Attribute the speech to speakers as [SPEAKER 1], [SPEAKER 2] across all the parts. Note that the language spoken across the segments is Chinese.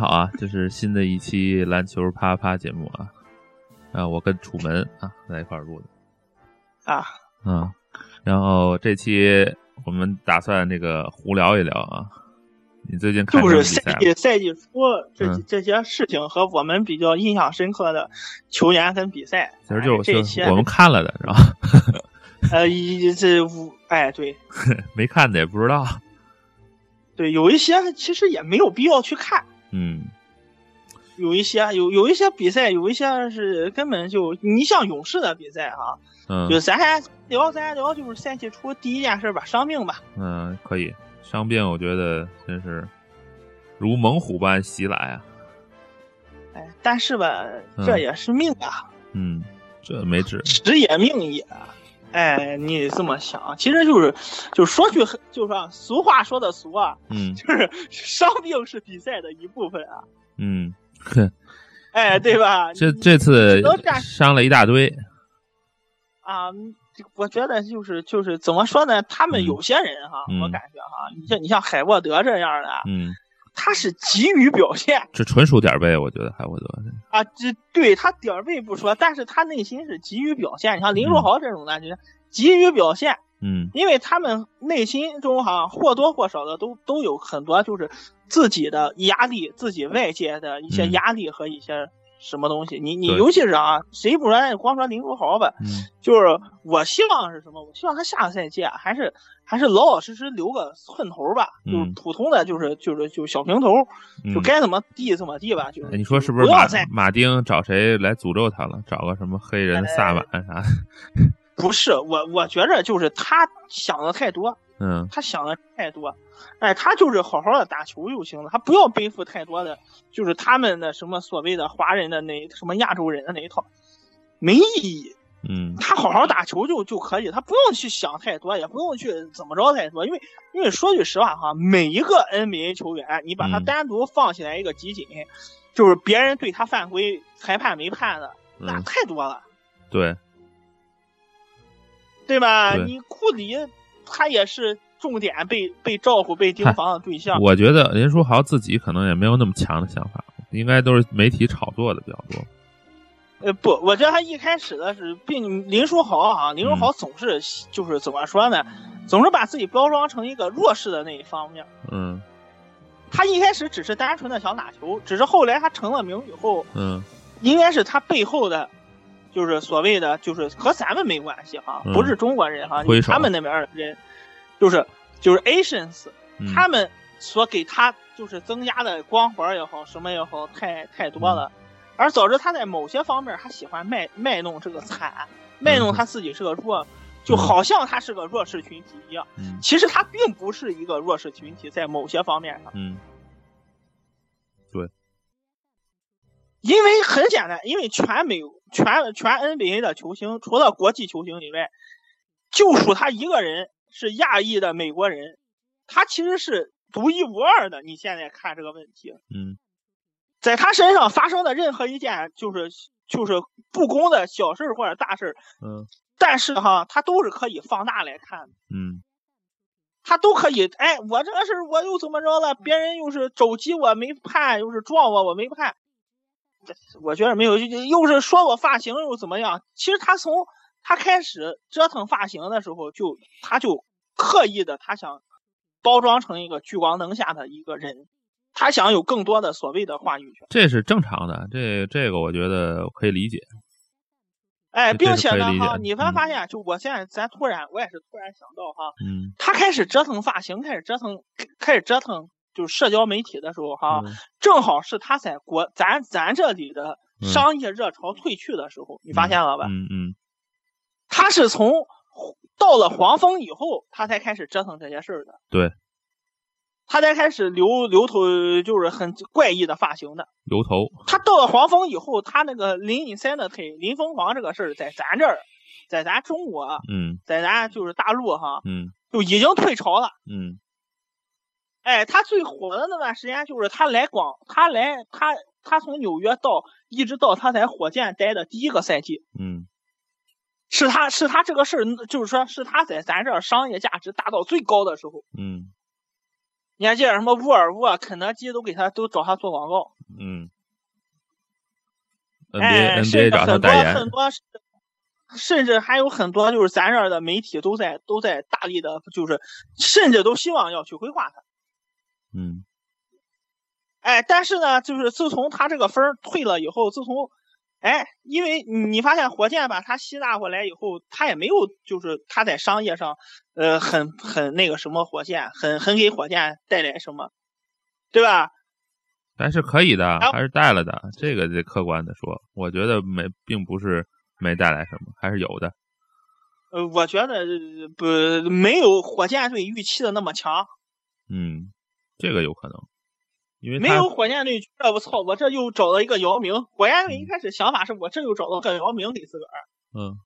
[SPEAKER 1] 啊就是新的一期篮球啪啪节目啊，啊，我跟楚门啊在一块儿录的
[SPEAKER 2] 啊，
[SPEAKER 1] 啊，然后这期我们打算这个胡聊一聊啊，你最近看
[SPEAKER 2] 就
[SPEAKER 1] 什么比
[SPEAKER 2] 是赛
[SPEAKER 1] 赛
[SPEAKER 2] 季赛季初这、
[SPEAKER 1] 嗯
[SPEAKER 2] 这些事情和我们比较印象深刻的球员跟比赛，
[SPEAKER 1] 其实就
[SPEAKER 2] 哎这
[SPEAKER 1] 就
[SPEAKER 2] 一期
[SPEAKER 1] 是我们看了的，然后
[SPEAKER 2] 呃一这五哎对
[SPEAKER 1] 没看的也不知道，
[SPEAKER 2] 对，有一些其实也没有必要去看，
[SPEAKER 1] 嗯
[SPEAKER 2] 有一些有有一些比赛，有一些是根本就你像勇士的比赛哈、
[SPEAKER 1] 嗯
[SPEAKER 2] 就咱还聊咱还聊就是赛季初第一件事吧，伤病吧，
[SPEAKER 1] 嗯，可以，伤病我觉得真是如猛虎般袭来啊，
[SPEAKER 2] 哎，但是吧
[SPEAKER 1] 嗯
[SPEAKER 2] 这也是命啊。
[SPEAKER 1] 嗯，这没治，
[SPEAKER 2] 时也命也。哎，你得这么想，其实就是，就是说句很，就是啊俗话说的俗啊，
[SPEAKER 1] 嗯
[SPEAKER 2] 就是伤病是比赛的一部分啊，
[SPEAKER 1] 嗯， 哼，
[SPEAKER 2] 哎，对吧？
[SPEAKER 1] 这
[SPEAKER 2] 你
[SPEAKER 1] 这次
[SPEAKER 2] 只能这样
[SPEAKER 1] 伤了一大堆，
[SPEAKER 2] 啊，这个我觉得就是就是怎么说呢？他们
[SPEAKER 1] 嗯
[SPEAKER 2] 有些人哈，
[SPEAKER 1] 嗯
[SPEAKER 2] 我感觉哈，你像你像海沃德这样的，
[SPEAKER 1] 嗯，
[SPEAKER 2] 他是急于表现
[SPEAKER 1] 这纯属点儿背，我觉得还不得，
[SPEAKER 2] 啊，这对他点儿背不说，但是他内心是急于表现。你像林书
[SPEAKER 1] 嗯
[SPEAKER 2] 豪这种呢，就是急于表现，
[SPEAKER 1] 嗯
[SPEAKER 2] 因为他们内心中哈、或多或少的都都有很多就是自己的压力，自己外界的一些
[SPEAKER 1] 嗯
[SPEAKER 2] 压力和一些什么东西。你你
[SPEAKER 1] 对
[SPEAKER 2] 尤其是啊，谁不说光说林书豪吧，
[SPEAKER 1] 嗯。
[SPEAKER 2] 就是我希望是什么？我希望他下个赛季啊，还是还是老老实实留个寸头吧，
[SPEAKER 1] 嗯
[SPEAKER 2] 就是普通的就是就是就是小平头，
[SPEAKER 1] 嗯
[SPEAKER 2] 就该怎么地怎么地吧。就
[SPEAKER 1] 哎
[SPEAKER 2] 是
[SPEAKER 1] 你说是不是
[SPEAKER 2] 不
[SPEAKER 1] 马
[SPEAKER 2] 要再
[SPEAKER 1] 马丁找谁来诅咒他了？找个什么黑人
[SPEAKER 2] 呃
[SPEAKER 1] 萨满啥的？
[SPEAKER 2] 不是我，我觉着就是他想的太多，
[SPEAKER 1] 嗯
[SPEAKER 2] 他想的太多，哎，他就是好好的打球就行了，他不要背负太多的，就是他们的什么所谓的华人的那什么亚洲人的那一套，没意义。
[SPEAKER 1] 嗯
[SPEAKER 2] 他好好打球就就可以，他不用去想太多，也不用去怎么着太多，因为因为说句实话哈，每一个 NBA 球员，你把他
[SPEAKER 1] 嗯
[SPEAKER 2] 单独放起来一个集锦，就是别人对他犯规，裁判没判的，那
[SPEAKER 1] 嗯，
[SPEAKER 2] 太多了。
[SPEAKER 1] 对，
[SPEAKER 2] 对吧？
[SPEAKER 1] 对
[SPEAKER 2] 你库里他也是重点被被照顾、被盯防的对象。
[SPEAKER 1] 我觉得林书豪自己可能也没有那么强的想法，应该都是媒体炒作的比较多。
[SPEAKER 2] 呃，不，我觉得他一开始的是并林书豪啊，林书豪
[SPEAKER 1] 嗯
[SPEAKER 2] 总是就是怎么说呢，总是把自己包装成一个弱势的那一方面。
[SPEAKER 1] 嗯
[SPEAKER 2] 他一开始只是单纯的想打球，只是后来他成了名以后，
[SPEAKER 1] 嗯
[SPEAKER 2] 应该是他背后的，就是所谓的，就是和咱们没关系哈，
[SPEAKER 1] 嗯
[SPEAKER 2] 不是中国人哈，
[SPEAKER 1] 挥手
[SPEAKER 2] 他们那边的人，就是就是 Asians，
[SPEAKER 1] 嗯，
[SPEAKER 2] 他们所给他就是增加的光环也好，什么也好，太太多了，
[SPEAKER 1] 嗯
[SPEAKER 2] 而导致他在某些方面他喜欢卖卖弄这个惨，卖弄他自己是个弱，就好像他是个弱势群体一样，
[SPEAKER 1] 嗯
[SPEAKER 2] 其实他并不是一个弱势群体，在某些方面上，
[SPEAKER 1] 嗯
[SPEAKER 2] 因为很简单，因为全美全全 NBA 的球星除了国际球星以外，就属他一个人是亚裔的美国人，他其实是独一无二的。你现在看这个问题。
[SPEAKER 1] 嗯
[SPEAKER 2] 在他身上发生的任何一件就是就是不公的小事儿或者大事儿，
[SPEAKER 1] 嗯
[SPEAKER 2] 但是哈，他都是可以放大来看的，
[SPEAKER 1] 嗯
[SPEAKER 2] 他都可以，哎，我这个事儿我又怎么着了？别人又是肘击我没判，又是撞我我没判，我觉得没有，又是说我发型又怎么样？其实他从他开始折腾发型的时候就，他就刻意的他想包装成一个聚光灯下的一个人，他想有更多的所谓的话语权。
[SPEAKER 1] 这是正常的，这这个我觉得可以理解。
[SPEAKER 2] 哎，
[SPEAKER 1] 这这
[SPEAKER 2] 并
[SPEAKER 1] 是
[SPEAKER 2] 且
[SPEAKER 1] 可以理
[SPEAKER 2] 呢，
[SPEAKER 1] 解
[SPEAKER 2] 哈，
[SPEAKER 1] 的
[SPEAKER 2] 你
[SPEAKER 1] 嗯
[SPEAKER 2] 们发现，就我现在咱突然，我也是突然想到哈，
[SPEAKER 1] 嗯
[SPEAKER 2] 他开始折腾发型，开始折腾，开始折腾，就是社交媒体的时候哈，
[SPEAKER 1] 嗯
[SPEAKER 2] 正好哦是他在国咱咱这里的
[SPEAKER 1] 嗯
[SPEAKER 2] 商业热潮退去的时候，你发现了吧？
[SPEAKER 1] 嗯嗯
[SPEAKER 2] 他是从到了黄蜂以后，他才开始折腾这些事儿的。
[SPEAKER 1] 对。
[SPEAKER 2] 他才开始留留头，就是很怪异的发型的。
[SPEAKER 1] 油头，
[SPEAKER 2] 他到了黄蜂以后，他那个林隐三的腿林疯狂这个事儿，在咱这儿，在咱中国，啊
[SPEAKER 1] 嗯
[SPEAKER 2] 在咱就是大陆哈，
[SPEAKER 1] 嗯
[SPEAKER 2] 就已经退潮了。
[SPEAKER 1] 嗯
[SPEAKER 2] 哎，他最火的那段时间就是他来广，他来他他从纽约到一直到他在火箭待的第一个赛季，
[SPEAKER 1] 嗯
[SPEAKER 2] 是他是他这个事儿，就是说是他在咱这儿商业价值达到最高的时候。
[SPEAKER 1] 嗯
[SPEAKER 2] 你还记得什么沃尔沃、肯德基都给他都找他做广告，
[SPEAKER 1] 嗯
[SPEAKER 2] 哎，
[SPEAKER 1] ，NBA
[SPEAKER 2] 甚
[SPEAKER 1] NBA
[SPEAKER 2] 至
[SPEAKER 1] 找他
[SPEAKER 2] 很多
[SPEAKER 1] 代言，
[SPEAKER 2] 很多是，甚至还有很多就是咱这儿的媒体都在都在大力的，就是甚至都希望要去规划他。
[SPEAKER 1] 嗯
[SPEAKER 2] 哎，但是呢，就是自从他这个分儿退了以后，自从哎，因为你你发现火箭把他吸纳回来以后，他也没有就是他在商业上，呃，很很那个什么火箭，很很给火箭带来什么，对吧？
[SPEAKER 1] 但是可以的
[SPEAKER 2] 后，
[SPEAKER 1] 还是带了的，这个得客观的说，我觉得没，并不是没带来什么，还是有的。
[SPEAKER 2] 呃，我觉得呃不没有火箭队预期的那么强，
[SPEAKER 1] 嗯，这个有可能，因为
[SPEAKER 2] 没
[SPEAKER 1] 他
[SPEAKER 2] 有火箭队，这我操，我这又找到一个姚明。火箭队一开始想法是我这又找到个姚明给自个儿，
[SPEAKER 1] 嗯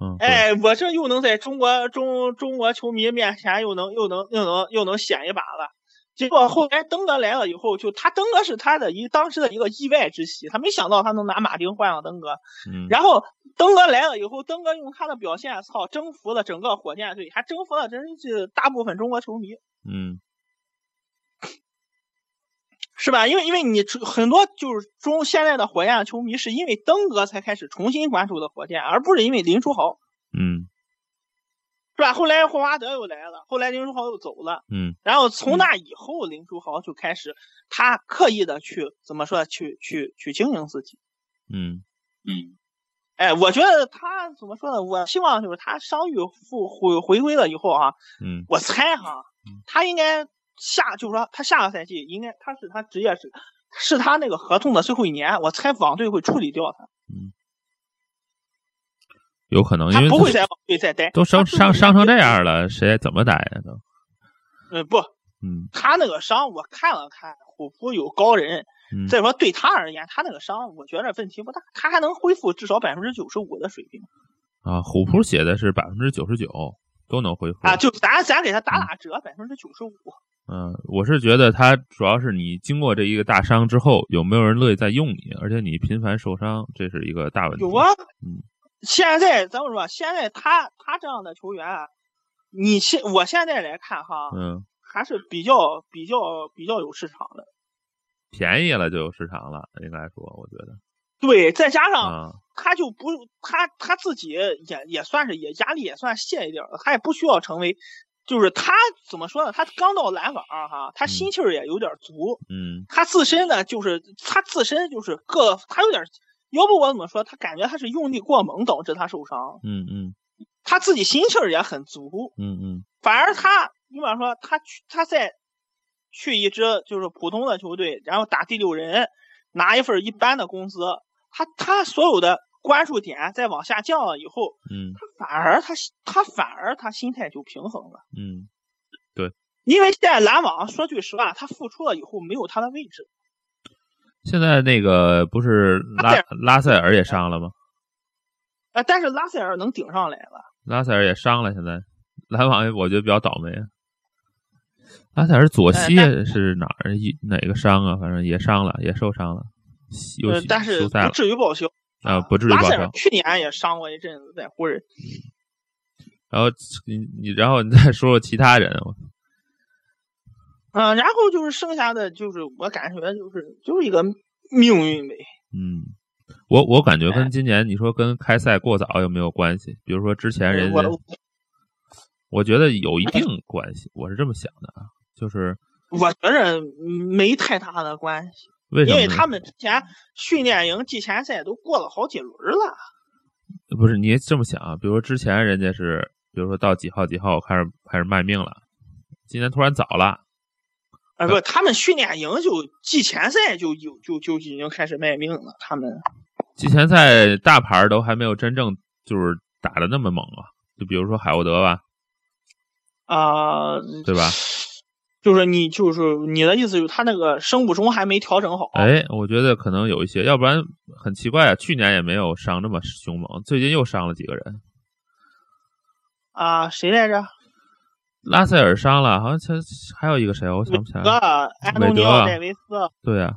[SPEAKER 1] 嗯，对，
[SPEAKER 2] 哎，我这又能在中国中中国球迷面前又能又能又能又能显一把了。结果后来登哥来了以后，就他登哥是他的一当时的一个意外之喜，他没想到他能拿马丁换了登哥。
[SPEAKER 1] 嗯
[SPEAKER 2] 然后登哥来了以后，登哥用他的表现，操，征服了整个火箭队，还征服了真是大部分中国球迷。
[SPEAKER 1] 嗯
[SPEAKER 2] 是吧？因为因为你出很多就是中现在的火箭球迷是因为登哥才开始重新关注的火箭，而不是因为林书豪，
[SPEAKER 1] 嗯
[SPEAKER 2] 是吧？后来霍华德又来了，后来林书豪又走了，
[SPEAKER 1] 嗯
[SPEAKER 2] 然后从那以后，林书豪就开始他刻意的去怎么说去去去经营自己。
[SPEAKER 1] 嗯
[SPEAKER 2] 嗯，哎，我觉得他怎么说呢？我希望就是他伤愈复回回归了以后啊，
[SPEAKER 1] 嗯
[SPEAKER 2] 我猜哈
[SPEAKER 1] 嗯，
[SPEAKER 2] 他应该下就是说他下个赛季应该他是他职业是是他那个合同的最后一年，我猜网队会处理掉他，
[SPEAKER 1] 有可嗯能，因
[SPEAKER 2] 他
[SPEAKER 1] 为
[SPEAKER 2] 不会
[SPEAKER 1] 都
[SPEAKER 2] 在网队再待。
[SPEAKER 1] 都伤
[SPEAKER 2] 他最
[SPEAKER 1] 伤
[SPEAKER 2] 后
[SPEAKER 1] 伤成这样了，谁还怎么打呀？都，
[SPEAKER 2] 嗯不，
[SPEAKER 1] 嗯
[SPEAKER 2] 他那个伤我看了看，虎扑有高人，
[SPEAKER 1] 嗯
[SPEAKER 2] 再说对他而言，他那个伤我觉得问题不大，他还能恢复至少百分之九十五的水平
[SPEAKER 1] 啊，虎扑写的是百分之九十九都能恢复
[SPEAKER 2] 啊，就咱咱给他打打折，百分之九十五。
[SPEAKER 1] 嗯，我是觉得他主要是你经过这一个大伤之后，有没有人乐意再用你，而且你频繁受伤，这是一个大问题。
[SPEAKER 2] 有啊，
[SPEAKER 1] 嗯
[SPEAKER 2] 现在咱们说，现在他他这样的球员啊，你现我现在来看哈，
[SPEAKER 1] 嗯，
[SPEAKER 2] 还是比较比较比较有市场的。
[SPEAKER 1] 便宜了就有市场了，应该说，我觉得
[SPEAKER 2] 对，再加上
[SPEAKER 1] 啊，
[SPEAKER 2] 他就不他他自己也也算是也压力也算卸一点了，他也不需要成为，就是他怎么说呢？他刚到篮网啊哈，他
[SPEAKER 1] 嗯
[SPEAKER 2] 心气儿也有点足，
[SPEAKER 1] 嗯
[SPEAKER 2] 他自身呢就是他自身就是各他有点，要不我怎么说？他感觉他是用力过猛导致他受伤，
[SPEAKER 1] 嗯嗯
[SPEAKER 2] 他自己心气儿也很足，
[SPEAKER 1] 嗯嗯
[SPEAKER 2] 反而他，你比方说他去他在去一支就是普通的球队，然后打第六人，拿一份一般的工资，他他所有的关注点再往下降了以后，
[SPEAKER 1] 嗯
[SPEAKER 2] 反而他他反而他心态就平衡了，
[SPEAKER 1] 嗯，
[SPEAKER 2] 因为在篮网说句实话，他付出了以后没有他的位置，
[SPEAKER 1] 现在那个不是拉拉塞尔也伤了吗？
[SPEAKER 2] 呃，但是拉塞尔能顶上来了，
[SPEAKER 1] 拉塞尔也伤了，现在篮网我觉得比较倒霉。啊拉塞尔左膝
[SPEAKER 2] 呃
[SPEAKER 1] 是哪儿一哪个伤啊？反正也伤了，也受伤了，又
[SPEAKER 2] 呃，但是
[SPEAKER 1] 休赛
[SPEAKER 2] 不
[SPEAKER 1] 了
[SPEAKER 2] 至于报销
[SPEAKER 1] 啊，不至于
[SPEAKER 2] 拉
[SPEAKER 1] 报
[SPEAKER 2] 塞
[SPEAKER 1] 销
[SPEAKER 2] 尔。去年也伤过一阵子在湖人，
[SPEAKER 1] 然后你你然后你再说说其他人，啊我
[SPEAKER 2] 嗯、然后就是剩下的就是我感觉就是就是一个命运呗。
[SPEAKER 1] 嗯，我我感觉
[SPEAKER 2] 哎
[SPEAKER 1] 跟今年你说跟开赛过早有没有关系？比如说之前人家，
[SPEAKER 2] 我
[SPEAKER 1] 我觉得有一定关系，我是这么想的啊，就是
[SPEAKER 2] 我觉着没太大的关系，
[SPEAKER 1] 为什
[SPEAKER 2] 因
[SPEAKER 1] 么呢？
[SPEAKER 2] 为他们之前训练营季前赛都过了好几轮了。
[SPEAKER 1] 不是你也这么想啊？比如说之前人家是，比如说到几号几号开始开始卖命了，今年突然早了，呃
[SPEAKER 2] 啊，不，他们训练营就季前赛就有就就已经开始卖命了。他们
[SPEAKER 1] 季前赛大牌儿都还没有真正就是打的那么猛啊。就比如说海沃德吧，
[SPEAKER 2] 啊、
[SPEAKER 1] 对吧？
[SPEAKER 2] 就是你就是你的意思就是他那个生物钟还没调整好。
[SPEAKER 1] 哎，我觉得可能有一些，要不然很奇怪啊。去年也没有伤那么凶猛，最近又伤了几个人。
[SPEAKER 2] 啊、谁来着？
[SPEAKER 1] 拉塞尔伤了，好像前还有一个谁，啊我想不起来
[SPEAKER 2] 韦德
[SPEAKER 1] 了。
[SPEAKER 2] 安东尼
[SPEAKER 1] 韦德
[SPEAKER 2] 奥
[SPEAKER 1] 啊
[SPEAKER 2] 戴维斯、
[SPEAKER 1] 对啊，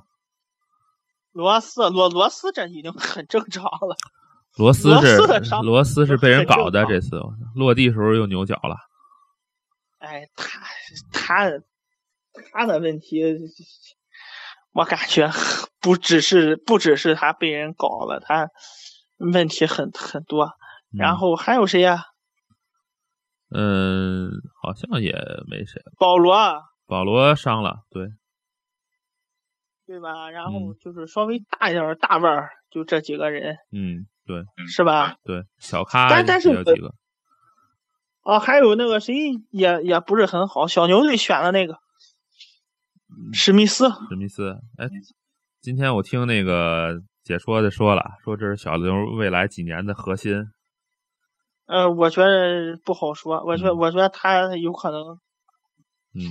[SPEAKER 2] 罗斯、罗罗斯，这已经很正常了。
[SPEAKER 1] 罗斯是
[SPEAKER 2] 罗斯的伤
[SPEAKER 1] 罗斯是被人搞的，
[SPEAKER 2] 很
[SPEAKER 1] 这
[SPEAKER 2] 正
[SPEAKER 1] 次我操落地时候又扭脚了。
[SPEAKER 2] 哎，他他他的问题，我感觉不只是不只是他被人搞了，他问题很很多。然后还有谁呀、
[SPEAKER 1] 嗯，嗯好像也没谁了。
[SPEAKER 2] 保罗啊
[SPEAKER 1] 保罗伤了，对，
[SPEAKER 2] 对吧？然后
[SPEAKER 1] 嗯
[SPEAKER 2] 就是稍微大一点儿大腕儿，就这几个人
[SPEAKER 1] 嗯，对
[SPEAKER 2] 是吧？
[SPEAKER 1] 对，小咖
[SPEAKER 2] 但但是
[SPEAKER 1] 也有几个，
[SPEAKER 2] 啊，还有那个谁也也不是很好，小牛队选的那个
[SPEAKER 1] 嗯
[SPEAKER 2] 史密斯，
[SPEAKER 1] 史密斯。哎，今天我听那个解说的说了，说这是小牛未来几年的核心。
[SPEAKER 2] 呃，我觉得不好说，我觉得
[SPEAKER 1] 嗯
[SPEAKER 2] 我觉得他有可能，
[SPEAKER 1] 嗯，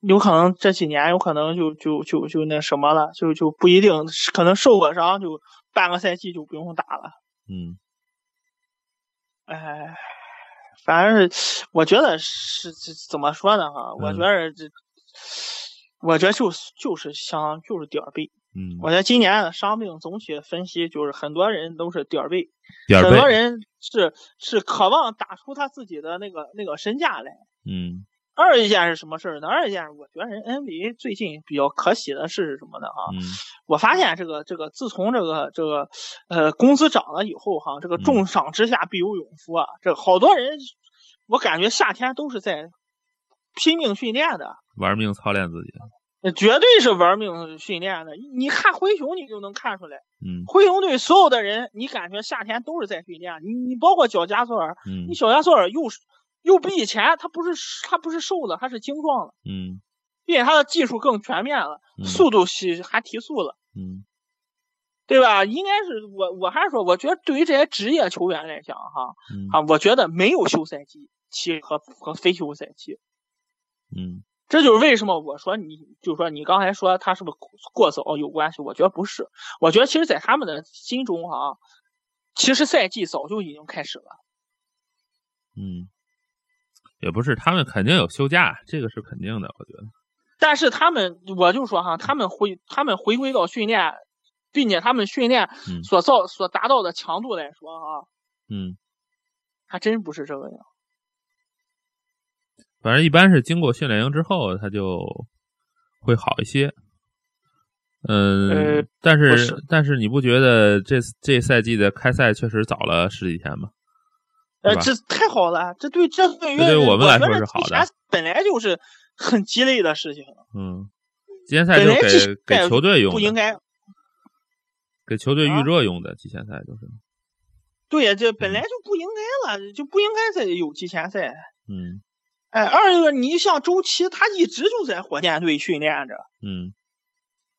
[SPEAKER 2] 有可能这几年有可能就就就就那什么了，就就不一定，是可能受个伤就半个赛季就不用打了，
[SPEAKER 1] 嗯
[SPEAKER 2] 哎，反正是我觉得是是怎么说呢哈，我
[SPEAKER 1] 嗯
[SPEAKER 2] 觉得这，我觉得就是就是相就是点儿背，
[SPEAKER 1] 嗯，
[SPEAKER 2] 我觉得今年的伤病总体分析就是很多人都是点儿背。
[SPEAKER 1] 点儿
[SPEAKER 2] 很多
[SPEAKER 1] 背，
[SPEAKER 2] 人是是渴望打出他自己的那个那个身价来。
[SPEAKER 1] 嗯
[SPEAKER 2] 二一件是什么事儿呢？二一件，我觉得人 NBA 最近比较可喜的事是什么呢？啊，
[SPEAKER 1] 嗯
[SPEAKER 2] 我发现这个这个，自从这个这个呃工资涨了以后哈、这个
[SPEAKER 1] 嗯
[SPEAKER 2] 重赏之下必有勇夫啊，这好多人，我感觉夏天都是在拼命训练的，呃
[SPEAKER 1] 玩命操练自己。
[SPEAKER 2] 绝对是玩命训练的。你看灰熊，你就能看出来，
[SPEAKER 1] 嗯
[SPEAKER 2] 灰熊队所有的人，你感觉夏天都是在训练，你你包括脚加索尔，
[SPEAKER 1] 嗯
[SPEAKER 2] 你小亚索尔又是又比以前他不是他不是瘦了，他是精壮了，
[SPEAKER 1] 嗯
[SPEAKER 2] 并且他的技术更全面了，
[SPEAKER 1] 嗯
[SPEAKER 2] 速度是还提速了，
[SPEAKER 1] 嗯
[SPEAKER 2] 对吧？应该是我我还是说，我觉得对于这些职业球员来讲哈
[SPEAKER 1] 嗯
[SPEAKER 2] 啊，我觉得没有休赛期期和和非休赛期，
[SPEAKER 1] 嗯
[SPEAKER 2] 这就是为什么我说你，就说你刚才说他是不是过早有关系？我觉得不是，我觉得其实，在他们的心中哈、其实赛季早就已经开始了。
[SPEAKER 1] 嗯，也不是，他们肯定有休假，这个是肯定的，我觉得。
[SPEAKER 2] 但是他们，我就说哈，他们回他们回归到训练，并且他们训练
[SPEAKER 1] 嗯
[SPEAKER 2] 所造所达到的强度来说啊，
[SPEAKER 1] 嗯，
[SPEAKER 2] 还真不是这个样。
[SPEAKER 1] 反正一般是经过训练营之后，他就会好一些。嗯，
[SPEAKER 2] 呃
[SPEAKER 1] 但
[SPEAKER 2] 不
[SPEAKER 1] 是
[SPEAKER 2] 是
[SPEAKER 1] 但是你不觉得这这赛季的开赛确实早了十几天吗？
[SPEAKER 2] 呃
[SPEAKER 1] 对，吧
[SPEAKER 2] 这太好了，啊这对这对于
[SPEAKER 1] 这对我们来说
[SPEAKER 2] 觉得
[SPEAKER 1] 是好的
[SPEAKER 2] 之前本来就是很鸡肋的事情，
[SPEAKER 1] 嗯，季前赛就
[SPEAKER 2] 本来这是
[SPEAKER 1] 给给球队用
[SPEAKER 2] 不应
[SPEAKER 1] 的，
[SPEAKER 2] 该。
[SPEAKER 1] 给球队预
[SPEAKER 2] 啊
[SPEAKER 1] 热用的季前赛就是。
[SPEAKER 2] 对呀，这本来就不应该了，就不应该再有季前赛。
[SPEAKER 1] 嗯
[SPEAKER 2] 哎，二一个，你像周琦，他一直就在火箭队训练着。
[SPEAKER 1] 嗯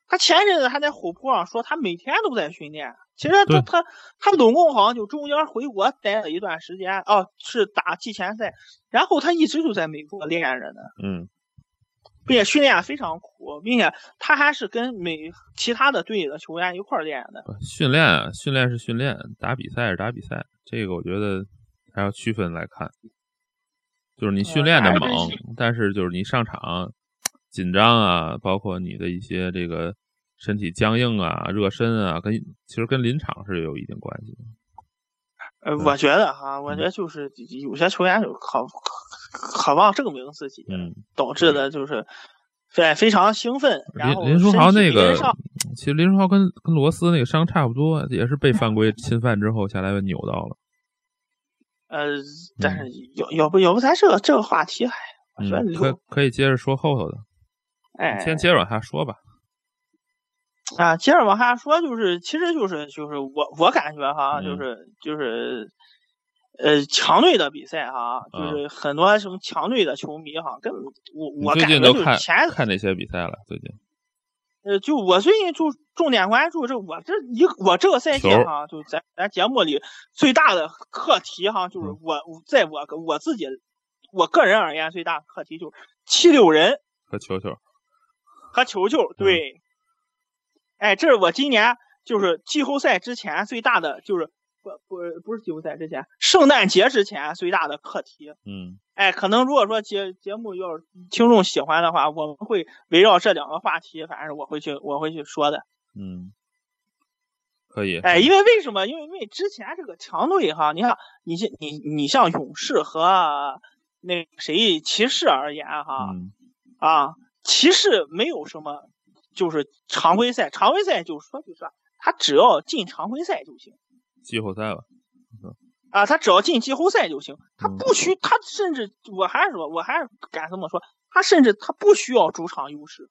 [SPEAKER 2] 他前阵子还在虎扑上说他每天都在训练。其实他
[SPEAKER 1] 对
[SPEAKER 2] 他他总共好像就中间回国待了一段时间，哦，是打季前赛，然后他一直就在美国练着呢，
[SPEAKER 1] 嗯
[SPEAKER 2] 并且训练非常苦，并且他还是跟美其他的队的球员一块儿练的。
[SPEAKER 1] 不训练啊，训练是训练，打比赛是打比赛，这个我觉得还要区分来看。就是你训
[SPEAKER 2] 嗯
[SPEAKER 1] 练的
[SPEAKER 2] 还真
[SPEAKER 1] 猛，但是就是你上场紧张啊，包括你的一些这个身体僵硬啊、热身啊，跟其实跟临场是有一定关系的。
[SPEAKER 2] 呃，
[SPEAKER 1] 嗯
[SPEAKER 2] 我觉得哈，我觉得就是有些球员就渴渴望证明自己，
[SPEAKER 1] 嗯，
[SPEAKER 2] 导致的就是对非常兴奋，然后
[SPEAKER 1] 林林书豪
[SPEAKER 2] 身体
[SPEAKER 1] 那个
[SPEAKER 2] 跟上，
[SPEAKER 1] 其实林书豪跟跟罗斯那个伤差不多，也是被犯规 侵犯之后下来被扭到了。
[SPEAKER 2] 呃，但是要要不要不咱这个这个话题，哎，我觉得
[SPEAKER 1] 嗯，
[SPEAKER 2] 留
[SPEAKER 1] 可以可以接着说后头的，
[SPEAKER 2] 哎，
[SPEAKER 1] 你先接着往下说吧。
[SPEAKER 2] 啊，接着往下说，就是其实就是就是我我感觉哈，
[SPEAKER 1] 嗯
[SPEAKER 2] 就是就是呃强队的比赛哈，就
[SPEAKER 1] 啊
[SPEAKER 2] 是很多什么强队的球迷哈，跟我
[SPEAKER 1] 你
[SPEAKER 2] 我
[SPEAKER 1] 最
[SPEAKER 2] 感
[SPEAKER 1] 近
[SPEAKER 2] 觉
[SPEAKER 1] 都
[SPEAKER 2] 就是
[SPEAKER 1] 看
[SPEAKER 2] 前
[SPEAKER 1] 看哪些比赛了？最近
[SPEAKER 2] 呃就我最近就重点关注这我这一我这个赛季
[SPEAKER 1] 球儿
[SPEAKER 2] 哈，就咱咱节目里最大的课题哈，就是
[SPEAKER 1] 嗯
[SPEAKER 2] 我在我我自己我个人而言最大的课题就是七六人
[SPEAKER 1] 和球球，
[SPEAKER 2] 和球球，对。哎，这是我今年就是季后赛之前最大的，就是不不不是季后赛之前，圣诞节之前最大的课题。
[SPEAKER 1] 嗯
[SPEAKER 2] 哎，可能如果说节节目要是听众喜欢的话，我们会围绕这两个话题，反正我会去我会去说的。
[SPEAKER 1] 嗯，可以。
[SPEAKER 2] 哎，因为为什么？因为因为之前这个强队哈，你看你像你你像勇士和那谁骑士而言哈，
[SPEAKER 1] 嗯
[SPEAKER 2] 啊，骑士没有什么就是常规赛，常规赛就是说句实话，他只要进常规赛就行
[SPEAKER 1] 季后赛吧，
[SPEAKER 2] 啊，他只要进季后赛就行，他
[SPEAKER 1] 嗯
[SPEAKER 2] 不需他甚至我还是说，我还是敢这么说，他甚至他不需要主场优势，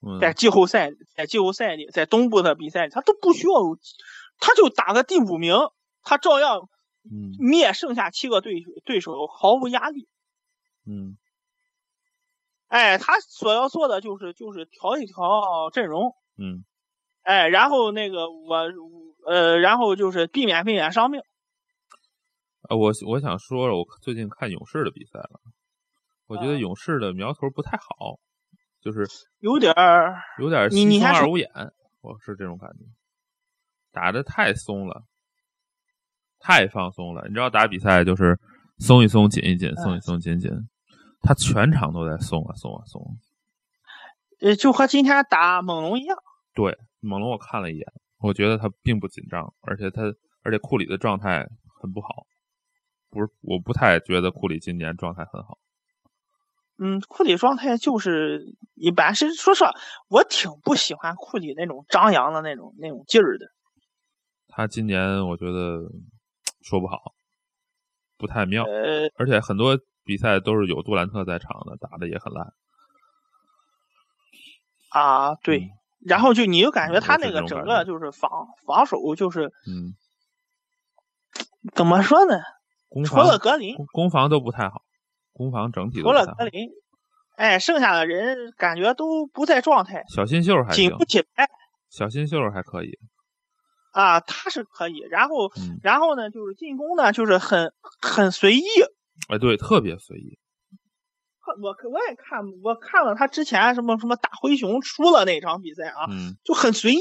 [SPEAKER 1] 嗯，
[SPEAKER 2] 在季后赛在季后赛里，在东部的比赛里，他都不需要有，他就打个第五名，他照样
[SPEAKER 1] 嗯
[SPEAKER 2] 灭剩下七个对对手，毫无压力。
[SPEAKER 1] 嗯
[SPEAKER 2] 哎，他所要做的就是就是调一调阵容，
[SPEAKER 1] 嗯
[SPEAKER 2] 哎，然后那个我呃，然后就是避免避免伤病。
[SPEAKER 1] 啊，我我想说了，我最近看勇士的比赛了，我觉得
[SPEAKER 2] 啊
[SPEAKER 1] 勇士的苗头不太好，就是
[SPEAKER 2] 有点儿，
[SPEAKER 1] 有点
[SPEAKER 2] 你
[SPEAKER 1] 西
[SPEAKER 2] 你
[SPEAKER 1] 双
[SPEAKER 2] 还
[SPEAKER 1] 二
[SPEAKER 2] 说
[SPEAKER 1] 五眼，我是这种感觉，打的太松了，太放松了。你知道打比赛就是松一松，紧一紧，
[SPEAKER 2] 哎
[SPEAKER 1] 松一松，紧一紧。他全场都在松啊松啊松啊。
[SPEAKER 2] 呃，就和今天打猛龙一样。
[SPEAKER 1] 猛龙我看了一眼，我觉得他并不紧张，而且他而且库里的状态很不好，不是我不太觉得库里今年状态很好。
[SPEAKER 2] 嗯，库里状态就是一般。是说实话，我挺不喜欢库里那种张扬的那种那种劲儿的。
[SPEAKER 1] 他今年我觉得说不好，不太妙，
[SPEAKER 2] 呃，
[SPEAKER 1] 而且很多比赛都是有杜兰特在场的，打的也很烂。
[SPEAKER 2] 啊，对。
[SPEAKER 1] 嗯
[SPEAKER 2] 然后就你就感觉
[SPEAKER 1] 我
[SPEAKER 2] 他
[SPEAKER 1] 是
[SPEAKER 2] 那
[SPEAKER 1] 这
[SPEAKER 2] 个
[SPEAKER 1] 种
[SPEAKER 2] 整
[SPEAKER 1] 感
[SPEAKER 2] 个
[SPEAKER 1] 觉
[SPEAKER 2] 就是防防守就是
[SPEAKER 1] 嗯，
[SPEAKER 2] 怎么说呢？
[SPEAKER 1] 攻
[SPEAKER 2] 除
[SPEAKER 1] 防
[SPEAKER 2] 了格林，
[SPEAKER 1] 攻攻防都不太好，攻防整体都
[SPEAKER 2] 除
[SPEAKER 1] 不太
[SPEAKER 2] 了
[SPEAKER 1] 好
[SPEAKER 2] 格。林，哎，剩下的人感觉都不在状态，
[SPEAKER 1] 小新秀还
[SPEAKER 2] 紧
[SPEAKER 1] 行，
[SPEAKER 2] 不起来
[SPEAKER 1] 小新秀还可以。
[SPEAKER 2] 啊。他是可以，然后
[SPEAKER 1] 嗯，
[SPEAKER 2] 然后呢，就是进攻呢，就是很很随意。
[SPEAKER 1] 哎，对，特别随意。
[SPEAKER 2] 我我也看我看了他之前什么什么打灰熊输了那场比赛啊，
[SPEAKER 1] 嗯，
[SPEAKER 2] 就很随意。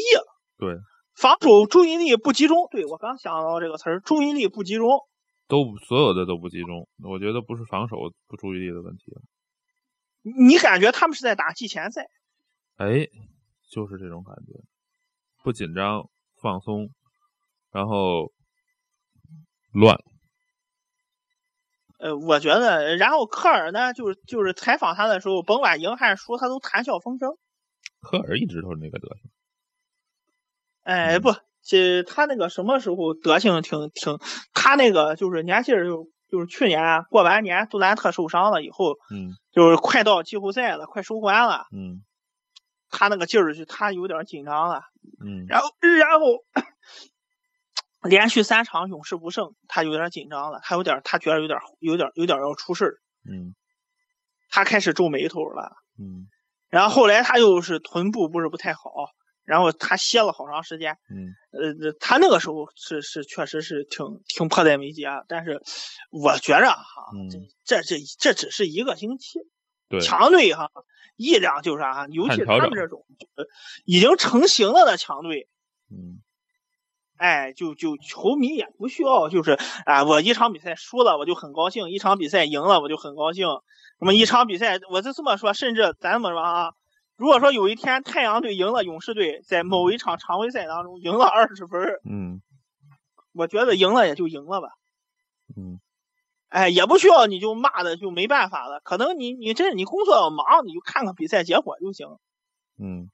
[SPEAKER 1] 对，
[SPEAKER 2] 防守注意力不集中。对我刚想到这个词儿，注意力不集中。
[SPEAKER 1] 都所有的都不集中，我觉得不是防守不注意力的问题。
[SPEAKER 2] 你感觉他们是在打季前赛？
[SPEAKER 1] 哎，就是这种感觉，不紧张，放松，然后乱。
[SPEAKER 2] 呃，我觉得，然后科尔呢，就是就是采访他的时候，甭管赢还是输，他都谈笑风生。
[SPEAKER 1] 科尔一直都是那个德行。
[SPEAKER 2] 哎，
[SPEAKER 1] 嗯
[SPEAKER 2] 不，这他那个什么时候德性挺挺，他那个就是你还记得就就是去年啊过完年杜兰特受伤了以后，
[SPEAKER 1] 嗯
[SPEAKER 2] 就是快到季后赛了，快收官了，
[SPEAKER 1] 嗯
[SPEAKER 2] 他那个劲儿就他有点紧张了，
[SPEAKER 1] 嗯，
[SPEAKER 2] 然后然后连续三场勇士不胜，他有点紧张了，他有点他觉得有点有点有点要出事儿，
[SPEAKER 1] 嗯
[SPEAKER 2] 他开始皱眉头了。
[SPEAKER 1] 嗯
[SPEAKER 2] 然后后来他又是臀部不是不太好，然后他歇了好长时间。
[SPEAKER 1] 嗯
[SPEAKER 2] 呃，这他那个时候是是确实是挺挺迫在眉睫啊，但是我觉着哈、
[SPEAKER 1] 嗯
[SPEAKER 2] 这这这这只是一个星期，
[SPEAKER 1] 对，
[SPEAKER 2] 强队哈、力量就是啊，尤
[SPEAKER 1] 看
[SPEAKER 2] 其
[SPEAKER 1] 调
[SPEAKER 2] 他们
[SPEAKER 1] 整
[SPEAKER 2] 这种呃已经成型了的强队，
[SPEAKER 1] 嗯
[SPEAKER 2] 哎，就就球迷也不需要，就是啊，我一场比赛输了我就很高兴，一场比赛赢了我就很高兴。那么一场比赛，我就这么说，甚至咱们说啊，如果说有一天太阳队赢了勇士队，在某一场常规赛当中赢了二十分儿，
[SPEAKER 1] 嗯
[SPEAKER 2] 我觉得赢了也就赢了吧。
[SPEAKER 1] 嗯
[SPEAKER 2] 哎，也不需要你就骂的就没办法了。可能你你这你工作要忙，你就看看比赛结果就行。
[SPEAKER 1] 嗯，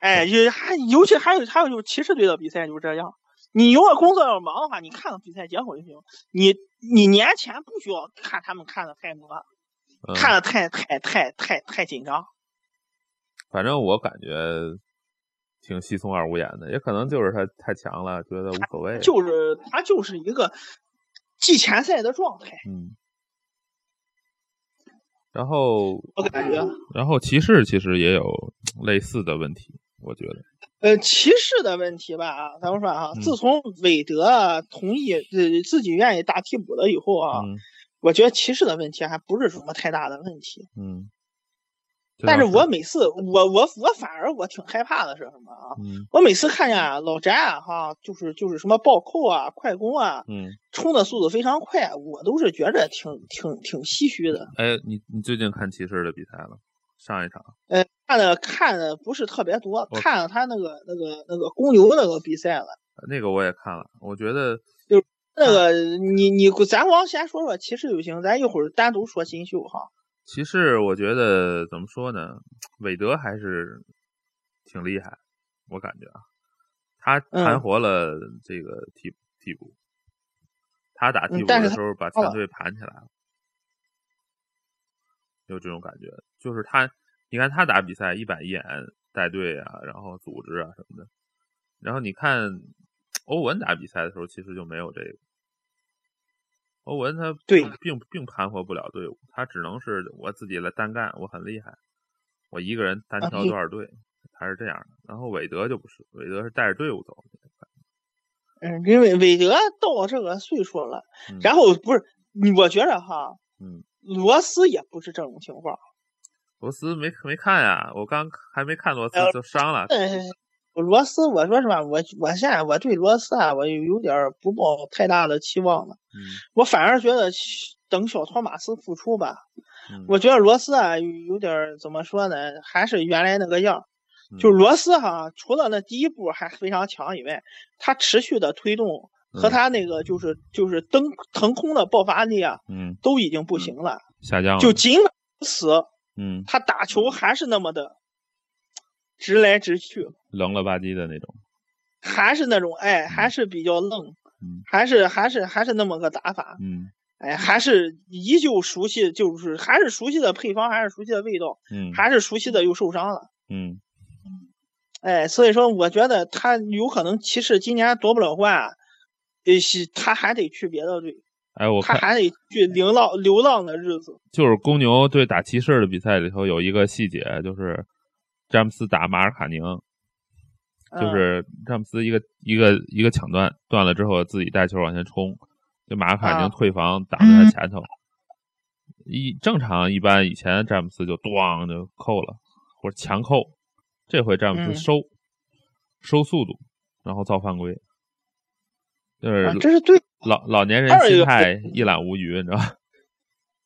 [SPEAKER 2] 哎，也还尤其还有还有就是骑士队的比赛就是这样，你如果工作要忙的话，你看看比赛结果就行。你你年前不需要看他们看的太磨，
[SPEAKER 1] 嗯
[SPEAKER 2] 看的太太太太太紧张。
[SPEAKER 1] 反正我感觉挺稀松二五眼的，也可能就是他太强了，觉得无所谓。
[SPEAKER 2] 就是他就是一个季前赛的状态，
[SPEAKER 1] 嗯。然后，
[SPEAKER 2] 我感觉。
[SPEAKER 1] 然后骑士其实也有类似的问题，我觉得。
[SPEAKER 2] 呃，骑士的问题吧，啊，咱们说啊，
[SPEAKER 1] 嗯
[SPEAKER 2] 自从韦德同意呃自己愿意打替补了以后啊，
[SPEAKER 1] 嗯
[SPEAKER 2] 我觉得骑士的问题还不是什么太大的问题，
[SPEAKER 1] 嗯。这
[SPEAKER 2] 但是
[SPEAKER 1] 倒
[SPEAKER 2] 我每次我我我反而我挺害怕的是什么啊？
[SPEAKER 1] 嗯
[SPEAKER 2] 我每次看见啊老詹啊哈，就是就是什么暴扣啊、快攻啊，
[SPEAKER 1] 嗯，
[SPEAKER 2] 冲的速度非常快，我都是觉着挺挺挺唏嘘的。
[SPEAKER 1] 哎，你你最近看骑士的比赛了？上一场，
[SPEAKER 2] 呃，看的看的不是特别多，
[SPEAKER 1] 我
[SPEAKER 2] 看了他那个那个那个公牛那个比赛了。
[SPEAKER 1] 那个我也看了，我觉得
[SPEAKER 2] 那个
[SPEAKER 1] 啊
[SPEAKER 2] 你你咱光先说说骑士就行，咱一会儿单独说新秀哈。
[SPEAKER 1] 骑士，我觉得怎么说呢？韦德还是挺厉害，我感觉啊，他
[SPEAKER 2] 嗯
[SPEAKER 1] 盘活了这个替替补，他打替补
[SPEAKER 2] 嗯但
[SPEAKER 1] 的
[SPEAKER 2] 是他
[SPEAKER 1] 时候把
[SPEAKER 2] 他
[SPEAKER 1] 全队盘起来了，有这种感觉，就是他，你看他打比赛一板一眼带队啊，然后组织啊什么的，然后你看欧文打比赛的时候，其实就没有这个。欧文他
[SPEAKER 2] 对
[SPEAKER 1] 并并并盘活不了队伍，他只能是我自己来单干，我很厉害，我一个人单挑
[SPEAKER 2] 啊对
[SPEAKER 1] 多少队，他是这样的。然后韦德就不是，韦德是带着队伍走的。
[SPEAKER 2] 嗯，因为韦德到我这个岁数了，
[SPEAKER 1] 嗯、
[SPEAKER 2] 然后不是你，我觉得哈，
[SPEAKER 1] 嗯，
[SPEAKER 2] 罗斯也不是这种情况，
[SPEAKER 1] 罗斯没没看呀，我刚还没看罗斯
[SPEAKER 2] 哎呦
[SPEAKER 1] 就伤了。
[SPEAKER 2] 嗯，罗斯，我说实话，我我现在我对罗斯啊，我有点儿不抱太大的期望了。
[SPEAKER 1] 嗯
[SPEAKER 2] 我反而觉得等小托马斯复出吧，
[SPEAKER 1] 嗯，
[SPEAKER 2] 我觉得罗斯啊有有点儿怎么说呢，还是原来那个样儿。
[SPEAKER 1] 嗯
[SPEAKER 2] 就罗斯哈，除了那第一步还非常强以外，他持续的推动和
[SPEAKER 1] 嗯
[SPEAKER 2] 他那个就是就是登腾空的爆发力啊，
[SPEAKER 1] 嗯
[SPEAKER 2] 都已经不行了。
[SPEAKER 1] 下降了。
[SPEAKER 2] 就尽管如此，
[SPEAKER 1] 嗯
[SPEAKER 2] 他打球还是那么的直来直去。
[SPEAKER 1] 冷了吧唧的那种。
[SPEAKER 2] 还是那种哎，还是比较愣，
[SPEAKER 1] 嗯
[SPEAKER 2] 还是还是还是那么个打法，
[SPEAKER 1] 嗯
[SPEAKER 2] 哎，还是依旧熟悉，就是还是熟悉的配方，还是熟悉的味道，
[SPEAKER 1] 嗯
[SPEAKER 2] 还是熟悉的又受伤了，
[SPEAKER 1] 嗯
[SPEAKER 2] 哎，所以说我觉得他有可能骑士今年夺不了冠啊，呃，是他还得去别的队，
[SPEAKER 1] 哎，我
[SPEAKER 2] 他
[SPEAKER 1] 看
[SPEAKER 2] 还得去流浪流浪的日子，
[SPEAKER 1] 就是公牛对打骑士的比赛里头有一个细节，就是詹姆斯打马尔卡宁，
[SPEAKER 2] 嗯
[SPEAKER 1] 就是詹姆斯一个一个一个抢断，断了之后自己带球往前冲，就马尔卡宁
[SPEAKER 2] 啊
[SPEAKER 1] 退防挡在他前头。一正常一般以前詹姆斯就咣就扣了或者强扣，这回詹姆斯
[SPEAKER 2] 嗯
[SPEAKER 1] 收、收速度，然后造犯规，就是
[SPEAKER 2] 啊这是对，
[SPEAKER 1] 老老年人
[SPEAKER 2] 二一
[SPEAKER 1] 心
[SPEAKER 2] 个
[SPEAKER 1] 态一览无余，你知道吧？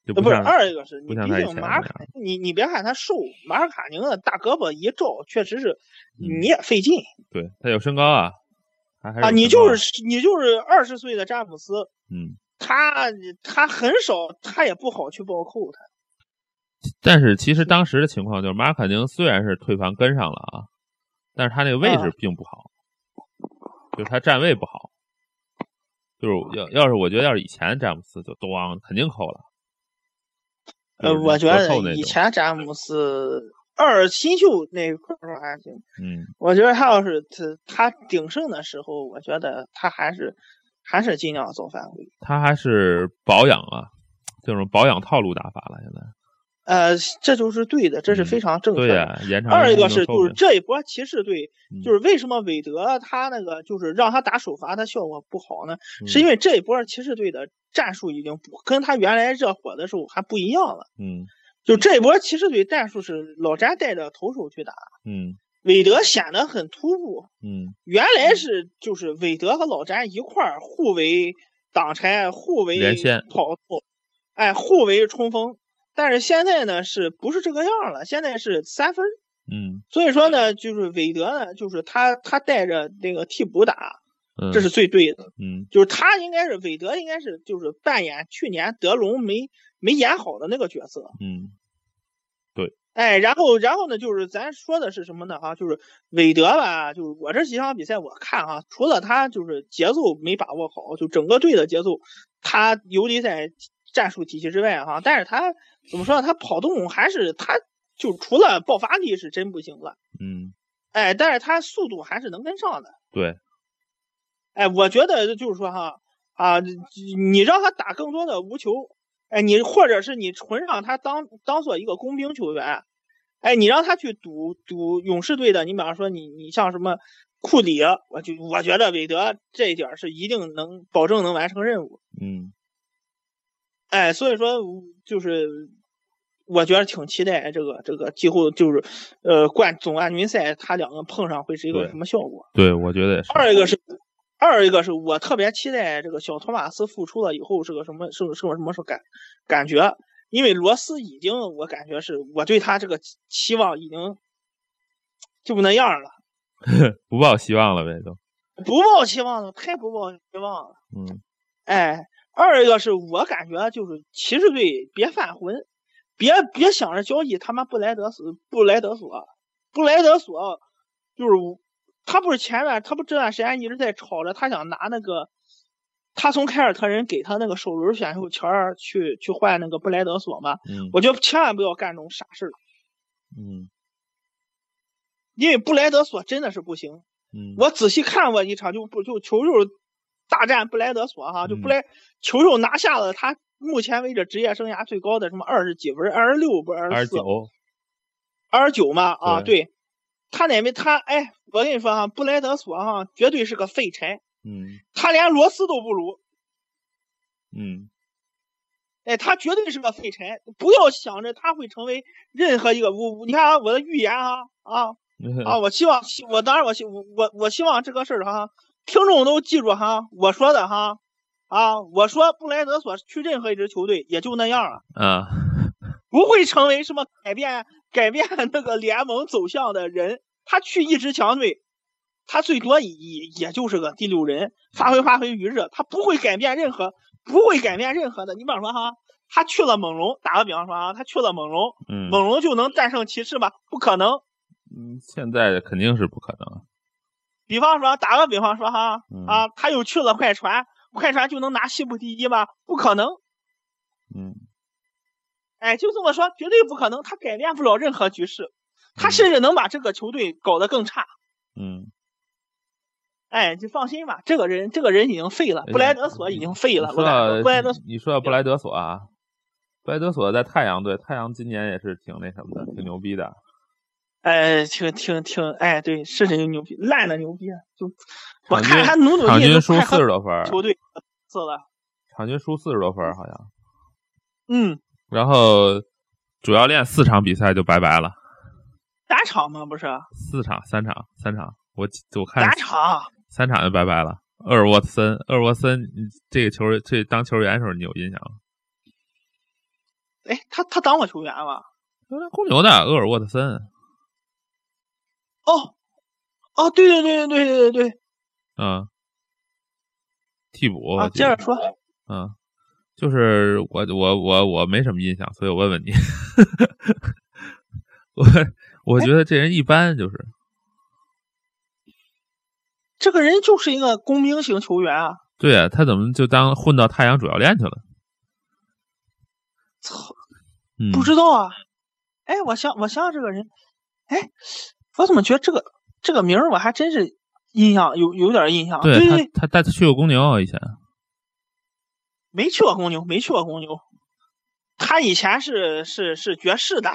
[SPEAKER 1] 就
[SPEAKER 2] 呃
[SPEAKER 1] 不
[SPEAKER 2] 不是
[SPEAKER 1] 像
[SPEAKER 2] 二一个是，
[SPEAKER 1] 不
[SPEAKER 2] 你
[SPEAKER 1] 像
[SPEAKER 2] 毕
[SPEAKER 1] 他以前
[SPEAKER 2] 竟
[SPEAKER 1] 那
[SPEAKER 2] 马尔
[SPEAKER 1] 样。
[SPEAKER 2] 卡，你你别看他瘦，马尔卡宁的大胳膊一照，确实是
[SPEAKER 1] 嗯
[SPEAKER 2] 你也费劲。
[SPEAKER 1] 对他有身高啊，他还是有
[SPEAKER 2] 啊，你
[SPEAKER 1] 身高
[SPEAKER 2] 就是你就是二十岁的詹姆斯，
[SPEAKER 1] 嗯，
[SPEAKER 2] 他他很少，他也不好去暴扣他。
[SPEAKER 1] 但是其实当时的情况就是马尔卡宁虽然是退防跟上了啊，但是他那个位置
[SPEAKER 2] 嗯
[SPEAKER 1] 并不好，就是他站位不好，就是要要是我觉得要是以前詹姆斯就咣肯定扣了。
[SPEAKER 2] 呃，
[SPEAKER 1] 就是
[SPEAKER 2] 我觉
[SPEAKER 1] 折扣
[SPEAKER 2] 得
[SPEAKER 1] 那
[SPEAKER 2] 以
[SPEAKER 1] 种
[SPEAKER 2] 前詹姆斯二新秀那一块儿还行，
[SPEAKER 1] 嗯
[SPEAKER 2] 我觉得他要是他他鼎盛的时候，我觉得他还是还是尽量走犯规。
[SPEAKER 1] 他还是保养啊，这种保养套路打法了现在。
[SPEAKER 2] 呃，这就是对的，这是
[SPEAKER 1] 嗯
[SPEAKER 2] 非常正确
[SPEAKER 1] 对
[SPEAKER 2] 的。
[SPEAKER 1] 呀、延长
[SPEAKER 2] 二一
[SPEAKER 1] 运
[SPEAKER 2] 个
[SPEAKER 1] 动
[SPEAKER 2] 是
[SPEAKER 1] 寿
[SPEAKER 2] 就是
[SPEAKER 1] 命
[SPEAKER 2] 这一波骑士队，
[SPEAKER 1] 嗯
[SPEAKER 2] 就是为什么韦德他那个就是让他打首发，他效果不好呢？是
[SPEAKER 1] 嗯
[SPEAKER 2] 因为这一波骑士队的战术已经不跟他原来热火的时候还不一样了。
[SPEAKER 1] 嗯
[SPEAKER 2] 就这一波骑士队战术是老詹带着投手去打，
[SPEAKER 1] 嗯
[SPEAKER 2] 韦德显得很突兀。
[SPEAKER 1] 嗯
[SPEAKER 2] 原来是就是韦德和老詹一块儿互为挡拆，互为
[SPEAKER 1] 连线
[SPEAKER 2] 跑动，哎，互为冲锋。但是现在呢，是不是这个样了？现在是三分儿
[SPEAKER 1] 嗯
[SPEAKER 2] 所以说呢，就是韦德呢，就是他他带着那个替补打，
[SPEAKER 1] 嗯，
[SPEAKER 2] 这是最对的。
[SPEAKER 1] 嗯
[SPEAKER 2] 就是他应该是韦德，应该是就是扮演去年德隆没没演好的那个角色。
[SPEAKER 1] 嗯
[SPEAKER 2] 哎，然后然后呢，就是咱说的是什么呢？哈，就是韦德吧，就是我这几场比赛我看哈，除了他就是节奏没把握好，就整个队的节奏，他游离在战术体系之外哈，但是他怎么说呢？他跑动还是他就除了爆发力是真不行了。
[SPEAKER 1] 嗯，
[SPEAKER 2] 哎，但是他速度还是能跟上的。
[SPEAKER 1] 对，
[SPEAKER 2] 哎，我觉得就是说哈啊，你让他打更多的无球，哎，你或者是你纯让他当当做一个工兵球员，哎，你让他去赌赌勇士队的，你比方说你你像什么库里，我就我觉得韦德这一点儿是一定能保证能完成任务。
[SPEAKER 1] 嗯
[SPEAKER 2] 哎，所以说就是我觉得挺期待这个这个季后就是呃冠总冠军赛他两个碰上会是一个
[SPEAKER 1] 对
[SPEAKER 2] 什么效果。
[SPEAKER 1] 对，我觉得也是。
[SPEAKER 2] 二一个是，二一个是我特别期待这个小托马斯复出了以后是个什么是个是个什么是个感感觉，因为罗斯已经我感觉是我对他这个期期望已经就那样了，
[SPEAKER 1] 不抱希望了呗，都。
[SPEAKER 2] 不抱期望了，太不抱期望了。
[SPEAKER 1] 嗯
[SPEAKER 2] 哎，二一个是我感觉就是骑士队别犯浑，别别想着交易他妈布莱德索布莱德索布莱德索就是我他不是前面他不这段时间一直在吵着，他想拿那个他从凯尔特人给他那个首轮选秀权儿去去换那个布莱德索嘛。
[SPEAKER 1] 嗯
[SPEAKER 2] 我觉得千万不要干这种傻事儿，
[SPEAKER 1] 嗯
[SPEAKER 2] 因为布莱德索真的是不行。
[SPEAKER 1] 嗯，
[SPEAKER 2] 我仔细看过一场，就不就球球大战布莱德索哈，就布莱球球拿下了他目前为止职业生涯最高的什么二十几分，二十六不二
[SPEAKER 1] 二
[SPEAKER 2] 十
[SPEAKER 1] 十
[SPEAKER 2] 四，
[SPEAKER 1] 九，
[SPEAKER 2] 二十九嘛啊，
[SPEAKER 1] 对
[SPEAKER 2] 对，他哪位他哎，我跟你说哈，布莱德索哈绝对是个废柴，
[SPEAKER 1] 嗯
[SPEAKER 2] 他连罗斯都不如，
[SPEAKER 1] 嗯
[SPEAKER 2] 哎，他绝对是个废柴，不要想着他会成为任何一个我我你看啊，我的预言啊啊，啊，我希望，希我当然我希我我我希望这个事儿哈，听众都记住哈，我说的哈，啊，我说布莱德索去任何一支球队也就那样了，
[SPEAKER 1] 啊
[SPEAKER 2] 不会成为什么改变改变 那个联盟走向的人。他去一支强队，他最多也也就是个第六人，发挥发挥余热，他不会改变任何，不会改变任何的。你比方说哈，他去了猛龙，打个比方说啊，他去了猛龙，
[SPEAKER 1] 嗯，
[SPEAKER 2] 猛龙就能战胜骑士吗？不可能。
[SPEAKER 1] 嗯现在肯定是不可能。
[SPEAKER 2] 比方说，打个比方说哈，
[SPEAKER 1] 嗯
[SPEAKER 2] 啊，他又去了快船，快船就能拿西部第一吗？不可能，
[SPEAKER 1] 嗯
[SPEAKER 2] 哎，就这么说，绝对不可能，他改变不了任何局势，他甚至能把这个球队搞得更差。
[SPEAKER 1] 嗯，
[SPEAKER 2] 哎，就放心吧，这个人，这个人已经废了，
[SPEAKER 1] 哎呀
[SPEAKER 2] 啊布莱德索已经废了。
[SPEAKER 1] 你
[SPEAKER 2] 我
[SPEAKER 1] 说啊
[SPEAKER 2] 跟
[SPEAKER 1] 到
[SPEAKER 2] 你说布莱德索，
[SPEAKER 1] 你说到布莱德索啊，布莱德索在太阳队，太阳今年也是挺那什么的，挺牛逼的。
[SPEAKER 2] 哎，挺挺挺，哎，对，是这个牛逼，烂的牛逼，啊就我
[SPEAKER 1] 场
[SPEAKER 2] 看
[SPEAKER 1] 均
[SPEAKER 2] 他努努
[SPEAKER 1] 场
[SPEAKER 2] 力
[SPEAKER 1] 均
[SPEAKER 2] 都
[SPEAKER 1] 输
[SPEAKER 2] 快
[SPEAKER 1] 四
[SPEAKER 2] 和
[SPEAKER 1] 十多分儿，
[SPEAKER 2] 球队死了。
[SPEAKER 1] 场均输四十多分儿好像。
[SPEAKER 2] 嗯，
[SPEAKER 1] 然后主要练四场比赛就拜拜了，
[SPEAKER 2] 打场嘛不是
[SPEAKER 1] 四场三场三场，我我看
[SPEAKER 2] 打场，
[SPEAKER 1] 三场就拜拜了。厄尔沃特森，厄尔沃特森你这个球这当球员的时候你有印象吗？
[SPEAKER 2] 哎，他他当过球员吗？
[SPEAKER 1] 有点呃公牛的厄尔沃特森，
[SPEAKER 2] 哦，哦，对对对对对对对。
[SPEAKER 1] 嗯，替补。我
[SPEAKER 2] 啊，
[SPEAKER 1] 记
[SPEAKER 2] 接
[SPEAKER 1] 得
[SPEAKER 2] 着说，
[SPEAKER 1] 嗯，就是我我我我没什么印象，所以我问问你， 我我觉得这人一般，就是
[SPEAKER 2] 这个人就是一个工兵型球员啊！
[SPEAKER 1] 对啊，他怎么就当混到太阳主教练去了？
[SPEAKER 2] 操，
[SPEAKER 1] 嗯，
[SPEAKER 2] 不知道啊！哎，我想，我想想这个人，哎，我怎么觉得这个这个名儿我还真是印象有有点印象。
[SPEAKER 1] 对
[SPEAKER 2] 啊对对，
[SPEAKER 1] 他他他去过公牛以前，
[SPEAKER 2] 没去过公牛，没去过公牛。他以前是是是爵士的，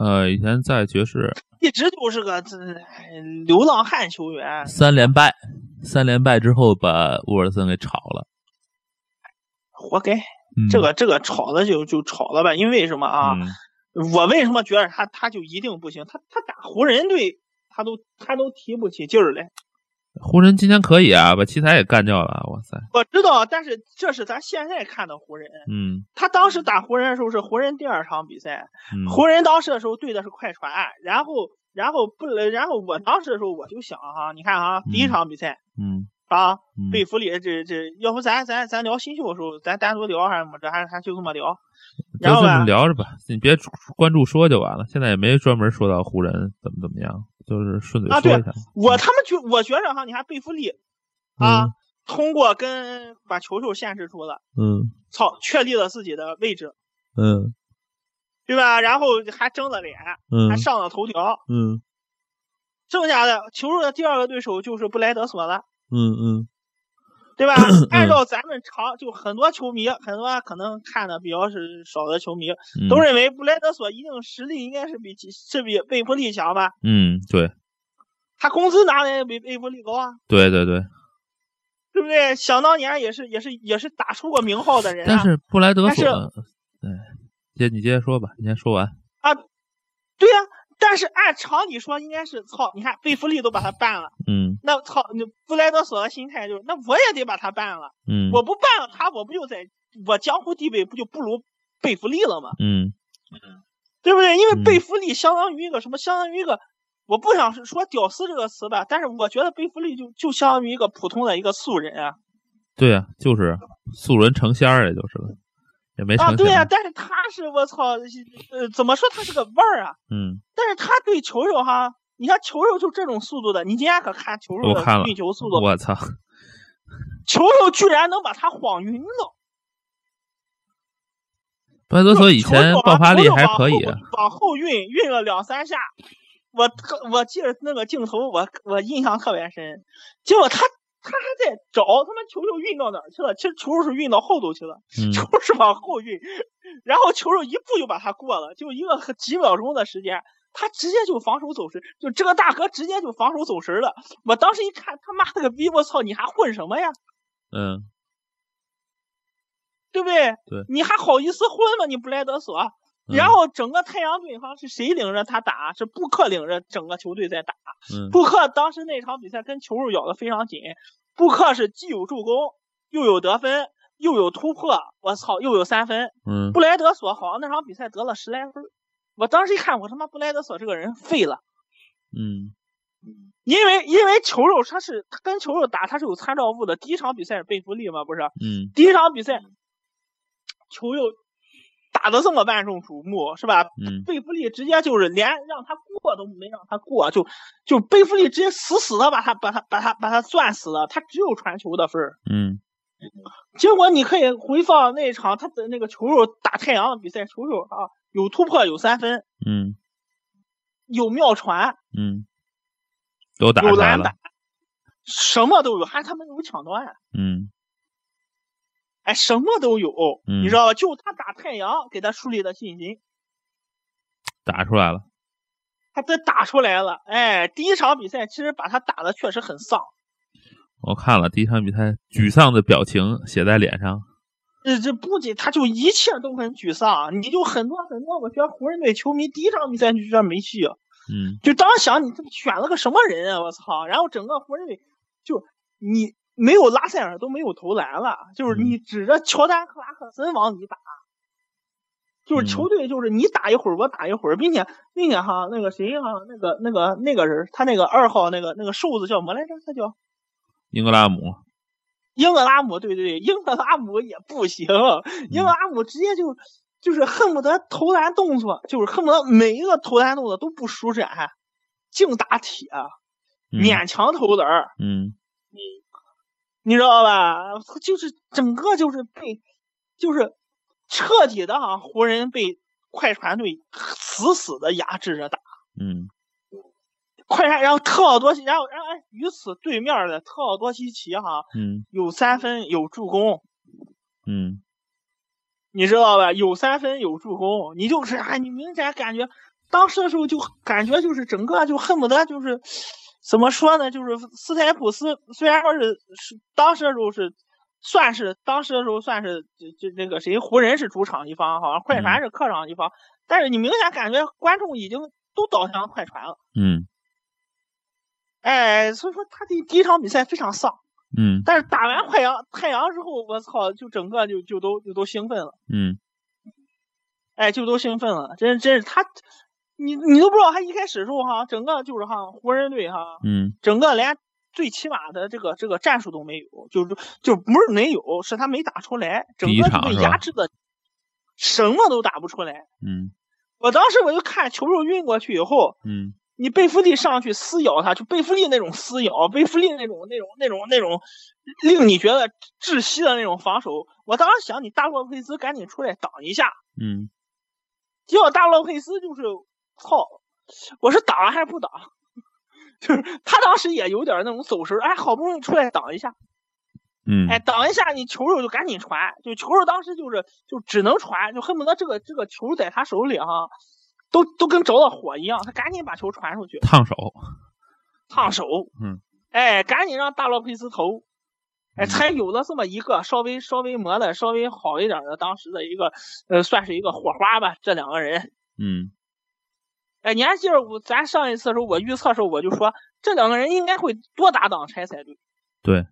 [SPEAKER 1] 呃，以前在爵士
[SPEAKER 2] 一直就是个这哎流浪汉球员。
[SPEAKER 1] 三连败，三连败之后把沃尔森给炒了。
[SPEAKER 2] 活该，
[SPEAKER 1] 嗯、
[SPEAKER 2] 这个这个炒了就就炒了吧，因为什么啊？
[SPEAKER 1] 嗯
[SPEAKER 2] 我为什么觉得他他就一定不行？他他打湖人队，他都他都提不起劲儿来。
[SPEAKER 1] 湖人今年可以啊，把奇才也干掉了，哇塞，
[SPEAKER 2] 我知道，但是这是咱现在看的湖人。
[SPEAKER 1] 嗯，
[SPEAKER 2] 他当时打湖人的时候是湖人第二场比赛，
[SPEAKER 1] 嗯
[SPEAKER 2] 湖人当时的时候对的是快船，然后然后不能，然后我当时的时候我就想哈、你看哈、
[SPEAKER 1] 嗯
[SPEAKER 2] 第一场比赛
[SPEAKER 1] 嗯
[SPEAKER 2] 啊，
[SPEAKER 1] 嗯，
[SPEAKER 2] 贝弗里这这，要不咱咱咱聊新秀的时候，咱单独聊还是怎么着，还还就这么聊。
[SPEAKER 1] 就
[SPEAKER 2] 然
[SPEAKER 1] 这
[SPEAKER 2] 后
[SPEAKER 1] 么
[SPEAKER 2] 吧，
[SPEAKER 1] 聊着吧，你别关注说就完了。现在也没专门说到湖人怎么怎么样，就是顺嘴
[SPEAKER 2] 啊
[SPEAKER 1] 说
[SPEAKER 2] 对
[SPEAKER 1] 一下。
[SPEAKER 2] 我他妈觉我觉着哈，你看贝弗利啊，通过跟把球球限制住了。
[SPEAKER 1] 嗯
[SPEAKER 2] 操，确立了自己的位置，
[SPEAKER 1] 嗯
[SPEAKER 2] 对吧？然后还争了脸，
[SPEAKER 1] 嗯
[SPEAKER 2] 还上了头条。
[SPEAKER 1] 嗯
[SPEAKER 2] 剩下的球队的第二个对手就是布莱德索了，
[SPEAKER 1] 嗯嗯
[SPEAKER 2] 对吧？按照咱们常就很多球迷，很多可能看的比较是少的球迷
[SPEAKER 1] 嗯，
[SPEAKER 2] 都认为布莱德索一定实力应该是比其是比贝弗利强吧？
[SPEAKER 1] 嗯，对
[SPEAKER 2] 他工资拿的也比贝弗利高啊，
[SPEAKER 1] 对对对。
[SPEAKER 2] 对不对？想当年也是也是也是打出过名号的人
[SPEAKER 1] 但
[SPEAKER 2] 啊，
[SPEAKER 1] 是布莱德
[SPEAKER 2] 但
[SPEAKER 1] 索
[SPEAKER 2] 是，
[SPEAKER 1] 哎，接你接着说吧，你先说完。
[SPEAKER 2] 对呀、但是按常理说应该是操，你看贝弗利都把他办了。
[SPEAKER 1] 嗯
[SPEAKER 2] 那操，你布莱德索的心态就是，那我也得把他办了，
[SPEAKER 1] 嗯
[SPEAKER 2] 我不办了他，我不就在我江湖地位不就不如贝弗利了吗？
[SPEAKER 1] 嗯
[SPEAKER 2] 对不对？因为
[SPEAKER 1] 嗯
[SPEAKER 2] 贝弗利相当于一个什么，相当于一个，我不想是说“屌丝”这个词吧，但是我觉得贝弗利就就相当于一个普通的一个素人啊，
[SPEAKER 1] 对呀、就是素人成仙儿，也就是了，也没成
[SPEAKER 2] 啊，
[SPEAKER 1] 仙。
[SPEAKER 2] 对呀、但是他是我操，呃，怎么说他是个腕儿啊？
[SPEAKER 1] 嗯
[SPEAKER 2] 但是他对球球哈，你看球球就这种速度的，你今天可看球球
[SPEAKER 1] 我看
[SPEAKER 2] 的
[SPEAKER 1] 了
[SPEAKER 2] 运球速度，
[SPEAKER 1] 我操，
[SPEAKER 2] 球球居然能把他晃晕了。
[SPEAKER 1] 巴塞多索以
[SPEAKER 2] 球
[SPEAKER 1] 前
[SPEAKER 2] 球
[SPEAKER 1] 爆发
[SPEAKER 2] 往
[SPEAKER 1] 力
[SPEAKER 2] 球球
[SPEAKER 1] 还
[SPEAKER 2] 往
[SPEAKER 1] 可以
[SPEAKER 2] 后
[SPEAKER 1] 啊，
[SPEAKER 2] 往后运运了两三下，我特我记着那个镜头，我我印象特别深。结果他他还在找他妈球球运到哪儿去了，其实球球是运到后头去了，
[SPEAKER 1] 嗯，
[SPEAKER 2] 球球是往后运，然后球球一步就把他过了，就一个很几秒钟的时间。他直接就防守走神，就这个大哥直接就防守走神了。我当时一看，他妈了个逼！我操，你还混什么呀？
[SPEAKER 1] 嗯，
[SPEAKER 2] 对不对？
[SPEAKER 1] 对
[SPEAKER 2] 你还好意思混吗？你布莱德索？
[SPEAKER 1] 嗯
[SPEAKER 2] 然后整个太阳队方是谁领着他打？是布克领着整个球队在打。
[SPEAKER 1] 嗯
[SPEAKER 2] 布克当时那场比赛跟球手咬得非常紧，布克是既有助攻，又有得分，又有突破，我操，又有三分。
[SPEAKER 1] 嗯
[SPEAKER 2] 布莱德索好像那场比赛得了十来分儿，我当时一看，我他妈布莱德索这个人废了。
[SPEAKER 1] 嗯
[SPEAKER 2] 因为因为球手他是他跟球手打他是有参照物的，第一场比赛是贝弗利嘛，不是？
[SPEAKER 1] 嗯
[SPEAKER 2] 第一场比赛，球又打得这么万众瞩目，是吧？
[SPEAKER 1] 嗯
[SPEAKER 2] 贝弗利直接就是连让他过都没让他过，就就贝弗利直接死死的把他把他把他把他攥死了，他只有传球的分儿。
[SPEAKER 1] 嗯
[SPEAKER 2] 结果你可以回放那场他的那个球手打太阳的比赛，球手啊有突破有三分，
[SPEAKER 1] 嗯
[SPEAKER 2] 有妙传，
[SPEAKER 1] 嗯，都打
[SPEAKER 2] 有
[SPEAKER 1] 出来
[SPEAKER 2] 篮
[SPEAKER 1] 了
[SPEAKER 2] 板，，什么都有，还他们有抢断。
[SPEAKER 1] 嗯
[SPEAKER 2] 哎，什么都有，
[SPEAKER 1] 嗯
[SPEAKER 2] 你知道吧？就他打太阳给他树立的信心，
[SPEAKER 1] 打出来了，
[SPEAKER 2] 他这打出来了。哎，第一场比赛其实把他打的确实很丧，
[SPEAKER 1] 我看了第一场比赛，沮丧的表情写在脸上，
[SPEAKER 2] 这这不仅他就一切都很沮丧，你就很多很多，我觉得湖人队球迷第一场比赛就觉得没戏，
[SPEAKER 1] 嗯
[SPEAKER 2] 就当时想你这选了个什么人啊，我操！然后整个湖人队就你没有拉塞尔都没有投篮了，就
[SPEAKER 1] 嗯
[SPEAKER 2] 是你指着乔丹克拉克森往里打。就
[SPEAKER 1] 嗯
[SPEAKER 2] 是球队，就是你打一会儿，我打一会儿，并且并且哈，那个谁哈，那个那个那个人，他那个二号那个那个瘦子叫什么来着？他叫
[SPEAKER 1] 英格拉姆，
[SPEAKER 2] 英格拉姆，对对对，英格拉姆也不行，英格拉姆直接就就是恨不得投篮动作，就是恨不得每一个投篮动作都不舒展，净打铁，
[SPEAKER 1] 嗯
[SPEAKER 2] 勉强投篮儿，
[SPEAKER 1] 嗯
[SPEAKER 2] 你知道吧？就是整个就是被就是彻底的啊，湖人被快船队死死的压制着打。
[SPEAKER 1] 嗯
[SPEAKER 2] 快闪，然后特奥多西，然后然后哎，与此对面的特奥多西奇哈
[SPEAKER 1] 嗯
[SPEAKER 2] 有三分有助攻，
[SPEAKER 1] 嗯
[SPEAKER 2] 你知道吧？有三分有助攻，你就是哎，你明显感觉当时的时候就感觉就是整个就恨不得就是怎么说呢？就是斯台普斯虽然说是是当时的时候是算是当时的时候算是就就那个谁湖人是主场一方，好像快船是客场一方，但是你明显感觉观众已经都倒向快船了。
[SPEAKER 1] 嗯
[SPEAKER 2] 哎，所以说他的第一场比赛非常丧，
[SPEAKER 1] 嗯
[SPEAKER 2] 但是打完快阳太阳之后，我操，就整个就就都就都兴奋了，
[SPEAKER 1] 嗯
[SPEAKER 2] 哎，就都兴奋了，真真是他，你你都不知道他一开始的时候哈，整个就是哈湖人队哈，
[SPEAKER 1] 嗯
[SPEAKER 2] 整个连最起码的这个这个战术都没有，就是就不是没有，是他没打出来，整
[SPEAKER 1] 第一
[SPEAKER 2] 个就
[SPEAKER 1] 场
[SPEAKER 2] 被
[SPEAKER 1] 是吧
[SPEAKER 2] 压制的，什么都打不出来。
[SPEAKER 1] 嗯
[SPEAKER 2] 我当时我就看球球运过去以后，
[SPEAKER 1] 嗯
[SPEAKER 2] 你贝弗利上去撕咬他，就贝弗利那种撕咬，贝弗利那种那种那种那种令你觉得窒息的那种防守。我当时想，你大洛佩斯赶紧出来挡一下，
[SPEAKER 1] 嗯，
[SPEAKER 2] 结果大洛佩斯就是操，我是挡还是不挡？ 就是他当时也有点那种走神儿，哎，好不容易出来挡一下，
[SPEAKER 1] 嗯
[SPEAKER 2] 哎，挡一下你球手就赶紧传，就球手当时就是就只能传，就恨不得这个这个球在他手里哈、都都跟着了火一样，他赶紧把球传出去。
[SPEAKER 1] 烫手，
[SPEAKER 2] 烫手，
[SPEAKER 1] 嗯，
[SPEAKER 2] 哎，赶紧让大洛佩斯投，
[SPEAKER 1] 嗯
[SPEAKER 2] 哎，才有了这么一个稍微稍微磨的稍微好一点的当时的一个呃，算是一个火花吧。这两个人，
[SPEAKER 1] 嗯
[SPEAKER 2] 哎，你还记得我咱上一次的时候我预测的时候我就说这两个人应该会多打挡拆才对，
[SPEAKER 1] 对，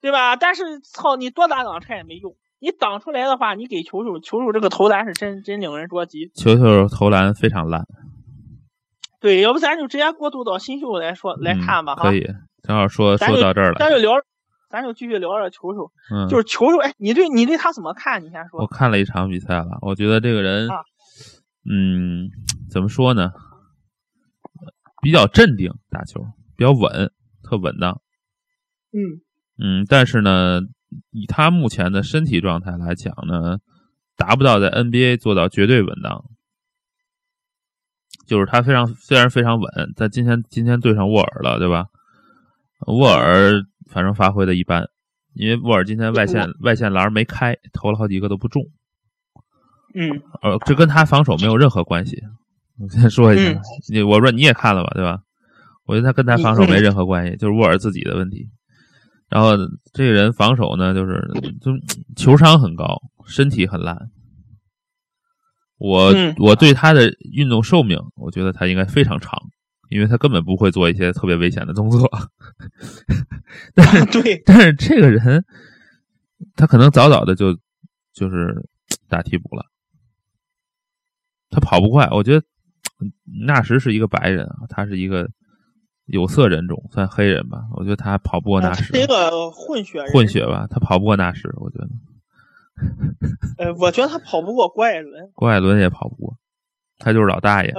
[SPEAKER 2] 对吧？但是操，你多打挡拆也没用。你挡出来的话，你给球手球手这个投篮是真真令人着急。
[SPEAKER 1] 球球投篮非常烂，
[SPEAKER 2] 对，要不咱就直接过渡到新秀来说来
[SPEAKER 1] 嗯
[SPEAKER 2] 看吧，哈
[SPEAKER 1] 可，以，正好说
[SPEAKER 2] 咱
[SPEAKER 1] 说
[SPEAKER 2] 就
[SPEAKER 1] 到这儿
[SPEAKER 2] 咱
[SPEAKER 1] 了，
[SPEAKER 2] 就聊，咱就继续聊聊球手。
[SPEAKER 1] 嗯，
[SPEAKER 2] 就是球手，哎，你对你对他怎么看？你先
[SPEAKER 1] 我
[SPEAKER 2] 说。
[SPEAKER 1] 看了一场比赛了，我觉得这个人
[SPEAKER 2] 啊，
[SPEAKER 1] 嗯，怎么说呢？比较镇定打球，比较稳，特稳当。
[SPEAKER 2] 嗯，
[SPEAKER 1] 嗯，但是呢，以他目前的身体状态来讲呢，达不到在 NBA 做到绝对稳当。就是他非常虽然非常稳，但今天今天对上沃尔了，对吧？沃尔反正发挥的一般，因为沃尔今天外线外线栏没开，投了好几个都不中。
[SPEAKER 2] 嗯，
[SPEAKER 1] 呃，这跟他防守没有任何关系。我先说一下，
[SPEAKER 2] 嗯
[SPEAKER 1] 你我说你也看了吧，对吧？我觉得他跟他防守没任何关系，就是沃尔自己的问题。然后这个人防守呢，就是就球商很高，身体很烂。我、
[SPEAKER 2] 嗯
[SPEAKER 1] 我对他的运动寿命，我觉得他应该非常长，因为他根本不会做一些特别危险的动作。但是
[SPEAKER 2] 对，
[SPEAKER 1] 但是这个人，他可能早早的就就是打替补了，他跑不快。我觉得纳什是一个白人啊，他是一个有色人种，算黑人吧。我觉得他跑不过纳
[SPEAKER 2] 啊
[SPEAKER 1] 什，
[SPEAKER 2] 是一个混血人，
[SPEAKER 1] 混血吧，他跑不过纳什。我觉得
[SPEAKER 2] 呃，我觉得他跑不过郭艾伦，
[SPEAKER 1] 郭艾伦也跑不过，他就是老大爷。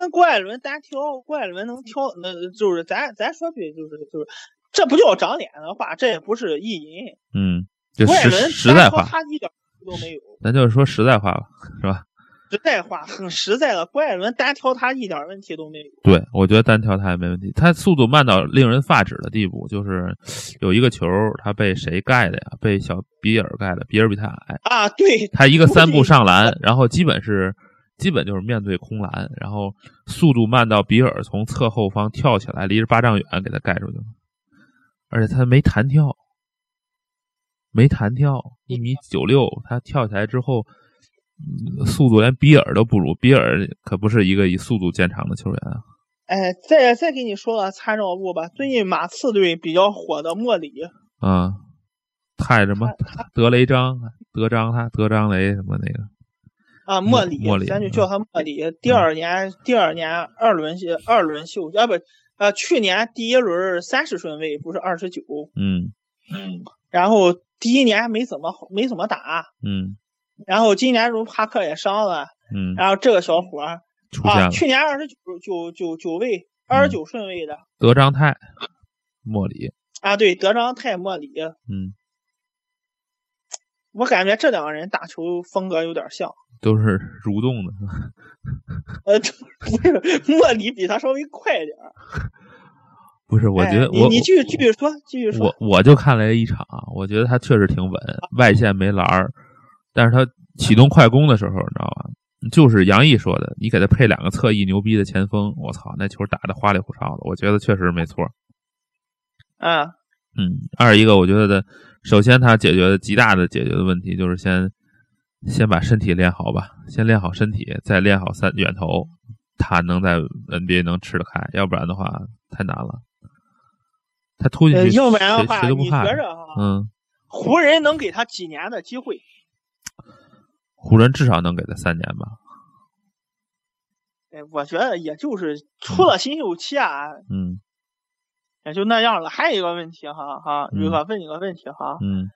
[SPEAKER 2] 那郭艾伦单挑，郭艾
[SPEAKER 1] 嗯
[SPEAKER 2] 伦能挑，那、就是咱咱说句就是就是，这不叫长脸的话，这也不是意淫。
[SPEAKER 1] 嗯，就
[SPEAKER 2] 郭艾
[SPEAKER 1] 实
[SPEAKER 2] 伦
[SPEAKER 1] 实在
[SPEAKER 2] 单挑
[SPEAKER 1] 话，
[SPEAKER 2] 他一点都没有，
[SPEAKER 1] 咱就是说实在话吧，是吧？
[SPEAKER 2] 实在话很实在的，郭艾伦单挑他一点问题都没有。
[SPEAKER 1] 对，我觉得单挑他也没问题。他速度慢到令人发指的地步，就是有一个球，他被谁盖的呀？被小比尔盖的，比尔比他矮。
[SPEAKER 2] 啊，对，
[SPEAKER 1] 他一个三步上篮，然后基本是基本就是面对空篮，然后速度慢到比尔从侧后方跳起来，离着八丈远给他盖出去了。而且他没弹跳，没弹跳，一米九六，他跳起来之后。嗯速度连比尔都不如，比尔可不是一个以速度见长的球员啊。
[SPEAKER 2] 哎，再再给你说个参照物吧。最近马刺队比较火的莫里，
[SPEAKER 1] 啊，泰什么德雷张、德张他、德张雷什么那个，
[SPEAKER 2] 啊，
[SPEAKER 1] 莫
[SPEAKER 2] 莫里，
[SPEAKER 1] 莫里嗯
[SPEAKER 2] 咱就叫他莫里。第二年，第二年二轮秀，二轮秀啊，不，呃，去年第一轮三十顺位，不是二十九，
[SPEAKER 1] 嗯
[SPEAKER 2] 然后第一年没怎么没怎么打，
[SPEAKER 1] 嗯
[SPEAKER 2] 然后今年如帕克也伤了，
[SPEAKER 1] 嗯，
[SPEAKER 2] 然后这个小伙儿
[SPEAKER 1] 出现
[SPEAKER 2] 啊，
[SPEAKER 1] 了
[SPEAKER 2] 去年二十九九九九位，二十九顺位的、
[SPEAKER 1] 德张泰、莫里，
[SPEAKER 2] 啊，对，德章泰莫里，
[SPEAKER 1] 嗯，
[SPEAKER 2] 我感觉这两个人打球风格有点像。
[SPEAKER 1] 都是蠕动的。
[SPEAKER 2] 呃，就不是莫里比他稍微快点儿。
[SPEAKER 1] 不是，我觉得
[SPEAKER 2] 哎、
[SPEAKER 1] 我
[SPEAKER 2] 你你继续继续说，继续说
[SPEAKER 1] 我。我就看了一场，啊我觉得他确实挺稳，外线没篮儿，但是他启动快攻的时候，你知道吧？就是杨毅说的，你给他配两个侧翼牛逼的前锋，我操，那球打的花里胡哨的，我觉得确实没错。
[SPEAKER 2] 啊，
[SPEAKER 1] 嗯，二一个我觉得，首先他解决的极大的解决的问题就是先先把身体练好吧，先练好身体，再练好三远投，他能在 NBA 能吃得开，要不然的话太难了。他突进
[SPEAKER 2] 呃
[SPEAKER 1] 去，
[SPEAKER 2] 要不然的话，
[SPEAKER 1] 谁谁都不
[SPEAKER 2] 你
[SPEAKER 1] 怕。
[SPEAKER 2] 觉着哈，
[SPEAKER 1] 嗯，
[SPEAKER 2] 湖人能给他几年的机会？
[SPEAKER 1] 湖人至少能给他三年吧。
[SPEAKER 2] 哎，我觉得也就是出了新秀期啊，
[SPEAKER 1] 嗯
[SPEAKER 2] 也就那样了。还有一个问题哈哈，
[SPEAKER 1] 嗯
[SPEAKER 2] 宇哥问你个问题哈，
[SPEAKER 1] 嗯，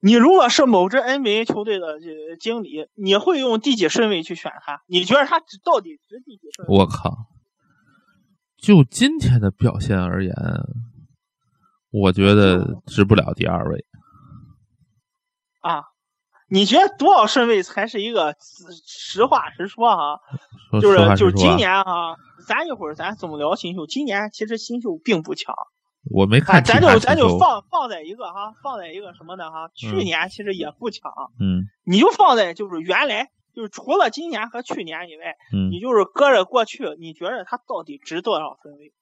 [SPEAKER 2] 你如果是某支 NBA 球队的这经理，你会用第几顺位去选他？你觉得他值到底值第几顺位？
[SPEAKER 1] 我靠！就今天的表现而言，我觉得值不了第二位。
[SPEAKER 2] 啊？你觉得多少顺位才是一个实实话实说哈、
[SPEAKER 1] 说
[SPEAKER 2] 就
[SPEAKER 1] 实话
[SPEAKER 2] 是
[SPEAKER 1] 实说
[SPEAKER 2] 就是今
[SPEAKER 1] 啊
[SPEAKER 2] 年啊，咱一会儿咱总聊新秀。今年其实新秀并不强，
[SPEAKER 1] 我没
[SPEAKER 2] 啊，
[SPEAKER 1] 看体
[SPEAKER 2] 咱
[SPEAKER 1] 坛足球。
[SPEAKER 2] 就咱就放放在一个哈，放在一个什么呢哈？去年其实也不强，
[SPEAKER 1] 嗯
[SPEAKER 2] 你就放在就是原来就是除了今年和去年以外，
[SPEAKER 1] 嗯
[SPEAKER 2] 你，就是搁着过去，你觉得它到底值多少分位？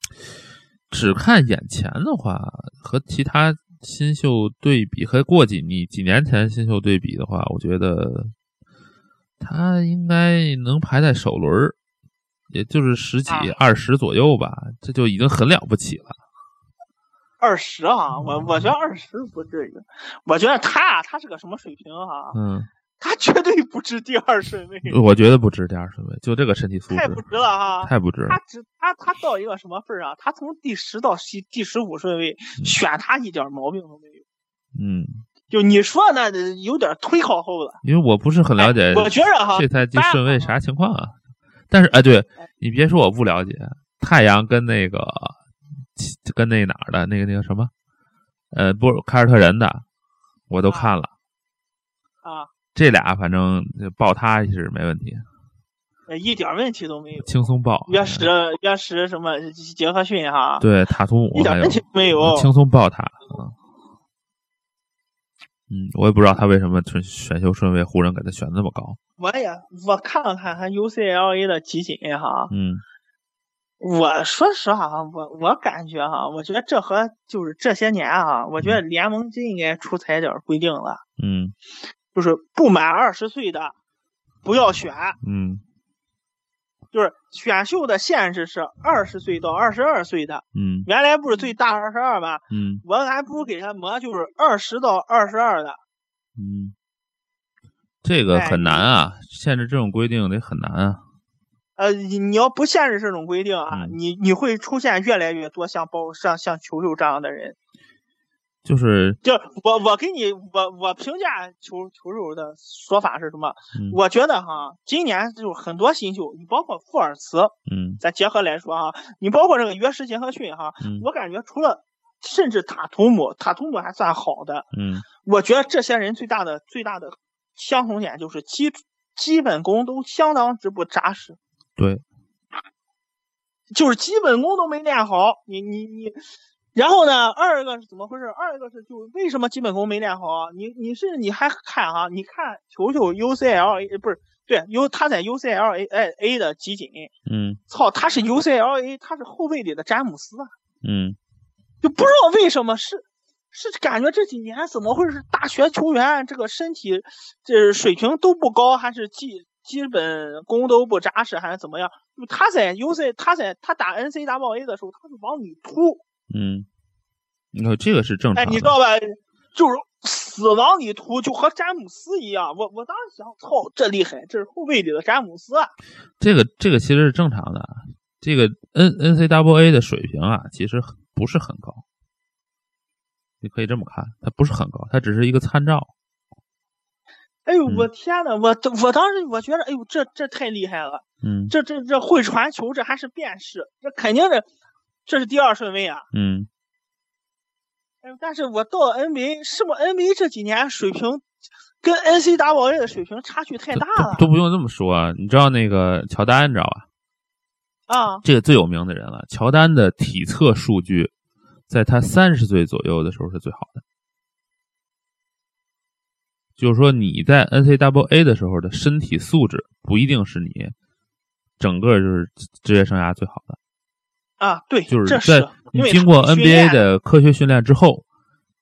[SPEAKER 1] 只看眼前的话，和其他新秀对比，和过几你几年前新秀对比的话，我觉得他应该能排在首轮儿，也就是十几
[SPEAKER 2] 啊
[SPEAKER 1] 二十左右吧，这就已经很了不起了。
[SPEAKER 2] 二十
[SPEAKER 1] 嗯
[SPEAKER 2] 啊，我我觉得二十不至于，我觉得他他是个什么水平啊？
[SPEAKER 1] 嗯，
[SPEAKER 2] 他绝对不值第二顺位，
[SPEAKER 1] 我觉得 不值第二顺位，就这个身体素
[SPEAKER 2] 太不
[SPEAKER 1] 质
[SPEAKER 2] 值了哈。
[SPEAKER 1] 太不值了
[SPEAKER 2] 他。只他他到一个什么份儿啊？他从第十到十第十五顺位选他一点毛病都没有。
[SPEAKER 1] 嗯，
[SPEAKER 2] 就你说呢，有点推靠后了。
[SPEAKER 1] 因为我不是很了解
[SPEAKER 2] 哎我觉着哈，
[SPEAKER 1] 这赛季
[SPEAKER 2] 办法
[SPEAKER 1] 顺位
[SPEAKER 2] 嘛
[SPEAKER 1] 啥情况啊。但是哎，对
[SPEAKER 2] 哎
[SPEAKER 1] 你别说我不了解，太阳跟那个跟那哪儿的那个那个什么，呃，不是凯尔特人的，我都看了。
[SPEAKER 2] 啊，
[SPEAKER 1] 这俩反正爆他是没问题，
[SPEAKER 2] 呃一点问题都没有。
[SPEAKER 1] 轻松爆。
[SPEAKER 2] 约什约什什么杰克逊哈，
[SPEAKER 1] 对塔图姆
[SPEAKER 2] 一
[SPEAKER 1] 还有嗯
[SPEAKER 2] 点问题都没有。
[SPEAKER 1] 轻松爆他。嗯嗯，我也不知道他为什么选选秀顺位湖人给他选那么高。
[SPEAKER 2] 我也我看了看他 UCLA 的集锦哈，
[SPEAKER 1] 嗯，
[SPEAKER 2] 我说实话哈，我我感觉哈，我觉得这和就是这些年啊，我觉得联盟真应该出台点规定了，
[SPEAKER 1] 嗯
[SPEAKER 2] 就是不满二十岁的不要选，
[SPEAKER 1] 嗯
[SPEAKER 2] 就是选秀的限制是二十岁到二十二岁的，
[SPEAKER 1] 嗯
[SPEAKER 2] 原来不是最大二十二吗？
[SPEAKER 1] 嗯
[SPEAKER 2] 我还不如给他磨就是二十到二十二的，
[SPEAKER 1] 嗯，这个
[SPEAKER 2] 哎
[SPEAKER 1] 很
[SPEAKER 2] 你
[SPEAKER 1] 难啊，限制这种规定得很难啊。
[SPEAKER 2] 呃，你你要不限制这种规定啊，
[SPEAKER 1] 嗯
[SPEAKER 2] 你你会出现越来越多像包像像球球这样的人。
[SPEAKER 1] 就是
[SPEAKER 2] 就是我我给你我我评价球球手的说法是什么？
[SPEAKER 1] 嗯
[SPEAKER 2] 我觉得哈，今年就很多新秀，你包括富尔茨，
[SPEAKER 1] 嗯
[SPEAKER 2] 咱结合来说啊，你包括这个约什杰克逊哈，
[SPEAKER 1] 嗯
[SPEAKER 2] 我感觉除了甚至塔图姆，塔图姆还算好的，
[SPEAKER 1] 嗯
[SPEAKER 2] 我觉得这些人最大的最大的相同点就是基基本功都相当之不扎实。
[SPEAKER 1] 对，
[SPEAKER 2] 就是基本功都没练好，你你你，然后呢，二个是怎么回事？二个是就为什么基本功没练好啊？你你是你还看哈、你看球球 UCLA 呃不是对 U 他在 UCLA 哎 A 的集锦，
[SPEAKER 1] 嗯
[SPEAKER 2] 操他是 UCLA 他是后卫里的詹姆斯啊，
[SPEAKER 1] 嗯
[SPEAKER 2] 就不知道为什么是。是感觉这几年怎么会是大学球员这个身体这水平都不高，还是基基本功都不扎实，还是怎么样？就他在 UC 他在他打 NCAA 的时候，他是往里突，
[SPEAKER 1] 嗯，你看这个是正
[SPEAKER 2] 哎，
[SPEAKER 1] 常
[SPEAKER 2] 你知
[SPEAKER 1] 的，
[SPEAKER 2] 道吧？就是死亡里突，就和詹姆斯一样。我我当时想，操，这厉害，这是后卫里的詹姆斯啊。
[SPEAKER 1] 这个这个其实是正常的。这个 N N C W A 的水平啊，其实很不是很高，你可以这么看，它不是很高，它只是一个参照。
[SPEAKER 2] 哎呦，
[SPEAKER 1] 嗯
[SPEAKER 2] 我天呐，我我当时我觉得，哎呦，这这太厉害了，
[SPEAKER 1] 嗯
[SPEAKER 2] 这这这会传球，这还是变式，这肯定是这是第二顺位啊。
[SPEAKER 1] 嗯
[SPEAKER 2] 哎呦，但是我到了 NBA，是不是 NBA 这几年水平跟 NCAA 的水平差距太大了
[SPEAKER 1] 都都不用这么说啊。你知道那个乔丹，你知道吧？
[SPEAKER 2] 啊？
[SPEAKER 1] 这个最有名的人了。乔丹的体测数据，在他三十岁左右的时候是最好的。就是说，你在 NCAA 的时候的身体素质，不一定是你整个就是职业生涯最好的。
[SPEAKER 2] 啊，对，
[SPEAKER 1] 就是
[SPEAKER 2] 这
[SPEAKER 1] 在你
[SPEAKER 2] 因为
[SPEAKER 1] 经过
[SPEAKER 2] 训练
[SPEAKER 1] NBA 的科学训练之后，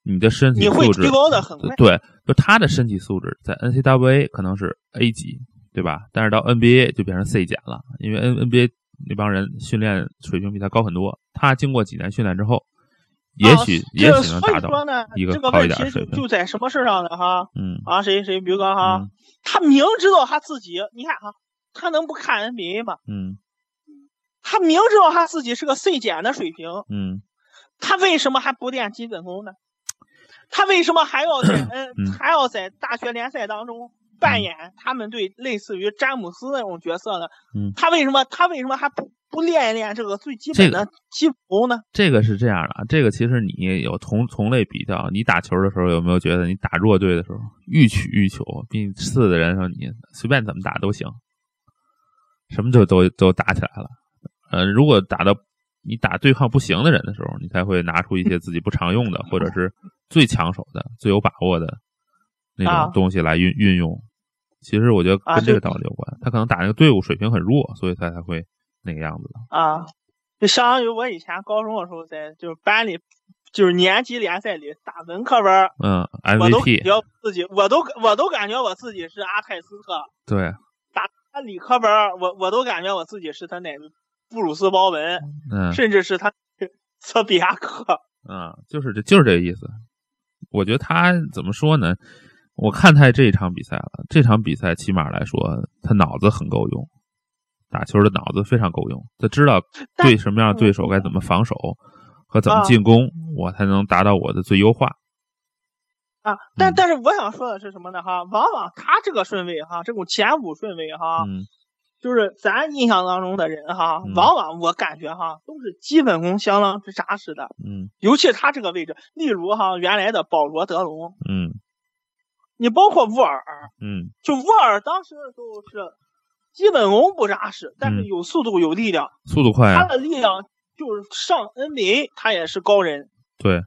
[SPEAKER 1] 你的身体
[SPEAKER 2] 你会
[SPEAKER 1] 素质
[SPEAKER 2] 提高的很快。
[SPEAKER 1] 对，就他的身体素质在 NCAA 可能是 A 级，对吧？但是到 NBA 就变成 C 减了，因为 N NBA 那帮人训练水平比他高很多。他经过几年训练之后，也许、
[SPEAKER 2] 啊、
[SPEAKER 1] 也
[SPEAKER 2] 这
[SPEAKER 1] 许能
[SPEAKER 2] 所
[SPEAKER 1] 达
[SPEAKER 2] 以
[SPEAKER 1] 到
[SPEAKER 2] 说。呢，
[SPEAKER 1] 一个
[SPEAKER 2] 这个
[SPEAKER 1] 高一
[SPEAKER 2] 问
[SPEAKER 1] 点的
[SPEAKER 2] 题
[SPEAKER 1] 水
[SPEAKER 2] 就
[SPEAKER 1] 平
[SPEAKER 2] 就在什么事儿上呢？哈
[SPEAKER 1] 嗯
[SPEAKER 2] 啊，谁谁比如说哈，
[SPEAKER 1] 嗯
[SPEAKER 2] 他明知道他自己，你看哈，他能不看 NBA 吗？
[SPEAKER 1] 嗯
[SPEAKER 2] 他明知道他自己是个 C 减的水平，
[SPEAKER 1] 嗯
[SPEAKER 2] 他为什么还不练基本功呢？他为什么还 要在嗯
[SPEAKER 1] 嗯
[SPEAKER 2] 还要在大学联赛当中扮演他们对类似于詹姆斯那种角色呢？
[SPEAKER 1] 嗯
[SPEAKER 2] 他为什么他为什么还不不练一练这个最基
[SPEAKER 1] 这
[SPEAKER 2] 本
[SPEAKER 1] 个
[SPEAKER 2] 的基本功呢？
[SPEAKER 1] 这个是这样的啊，这个其实你有同同类比较，你打球的时候有没有觉得你打弱队的时候欲取欲求，比你次的人说你随便怎么打都行，什么就都都打起来了。呃，如果打到你打对抗不行的人的时候，你才会拿出一些自己不常用的，或者是最抢手的、最有把握的那
[SPEAKER 2] 啊
[SPEAKER 1] 种东西来运、运用。其实我觉得
[SPEAKER 2] 啊
[SPEAKER 1] 跟这个
[SPEAKER 2] 就
[SPEAKER 1] 道理有关，他可能打那个队伍水平很弱，所以他才会那个样子的。
[SPEAKER 2] 啊，就相当于我以前高中的时候在就是班里，就是年级联赛里打文科班儿，
[SPEAKER 1] 嗯
[SPEAKER 2] 我都感
[SPEAKER 1] ，MVP
[SPEAKER 2] 觉自己，我都我都感觉我自己是阿泰斯特；
[SPEAKER 1] 对，
[SPEAKER 2] 那理科班儿，我我都感觉我自己是他奶布鲁斯鲍文，
[SPEAKER 1] 嗯。
[SPEAKER 2] 甚至是他 泽比亚克。
[SPEAKER 1] 啊，就是这就是这个意思。我觉得他怎么说呢？我看他这一场比赛了，这场比赛起码来说，他脑子很够用，打球的脑子非常够用，他知道
[SPEAKER 2] 但嗯
[SPEAKER 1] 对什么样的对手该怎么防守和怎么进攻，我才能达到我的最优化。
[SPEAKER 2] 啊，但
[SPEAKER 1] 嗯
[SPEAKER 2] 啊但是我想说的是什么呢？哈，往往他这个顺位哈，这种前五顺位哈，
[SPEAKER 1] 嗯
[SPEAKER 2] 就是咱印象当中的人哈
[SPEAKER 1] 嗯，
[SPEAKER 2] 往往我感觉哈都是基本功相当之扎实的，
[SPEAKER 1] 嗯
[SPEAKER 2] 尤其他这个位置，例如哈原来的保罗·德隆，
[SPEAKER 1] 嗯
[SPEAKER 2] 你包括沃尔，
[SPEAKER 1] 嗯
[SPEAKER 2] 就沃尔当时就是基本功不扎实，但是
[SPEAKER 1] 嗯
[SPEAKER 2] 有速度有力量，
[SPEAKER 1] 速度快
[SPEAKER 2] 他
[SPEAKER 1] 啊，
[SPEAKER 2] 的力量就是上 NBA 他也是高人，
[SPEAKER 1] 对，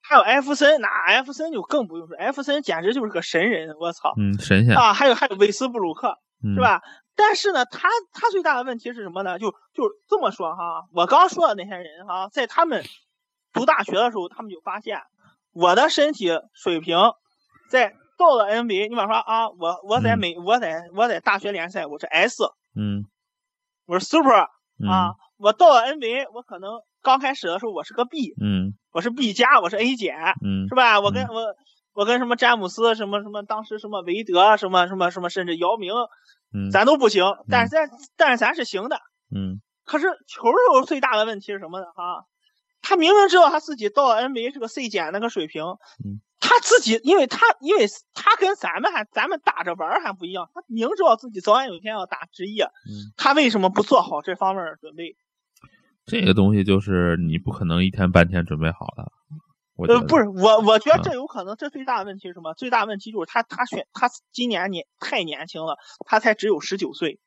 [SPEAKER 2] 还有艾弗森，那艾弗森就更不用说，艾弗森简直就是个神人，我操！
[SPEAKER 1] 嗯，神仙，
[SPEAKER 2] 啊，还有还有韦斯布鲁克
[SPEAKER 1] 嗯
[SPEAKER 2] 是？吧？但是呢，他他最大的问题是什么呢？就就这么说哈，我刚说的那些人哈，在他们读大学的时候，他们就发现我的身体水平在到了 NBA，你比方说啊，我我在
[SPEAKER 1] 嗯
[SPEAKER 2] 美、我在我在大学联赛我是 S，
[SPEAKER 1] 嗯
[SPEAKER 2] 我是 Super
[SPEAKER 1] 嗯
[SPEAKER 2] 啊，我到了 NBA，我可能刚开始的时候我是个 B，
[SPEAKER 1] 嗯
[SPEAKER 2] 我是 B 加，我是 A 减，
[SPEAKER 1] 嗯
[SPEAKER 2] 是吧？我跟我我跟什么詹姆斯什么什么，当时什么韦德啊什么什么什么，甚至姚明，
[SPEAKER 1] 嗯
[SPEAKER 2] 咱都不行，但是咱但是咱是行的。
[SPEAKER 1] 嗯
[SPEAKER 2] 可是球友最大的问题是什么呢？啊，他明明知道他自己到了 NBA 这个 C 减那个水平
[SPEAKER 1] 嗯，
[SPEAKER 2] 他自己因为他因为他跟咱们还咱们打着玩儿还不一样，他明知道自己早晚有一天要打职业，
[SPEAKER 1] 嗯，
[SPEAKER 2] 他为什么不做好这方面的准备？
[SPEAKER 1] 这个东西就是你不可能一天半天准备好了，我觉
[SPEAKER 2] 呃，
[SPEAKER 1] 得
[SPEAKER 2] 不是我，我觉
[SPEAKER 1] 嗯
[SPEAKER 2] 得这有可能，这最大的问题是什么？最大的问题就是他他选他今年年太年轻了，他才只有十九岁。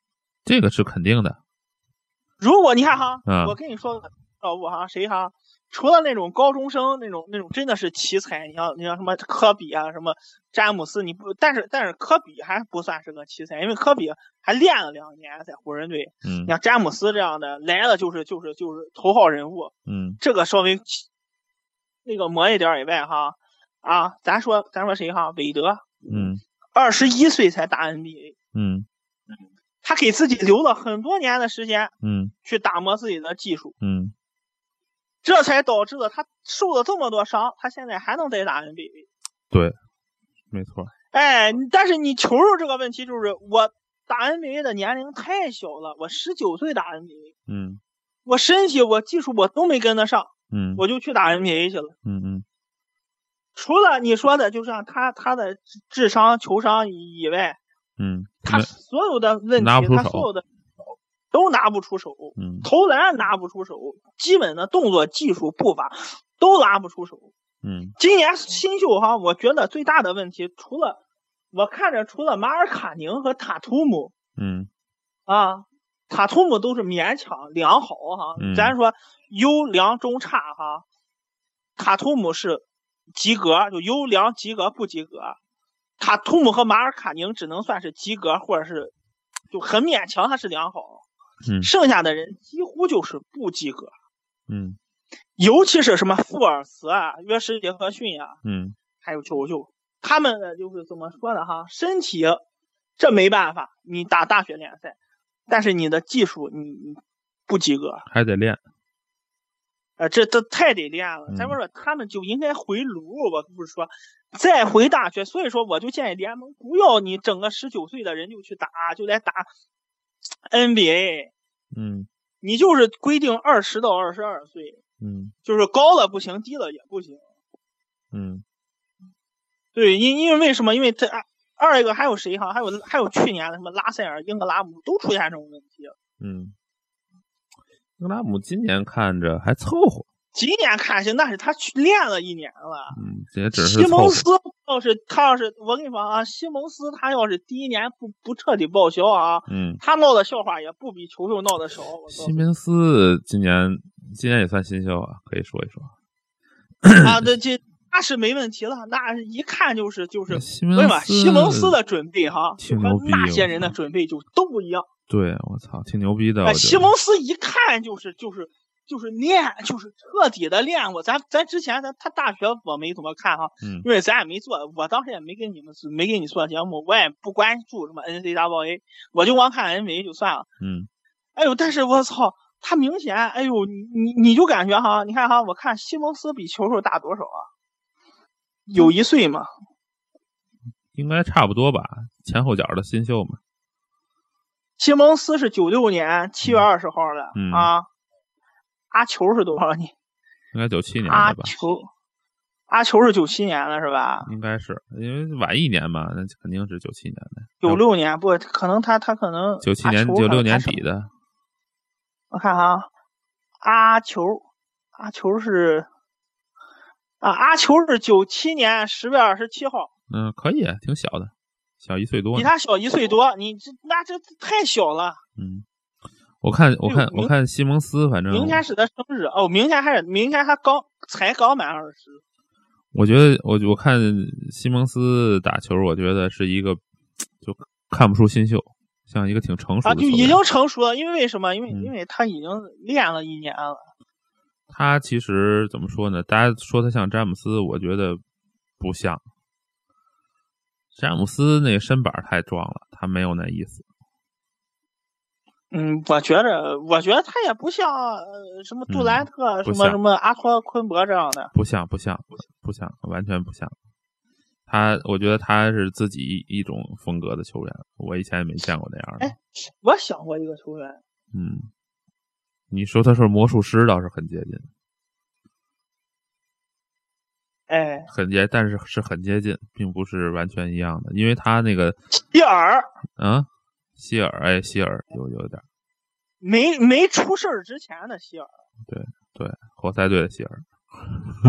[SPEAKER 1] 这个是肯定的，
[SPEAKER 2] 如果你看哈，
[SPEAKER 1] 嗯
[SPEAKER 2] 我跟你说，老五哈谁哈，除了那种高中生那种那种真的是奇才，你像你像什么科比啊，什么詹姆斯，你不，但是但是科比还不算是个奇才，因为科比还练了两年在湖人队。
[SPEAKER 1] 嗯
[SPEAKER 2] 你像詹姆斯这样的来了就是就是就是头号人物，
[SPEAKER 1] 嗯
[SPEAKER 2] 这个稍微起那个磨一点儿以外哈，啊，咱说咱说谁哈，韦德
[SPEAKER 1] 嗯
[SPEAKER 2] 二十一岁才打 NBA，
[SPEAKER 1] 嗯
[SPEAKER 2] 他给自己留了很多年的时间
[SPEAKER 1] 嗯
[SPEAKER 2] 去打磨自己的技术，
[SPEAKER 1] 嗯
[SPEAKER 2] 这才导致了他受了这么多伤，他现在还能再打 NBA。
[SPEAKER 1] 对，没错，
[SPEAKER 2] 哎，你但是你球球这个问题就是我打 NBA 的年龄太小了，我十九岁打 NBA，
[SPEAKER 1] 嗯
[SPEAKER 2] 我身体我技术我都没跟得上，
[SPEAKER 1] 嗯
[SPEAKER 2] 我就去打 NBA 去了。
[SPEAKER 1] 嗯嗯
[SPEAKER 2] 除了你说的，就像他他的智智商、球商以外，
[SPEAKER 1] 嗯，
[SPEAKER 2] 他所有的问题，
[SPEAKER 1] 拿不出
[SPEAKER 2] 他
[SPEAKER 1] 手
[SPEAKER 2] 所有的都拿不出手，
[SPEAKER 1] 嗯
[SPEAKER 2] 投篮拿不出手，基本的动作、技术、步伐都拿不出手。
[SPEAKER 1] 嗯
[SPEAKER 2] 今年新秀哈，我觉得最大的问题，除了我看着除了马尔卡宁和塔图姆
[SPEAKER 1] 嗯
[SPEAKER 2] 啊，塔图姆都是勉强良好哈，
[SPEAKER 1] 嗯
[SPEAKER 2] 咱说优良中差哈，塔图姆是及格，就优良及格不及格，塔图姆和马尔卡宁只能算是及格或者是就很勉强，他是良好，
[SPEAKER 1] 嗯
[SPEAKER 2] 剩下的人几乎就是不及格，
[SPEAKER 1] 嗯
[SPEAKER 2] 尤其是什么富尔茨啊、约什杰克逊啊，
[SPEAKER 1] 嗯
[SPEAKER 2] 还有球球，他们呢就是怎么说呢哈，身体这没办法，你打大学联赛，但是你的技术你你不及格，
[SPEAKER 1] 还得练，
[SPEAKER 2] 呃，这这太得练了
[SPEAKER 1] 嗯。
[SPEAKER 2] 咱们说他们就应该回炉，我不是说再回大学，所以说我就建议联盟不要你整个十九岁的人就去打，就来打 NBA，
[SPEAKER 1] 嗯
[SPEAKER 2] 你就是规定二十到二十二岁，
[SPEAKER 1] 嗯
[SPEAKER 2] 就是高了不行，低了也不行。
[SPEAKER 1] 嗯
[SPEAKER 2] 对，因因为为什么？因为这二一个还有谁哈？还有还有去年的什么拉塞尔、英格拉姆都出现这种问题。
[SPEAKER 1] 嗯，英格拉姆今年看着还凑合，
[SPEAKER 2] 今年看行，那是他去练了一年了。
[SPEAKER 1] 嗯，也只是
[SPEAKER 2] 西
[SPEAKER 1] 凑合
[SPEAKER 2] 蒙，斯要是他要是我跟你说啊，西蒙斯他要是第一年不不彻底报销啊，
[SPEAKER 1] 嗯。
[SPEAKER 2] 他闹的笑话也不比球球闹的少。我告诉
[SPEAKER 1] 西
[SPEAKER 2] 你
[SPEAKER 1] 蒙斯今年今年也算新秀啊，可以说一说。
[SPEAKER 2] 啊，这这那是没问题了，那一看就是就是。
[SPEAKER 1] 西
[SPEAKER 2] 我
[SPEAKER 1] 蒙
[SPEAKER 2] 跟你
[SPEAKER 1] 斯
[SPEAKER 2] 说，，西蒙斯的准备哈，
[SPEAKER 1] 挺
[SPEAKER 2] 就
[SPEAKER 1] 牛
[SPEAKER 2] 和
[SPEAKER 1] 逼
[SPEAKER 2] 那
[SPEAKER 1] 我
[SPEAKER 2] 些人的
[SPEAKER 1] 操
[SPEAKER 2] 准备就都不一样。
[SPEAKER 1] 对我操，挺牛逼的。我
[SPEAKER 2] 哎，
[SPEAKER 1] 觉
[SPEAKER 2] 西
[SPEAKER 1] 得
[SPEAKER 2] 蒙斯一看就是就是就是练，就是彻底的练过。咱咱之前咱他大学我没怎么看哈，
[SPEAKER 1] 嗯
[SPEAKER 2] 因为咱也没做，我当时也没跟你们没给你做节目，我也不关注什么 NCAA，我就光看 NBA 就算了。
[SPEAKER 1] 嗯
[SPEAKER 2] 哎呦，但是我操，他明显，哎呦，你你你就感觉哈，你看哈，我看西蒙斯比球手大多少啊？有一岁嘛？
[SPEAKER 1] 应该差不多吧，前后脚的新秀嘛。
[SPEAKER 2] 西蒙斯是九六年七月二十号的、
[SPEAKER 1] 嗯
[SPEAKER 2] 啊，阿球是多少年？
[SPEAKER 1] 应该九七年
[SPEAKER 2] 阿
[SPEAKER 1] 的吧？
[SPEAKER 2] 球，阿球是九七年的是吧？
[SPEAKER 1] 应该是因为晚一年嘛，那肯定是九七年的，
[SPEAKER 2] 九六年不可能他他可能
[SPEAKER 1] 嗯九七
[SPEAKER 2] 阿
[SPEAKER 1] 年
[SPEAKER 2] 球
[SPEAKER 1] 九
[SPEAKER 2] 可
[SPEAKER 1] 六
[SPEAKER 2] 能
[SPEAKER 1] 年
[SPEAKER 2] 啊他是
[SPEAKER 1] 底的，
[SPEAKER 2] 我看啊，阿球，阿球是啊，阿球是九七年十月二十七号，
[SPEAKER 1] 嗯，可以，挺小的，小一岁多
[SPEAKER 2] 比
[SPEAKER 1] 呢。
[SPEAKER 2] 他小一岁多，你这那这太小了。
[SPEAKER 1] 嗯，我看我看
[SPEAKER 2] 哎呦
[SPEAKER 1] 我看西蒙斯，反正
[SPEAKER 2] 明天是他生日哦，明天还是明天他刚才刚满二十，
[SPEAKER 1] 我觉得我我看西蒙斯打球，我觉得是一个就看不出新秀，像一个挺成熟
[SPEAKER 2] 啊，
[SPEAKER 1] 的球
[SPEAKER 2] 就
[SPEAKER 1] 员。
[SPEAKER 2] 已经成熟了。因为为什么？因为、
[SPEAKER 1] 嗯
[SPEAKER 2] 因为他已经练了一年了。
[SPEAKER 1] 他其实怎么说呢？大家说他像詹姆斯，我觉得不像。詹姆斯那身板太壮了，他没有那意思。
[SPEAKER 2] 嗯，我觉着，我觉得他也不像呃什么杜兰特、
[SPEAKER 1] 嗯不
[SPEAKER 2] 什么
[SPEAKER 1] 像
[SPEAKER 2] 什么阿托昆博这样的。
[SPEAKER 1] 不像，不像，不像，完全不像。他，我觉得他是自己一一种风格的球员，我以前也没见过那样的。
[SPEAKER 2] 哎我想过一个球员，
[SPEAKER 1] 嗯，你说他是魔术师，倒是很接近，
[SPEAKER 2] 哎，
[SPEAKER 1] 很接，但是是很接近，并不是完全一样的，因为他那个，
[SPEAKER 2] 希尔
[SPEAKER 1] 啊，希尔，哎，希尔有有点儿
[SPEAKER 2] 没没出事儿之前的 希尔，
[SPEAKER 1] 对，活塞队的希尔，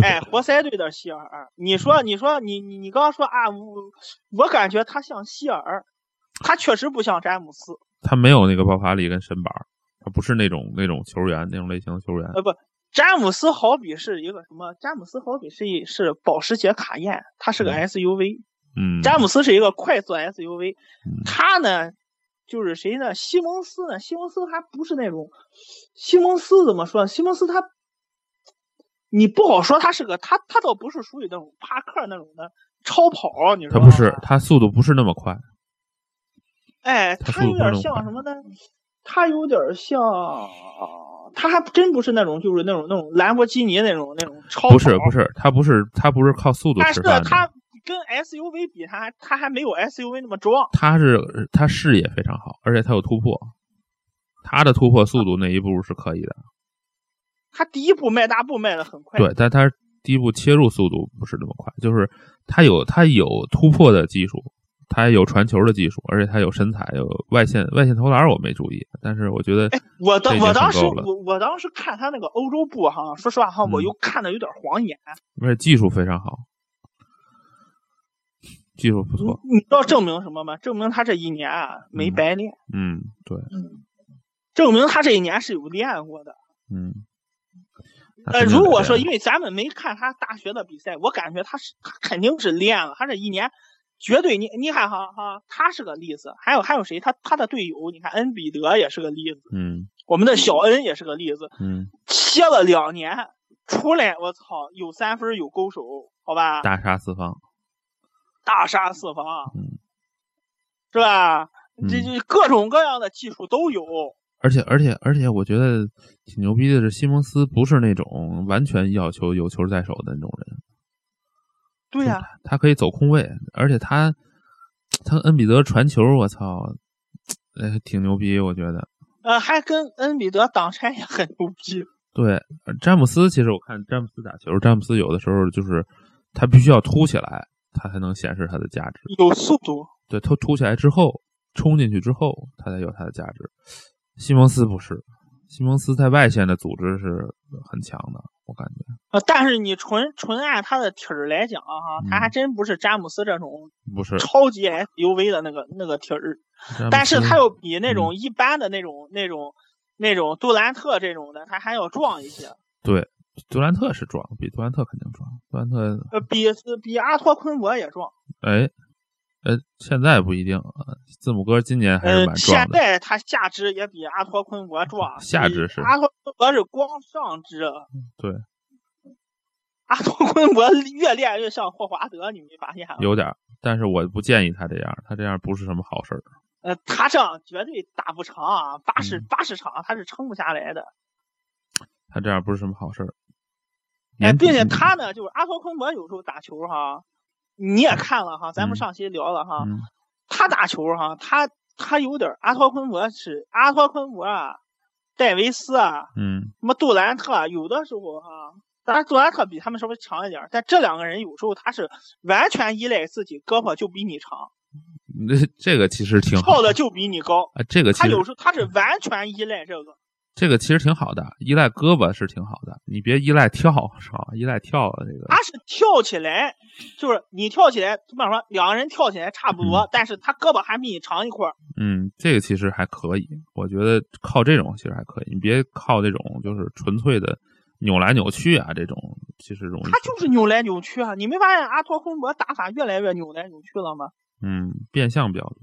[SPEAKER 2] 哎，活塞队的希尔。你说，你说，你你你刚刚说啊，我我感觉他像希尔，他确实不像詹姆斯。
[SPEAKER 1] 他没有那个爆发力跟身板儿，他不是那种那种球员，那种类型的球员。
[SPEAKER 2] 呃，不，詹姆斯好比是一个什么？詹姆斯好比是一是保时捷卡宴，它是个
[SPEAKER 1] 嗯
[SPEAKER 2] SUV。
[SPEAKER 1] 嗯，
[SPEAKER 2] 詹姆斯是一个快速 SUV，
[SPEAKER 1] 嗯
[SPEAKER 2] 他呢就是谁呢？西蒙斯呢？西蒙斯他不是那种，西蒙斯怎么说呢？西蒙斯他，你不好说他是个他他倒不是属于那种帕克那种的超跑，你
[SPEAKER 1] 他
[SPEAKER 2] 说
[SPEAKER 1] 不是
[SPEAKER 2] 吗，
[SPEAKER 1] 他速度不是那么快，
[SPEAKER 2] 哎，
[SPEAKER 1] 他
[SPEAKER 2] 他
[SPEAKER 1] 速度不是
[SPEAKER 2] 有点
[SPEAKER 1] 那么快
[SPEAKER 2] 像什么呢？他有点像，他还真不是那种，就是那种那种兰博基尼那种那种超跑，
[SPEAKER 1] 不是不是，他不是他不是靠速度
[SPEAKER 2] 但
[SPEAKER 1] 吃
[SPEAKER 2] 是
[SPEAKER 1] 饭的，
[SPEAKER 2] 他跟 SUV 比，他还他还没有 SUV 那么壮。
[SPEAKER 1] 他是他视野非常好，而且他有突破，他的突破速度那一步是可以的，
[SPEAKER 2] 他第一步迈大步迈得很快，
[SPEAKER 1] 对，但他第一步切入速度不是那么快，就是他有他有突破的技术，他有传球的技术，而且他有身材，有外线外线投篮我没注意，但是我觉得
[SPEAKER 2] 哎我
[SPEAKER 1] 这已
[SPEAKER 2] 当
[SPEAKER 1] 经
[SPEAKER 2] 我当
[SPEAKER 1] 很
[SPEAKER 2] 时
[SPEAKER 1] 够了
[SPEAKER 2] 我我当时看他那个欧洲步哈，说实话哈，
[SPEAKER 1] 嗯
[SPEAKER 2] 我又看的有点晃眼。
[SPEAKER 1] 而且技术非常好，技术不错，
[SPEAKER 2] 你你知道证明什么吗？证明他这一年啊没
[SPEAKER 1] 嗯
[SPEAKER 2] 白练，
[SPEAKER 1] 嗯，对，
[SPEAKER 2] 证明他这一年是有练过的。
[SPEAKER 1] 嗯。那
[SPEAKER 2] 呃，
[SPEAKER 1] 肯定
[SPEAKER 2] 如
[SPEAKER 1] 得
[SPEAKER 2] 果
[SPEAKER 1] 这
[SPEAKER 2] 说
[SPEAKER 1] 样
[SPEAKER 2] 因为咱们没看他大学的比赛，我感觉他是他肯定是练了，他这一年绝对你你看哈哈，他是个例子，还有还有谁？他他的队友，你看恩比德也是个例子，
[SPEAKER 1] 嗯
[SPEAKER 2] 我们的小恩也是个例子，
[SPEAKER 1] 嗯，
[SPEAKER 2] 歇了两年出来，我操，有三分有勾手，好吧，
[SPEAKER 1] 大杀四方，
[SPEAKER 2] 大杀四方啊
[SPEAKER 1] 嗯，
[SPEAKER 2] 是吧？这
[SPEAKER 1] 嗯
[SPEAKER 2] 这各种各样的技术都有，
[SPEAKER 1] 而且而且而且，我觉得挺牛逼的是，西蒙斯不是那种完全要求有球在手的那种人，
[SPEAKER 2] 对啊呀、
[SPEAKER 1] 他可以走空位，而且他他恩比德传球，我操，呃，挺牛逼，我觉得。
[SPEAKER 2] 呃，还跟恩比德挡拆也很牛逼，
[SPEAKER 1] 对，呃詹姆斯其实我看詹姆斯打球，詹姆斯有的时候就是他必须要突起来，他才能显示他的价值。
[SPEAKER 2] 有速度，
[SPEAKER 1] 对，他突起来之后，冲进去之后，他才有他的价值。西蒙斯不是，西蒙斯在外线的组织是很强的，我感觉
[SPEAKER 2] 呃，但是你纯纯按他的体儿来讲啊
[SPEAKER 1] 嗯
[SPEAKER 2] 哈、他还真不是詹姆斯这种
[SPEAKER 1] 不是。
[SPEAKER 2] 超级 SUV 的那个那个体儿，
[SPEAKER 1] 詹姆
[SPEAKER 2] 但是
[SPEAKER 1] 斯嗯
[SPEAKER 2] 他又比那种一般的那种那种那种杜兰特这种的，他还要壮一些。
[SPEAKER 1] 对，杜兰特是壮，比杜兰特肯定壮。杜兰特，
[SPEAKER 2] 呃，比比阿托昆博也壮。
[SPEAKER 1] 哎，呃，现在不一定啊。字母哥今年还是
[SPEAKER 2] 呃
[SPEAKER 1] 蛮，壮的，
[SPEAKER 2] 现
[SPEAKER 1] 嗯
[SPEAKER 2] 在他下肢也比阿托昆博壮。
[SPEAKER 1] 下肢是
[SPEAKER 2] 阿托昆博是光上肢。啊
[SPEAKER 1] 对。
[SPEAKER 2] 阿托昆博越练越像霍华德，你没发现啊吗？
[SPEAKER 1] 有点儿。但是我不建议他这样，他这样不是什么好事儿。
[SPEAKER 2] 呃，他这样绝对打不长啊，八十
[SPEAKER 1] 嗯
[SPEAKER 2] 八十场他是撑不下来的。
[SPEAKER 1] 他这样不是什么好事儿。
[SPEAKER 2] 哎，
[SPEAKER 1] 年纪
[SPEAKER 2] 并且他呢，就是阿托昆博有时候打球哈，你也看了哈，咱
[SPEAKER 1] 嗯
[SPEAKER 2] 们上期聊了哈，
[SPEAKER 1] 嗯
[SPEAKER 2] 他打球哈，他他有点儿阿托昆博是阿托昆博啊，戴维斯啊，
[SPEAKER 1] 嗯
[SPEAKER 2] 什么杜兰特啊，有的时候哈、当然杜兰特比他们稍微长一点儿，但这两个人有时候他是完全依赖自己胳膊就比你长，
[SPEAKER 1] 那这个其实挺好
[SPEAKER 2] 跳的就比你高。
[SPEAKER 1] 啊，这个其
[SPEAKER 2] 他
[SPEAKER 1] 实
[SPEAKER 2] 有时候他是完全依赖这个，
[SPEAKER 1] 这个其实挺好的，依赖胳膊是挺好的，你别依赖跳是吧？依赖跳啊这个
[SPEAKER 2] 他是跳起来，就是你跳起来，怎么说？两个人跳起来差不多，但是他胳膊还比你长一块儿。
[SPEAKER 1] 嗯，这个其实还可以，我觉得靠这种其实还可以，你别靠这种就是纯粹的扭来扭去啊，这种其实容易
[SPEAKER 2] 他就是扭来扭去啊！你没发现阿托昆博打法越来越扭来扭去了吗？
[SPEAKER 1] 嗯变相比较多，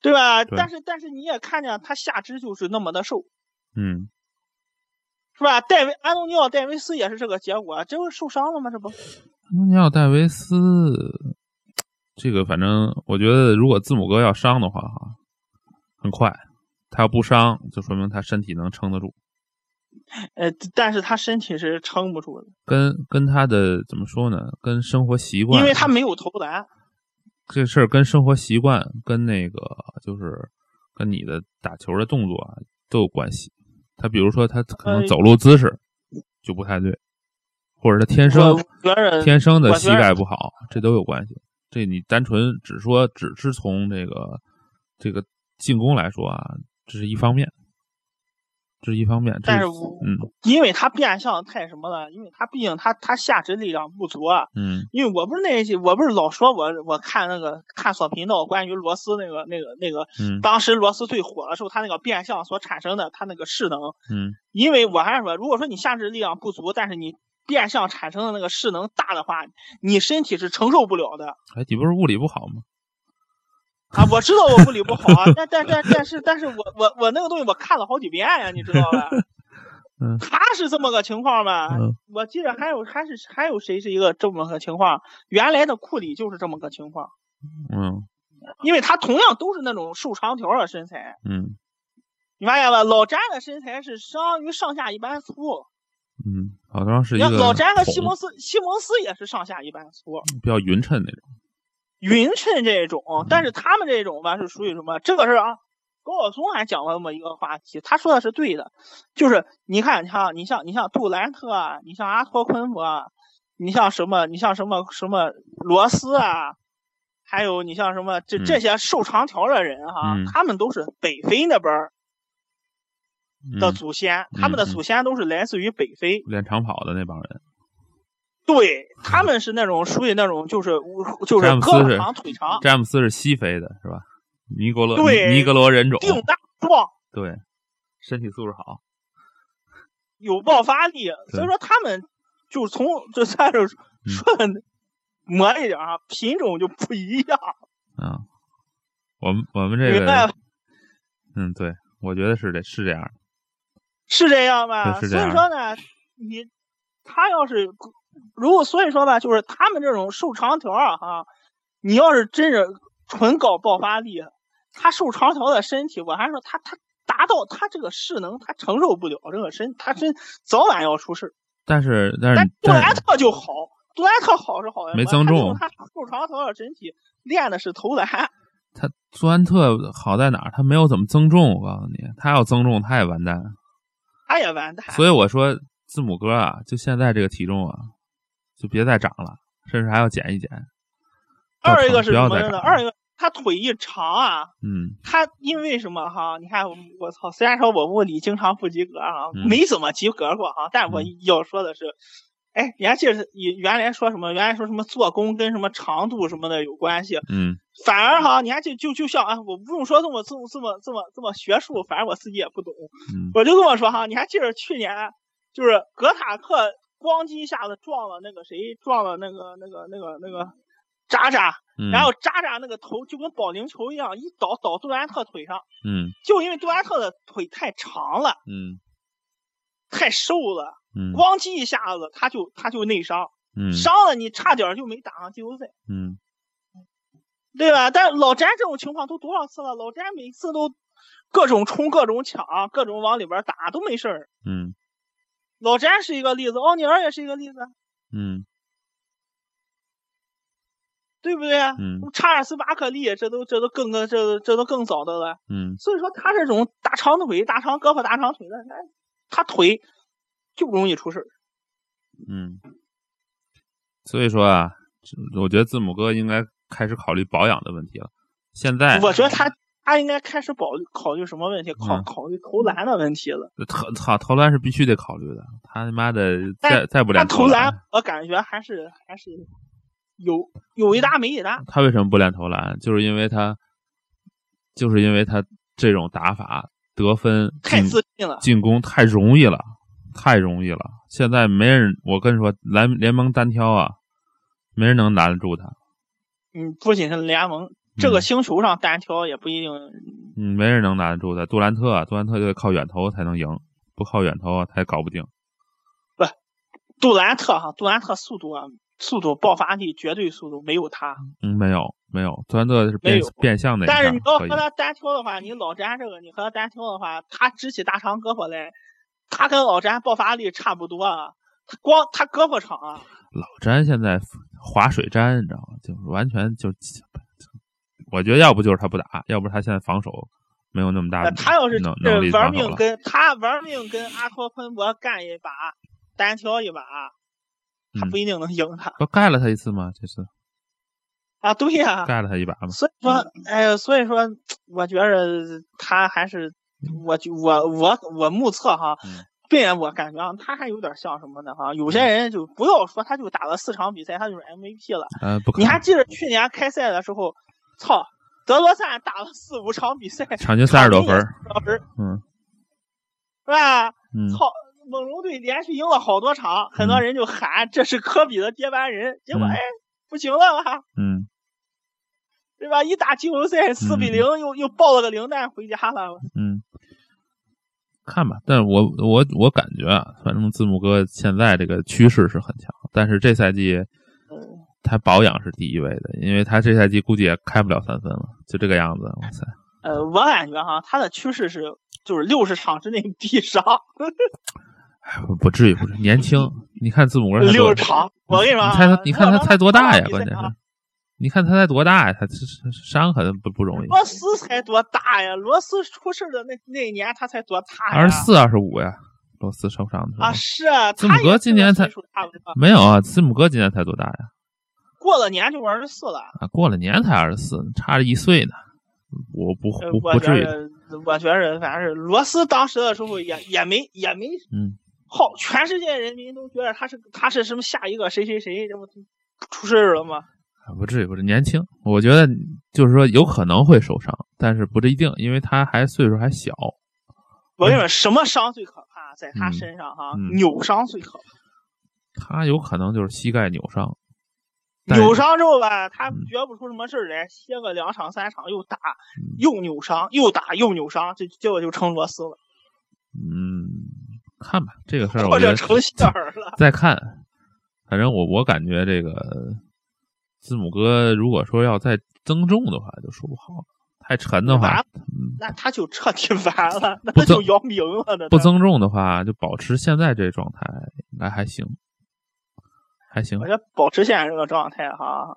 [SPEAKER 2] 对吧？
[SPEAKER 1] 对
[SPEAKER 2] 但是但是你也看见他下肢就是那么的瘦，
[SPEAKER 1] 嗯，
[SPEAKER 2] 是吧？戴维安东尼奥戴维斯也是这个结果，啊这不是受伤了吗？这不
[SPEAKER 1] 安东尼奥戴维斯，这个反正我觉得如果字母哥要伤的话哈，很快，他要不伤就说明他身体能撑得住，
[SPEAKER 2] 呃，但是他身体是撑不住的，
[SPEAKER 1] 跟跟他的怎么说呢，跟生活习惯，
[SPEAKER 2] 因为他没有投篮。
[SPEAKER 1] 这事儿跟生活习惯、跟那个就是跟你的打球的动作啊都有关系。他比如说他可能
[SPEAKER 2] 呃
[SPEAKER 1] 走路姿势就不太对，或者他天
[SPEAKER 2] 我
[SPEAKER 1] 生
[SPEAKER 2] 觉得
[SPEAKER 1] 天生的
[SPEAKER 2] 我
[SPEAKER 1] 膝
[SPEAKER 2] 觉得
[SPEAKER 1] 盖不好，这都有关系。这你单纯只说只是从这个这个进攻来说啊，这是一方面，这是一方面。这
[SPEAKER 2] 但是我
[SPEAKER 1] 嗯
[SPEAKER 2] 因为他变相太什么了，因为他毕竟他他下肢力量不足啊。
[SPEAKER 1] 嗯
[SPEAKER 2] 因为我不是那一期，我不是老说我我看那个探索频道关于罗斯那个那个那个，
[SPEAKER 1] 嗯
[SPEAKER 2] 当时罗斯最火的时候，他那个变相所产生的他那个势能，
[SPEAKER 1] 嗯
[SPEAKER 2] 因为我还是说，如果说你下肢力量不足，但是你变相产生的那个势能大的话，你身体是承受不了的
[SPEAKER 1] 哎，你不是物理不好吗？
[SPEAKER 2] 啊！我知道我物理不好啊，但但但但是但是我我我那个东西我看了好几遍呀、你知道吧
[SPEAKER 1] 嗯？
[SPEAKER 2] 他是这么个情况吧？
[SPEAKER 1] 嗯
[SPEAKER 2] 我记得还有还是还有谁是一个这么个情况？原来的库里就是这么个情况，
[SPEAKER 1] 嗯
[SPEAKER 2] 因为他同样都是那种瘦长条的身材，
[SPEAKER 1] 嗯
[SPEAKER 2] 你发现吧？老詹的身材是相当于上下一般粗，
[SPEAKER 1] 嗯，好像是一
[SPEAKER 2] 你看
[SPEAKER 1] 个
[SPEAKER 2] 老詹和西
[SPEAKER 1] 桶
[SPEAKER 2] 蒙斯，西蒙斯也是上下一般粗。
[SPEAKER 1] 比较匀称那种。
[SPEAKER 2] 匀称这种，但
[SPEAKER 1] 嗯
[SPEAKER 2] 是他们这种吧是属于什么？这个是啊，高晓松还讲了这么一个话题，他说的是对的，就是你看，你看，你像你像杜兰特啊，你像阿托昆博啊，你像什么，你像什么什么罗斯啊，还有你像什么这
[SPEAKER 1] 嗯
[SPEAKER 2] 这些瘦长条的人哈、
[SPEAKER 1] 嗯
[SPEAKER 2] 他们都是北非那边儿
[SPEAKER 1] 嗯
[SPEAKER 2] 的祖先，他们的
[SPEAKER 1] 嗯
[SPEAKER 2] 祖先都是来自于北非，
[SPEAKER 1] 练长跑的那帮人，
[SPEAKER 2] 对他们是那种属于那种就是就是
[SPEAKER 1] 詹姆斯
[SPEAKER 2] 胳
[SPEAKER 1] 是
[SPEAKER 2] 膊长腿长，
[SPEAKER 1] 詹姆斯是西非的，是吧？尼格罗
[SPEAKER 2] 对
[SPEAKER 1] 尼尼格罗人种，
[SPEAKER 2] 腚大壮。
[SPEAKER 1] 对，身体素质好，
[SPEAKER 2] 有爆发力，所以说他们就从就算是
[SPEAKER 1] 嗯
[SPEAKER 2] 说的磨一点啊，品种就不一样，
[SPEAKER 1] 啊。我们我们这
[SPEAKER 2] 明白
[SPEAKER 1] 个
[SPEAKER 2] 吧，？
[SPEAKER 1] 嗯，对，我觉得是这是这样，
[SPEAKER 2] 是这样吧？
[SPEAKER 1] 是这
[SPEAKER 2] 所以
[SPEAKER 1] 样
[SPEAKER 2] 说呢，你他要是如果所以说吧，就是他们这种瘦长条啊，哈，你要是真是纯搞爆发力，他瘦长条的身体，我还说他他达到他这个势能，他承受不了这个身，他真早晚要出事儿
[SPEAKER 1] 但是但
[SPEAKER 2] 但
[SPEAKER 1] 是
[SPEAKER 2] 杜兰
[SPEAKER 1] 但是
[SPEAKER 2] 特就好，杜兰特好是好呀，
[SPEAKER 1] 嗯没
[SPEAKER 2] 他
[SPEAKER 1] 增
[SPEAKER 2] 就
[SPEAKER 1] 重
[SPEAKER 2] 用他瘦长头的身体练的是投篮，
[SPEAKER 1] 他杜兰特好在哪儿？他没有怎么增重，我告诉你，他要增重他也完蛋。
[SPEAKER 2] 他也完蛋。
[SPEAKER 1] 所以我说字母哥啊，就现在这个体重啊，就别再长了，甚至还要减一减。
[SPEAKER 2] 二一个是
[SPEAKER 1] 不
[SPEAKER 2] 什
[SPEAKER 1] 要
[SPEAKER 2] 么
[SPEAKER 1] 再
[SPEAKER 2] 呢？
[SPEAKER 1] 长
[SPEAKER 2] 二一个他腿一长啊，
[SPEAKER 1] 嗯
[SPEAKER 2] 他因为什么哈？你看我我操，虽然说我物理经常不及格啊，
[SPEAKER 1] 嗯
[SPEAKER 2] 没怎么及格过啊，但我
[SPEAKER 1] 嗯
[SPEAKER 2] 要说的是。哎，你还记得你原来说什么？原来说什么做工跟什么长度什么的有关系，
[SPEAKER 1] 嗯
[SPEAKER 2] 反而哈，你还就就就像啊，我不用说这么这么这么这么这么学术，反正我自己也不懂。
[SPEAKER 1] 嗯
[SPEAKER 2] 我就这么说哈，你还记得去年就是格塔克咣叽一下子撞了那个谁，撞了那个那个那个那个渣渣，
[SPEAKER 1] 嗯，
[SPEAKER 2] 然后渣渣那个头就跟保龄球一样，一倒倒杜兰特腿上，
[SPEAKER 1] 嗯
[SPEAKER 2] 就因为杜兰特的腿太长了，
[SPEAKER 1] 嗯
[SPEAKER 2] 太瘦了，
[SPEAKER 1] 嗯
[SPEAKER 2] 咣叽一下子他就他就内伤，
[SPEAKER 1] 嗯
[SPEAKER 2] 伤了你差点就没打上季后赛。
[SPEAKER 1] 嗯
[SPEAKER 2] 对吧？但老詹这种情况都多少次了？老詹每次都各种冲、各种抢、各种往里边打都没事儿。
[SPEAKER 1] 嗯
[SPEAKER 2] 老詹是一个例子，奥尼尔也是一个例子，
[SPEAKER 1] 嗯
[SPEAKER 2] 对不对？啊
[SPEAKER 1] 嗯
[SPEAKER 2] 查尔斯·巴克利，这都这都更更这都这都更早的了。
[SPEAKER 1] 嗯
[SPEAKER 2] 所以说他这种大长腿、大长胳膊、大长腿的，哎他腿就容易出事儿。
[SPEAKER 1] 嗯，所以说啊，这我觉得字母哥应该开始考虑保养的问题了。现在
[SPEAKER 2] 我觉得他他应该开始考虑考虑什么问题，考
[SPEAKER 1] 嗯
[SPEAKER 2] 考虑投篮的问题了。
[SPEAKER 1] 投投投篮是必须得考虑的，他他妈的
[SPEAKER 2] 但
[SPEAKER 1] 再再不
[SPEAKER 2] 他
[SPEAKER 1] 练
[SPEAKER 2] 投
[SPEAKER 1] 篮
[SPEAKER 2] 篮，，我感觉还是还是有有一搭没一搭。
[SPEAKER 1] 他为什么不练投篮？就是因为他，就是因为他这种打法得分
[SPEAKER 2] 太
[SPEAKER 1] 进
[SPEAKER 2] 自信了，
[SPEAKER 1] 进攻太容易了，太容易了。现在没人，我跟你说，篮联盟单挑啊，没人能拦得住他。
[SPEAKER 2] 嗯，不仅是联盟，这个
[SPEAKER 1] 嗯
[SPEAKER 2] 星球上单挑也不一定。
[SPEAKER 1] 嗯，没人能拦得住他。杜兰特啊，杜兰特就得靠远投才能赢，不靠远投啊，他也搞不定。
[SPEAKER 2] 杜兰特哈，杜兰特速度啊，速度爆发力、绝对速度没有他，
[SPEAKER 1] 嗯，没有，没有，杜兰特是变
[SPEAKER 2] 没有
[SPEAKER 1] 变相的一下
[SPEAKER 2] 但是你要
[SPEAKER 1] 可以
[SPEAKER 2] 和。他单挑的话，你老詹这个，你和他单挑的话，他支起大长胳膊来，他跟老詹爆发力差不多啊，他光他胳膊长啊，
[SPEAKER 1] 老詹现在划水詹，你知道吗？就是完全就，我觉得要不就是他不打，要不是他现在防守没有那么大
[SPEAKER 2] 呃
[SPEAKER 1] 的
[SPEAKER 2] 他要是
[SPEAKER 1] 能
[SPEAKER 2] 这
[SPEAKER 1] 能力
[SPEAKER 2] 玩
[SPEAKER 1] 防守
[SPEAKER 2] 命
[SPEAKER 1] 了。
[SPEAKER 2] 跟他玩命跟阿托昆博干一把，单挑一把，他
[SPEAKER 1] 嗯
[SPEAKER 2] 不一定能赢他、
[SPEAKER 1] 不盖了他一次吗？这次
[SPEAKER 2] 啊，对呀、
[SPEAKER 1] 盖了他一把吗？
[SPEAKER 2] 所以说，哎呀，所以说，我觉着他还是，我就我我我目测哈
[SPEAKER 1] 嗯，
[SPEAKER 2] 虽然我感觉啊，他还有点像什么呢哈，有些人就不要说他就打了四场比赛，他就是 MVP 了。
[SPEAKER 1] 呃，不可
[SPEAKER 2] 你还
[SPEAKER 1] 能，
[SPEAKER 2] 记得去年开赛的时候，操，德罗赞打了四五场比赛，
[SPEAKER 1] 场均三十多分儿，
[SPEAKER 2] 当时
[SPEAKER 1] 嗯
[SPEAKER 2] 是吧？
[SPEAKER 1] 嗯，
[SPEAKER 2] 操，猛龙队连续赢了好多场，很多人就喊这是科比的接班人，结果
[SPEAKER 1] 嗯
[SPEAKER 2] 哎不行了吧？
[SPEAKER 1] 嗯，
[SPEAKER 2] 对吧？一打季后赛四比零，又又爆了个零蛋回家了。
[SPEAKER 1] 嗯，看吧，但是我我我感觉啊，反正字母哥现在这个趋势是很强，但是这赛季
[SPEAKER 2] 嗯，
[SPEAKER 1] 他保养是第一位的，因为他这赛季估计也开不了三分了，就这个样子，哇塞，
[SPEAKER 2] 呃，我感觉哈，他的趋势是就是六十场之内必杀
[SPEAKER 1] 哎不不至于，不至于，年轻，你看字母哥才
[SPEAKER 2] 六
[SPEAKER 1] 多
[SPEAKER 2] 十场。我跟你说啊，
[SPEAKER 1] 你猜他，你看他才多大呀？
[SPEAKER 2] 比赛啊
[SPEAKER 1] 关键是，你看他才多大呀？他这这伤痕不不容易，
[SPEAKER 2] 罗斯才多大呀？罗斯出事的那那年他才多大呀？
[SPEAKER 1] 二十四、二十五呀，罗斯受伤的时候
[SPEAKER 2] 啊，是啊，
[SPEAKER 1] 字母哥
[SPEAKER 2] 他也
[SPEAKER 1] 今年才
[SPEAKER 2] 跟岁数差不多，
[SPEAKER 1] 没有啊，字母哥今年才多大呀？
[SPEAKER 2] 过了年就二十四了。
[SPEAKER 1] 啊，过了年才二十四，差着一岁呢，我不
[SPEAKER 2] 呃
[SPEAKER 1] 不
[SPEAKER 2] 我
[SPEAKER 1] 不
[SPEAKER 2] 觉
[SPEAKER 1] 至于的。
[SPEAKER 2] 得，我觉得反正是罗斯当时的时候也也没也没
[SPEAKER 1] 嗯
[SPEAKER 2] 好，全世界人民都觉得他是他是什么下一个谁谁谁，这不出事儿了吗？
[SPEAKER 1] 啊不至于，不至于，年轻。我觉得就是说有可能会受伤，但是不一定，因为他还岁数还小。
[SPEAKER 2] 我跟你说，什么伤最可怕？在他
[SPEAKER 1] 嗯
[SPEAKER 2] 身上哈，
[SPEAKER 1] 嗯
[SPEAKER 2] 扭伤最可怕。
[SPEAKER 1] 他有可能就是膝盖扭伤，但
[SPEAKER 2] 扭伤之后吧，他
[SPEAKER 1] 嗯
[SPEAKER 2] 觉不出什么事儿来，歇个两场三场又打
[SPEAKER 1] 嗯，
[SPEAKER 2] 又扭伤，又打又扭伤，这结果就成罗斯了，
[SPEAKER 1] 嗯，看吧，这个事儿我
[SPEAKER 2] 或
[SPEAKER 1] 觉
[SPEAKER 2] 者
[SPEAKER 1] 得
[SPEAKER 2] 成希尔了。
[SPEAKER 1] 再看，反正我我感觉这个字母哥如果说要再增重的话，就说不好了。太沉的
[SPEAKER 2] 完
[SPEAKER 1] 话
[SPEAKER 2] 了，
[SPEAKER 1] 嗯，
[SPEAKER 2] 那他就彻底完了，那
[SPEAKER 1] 不
[SPEAKER 2] 他就
[SPEAKER 1] 增
[SPEAKER 2] 姚明了，那
[SPEAKER 1] 不
[SPEAKER 2] 他
[SPEAKER 1] 增重的话，就保持现在这状态，应该还行，还行
[SPEAKER 2] 我。觉得保持现在这个状态哈，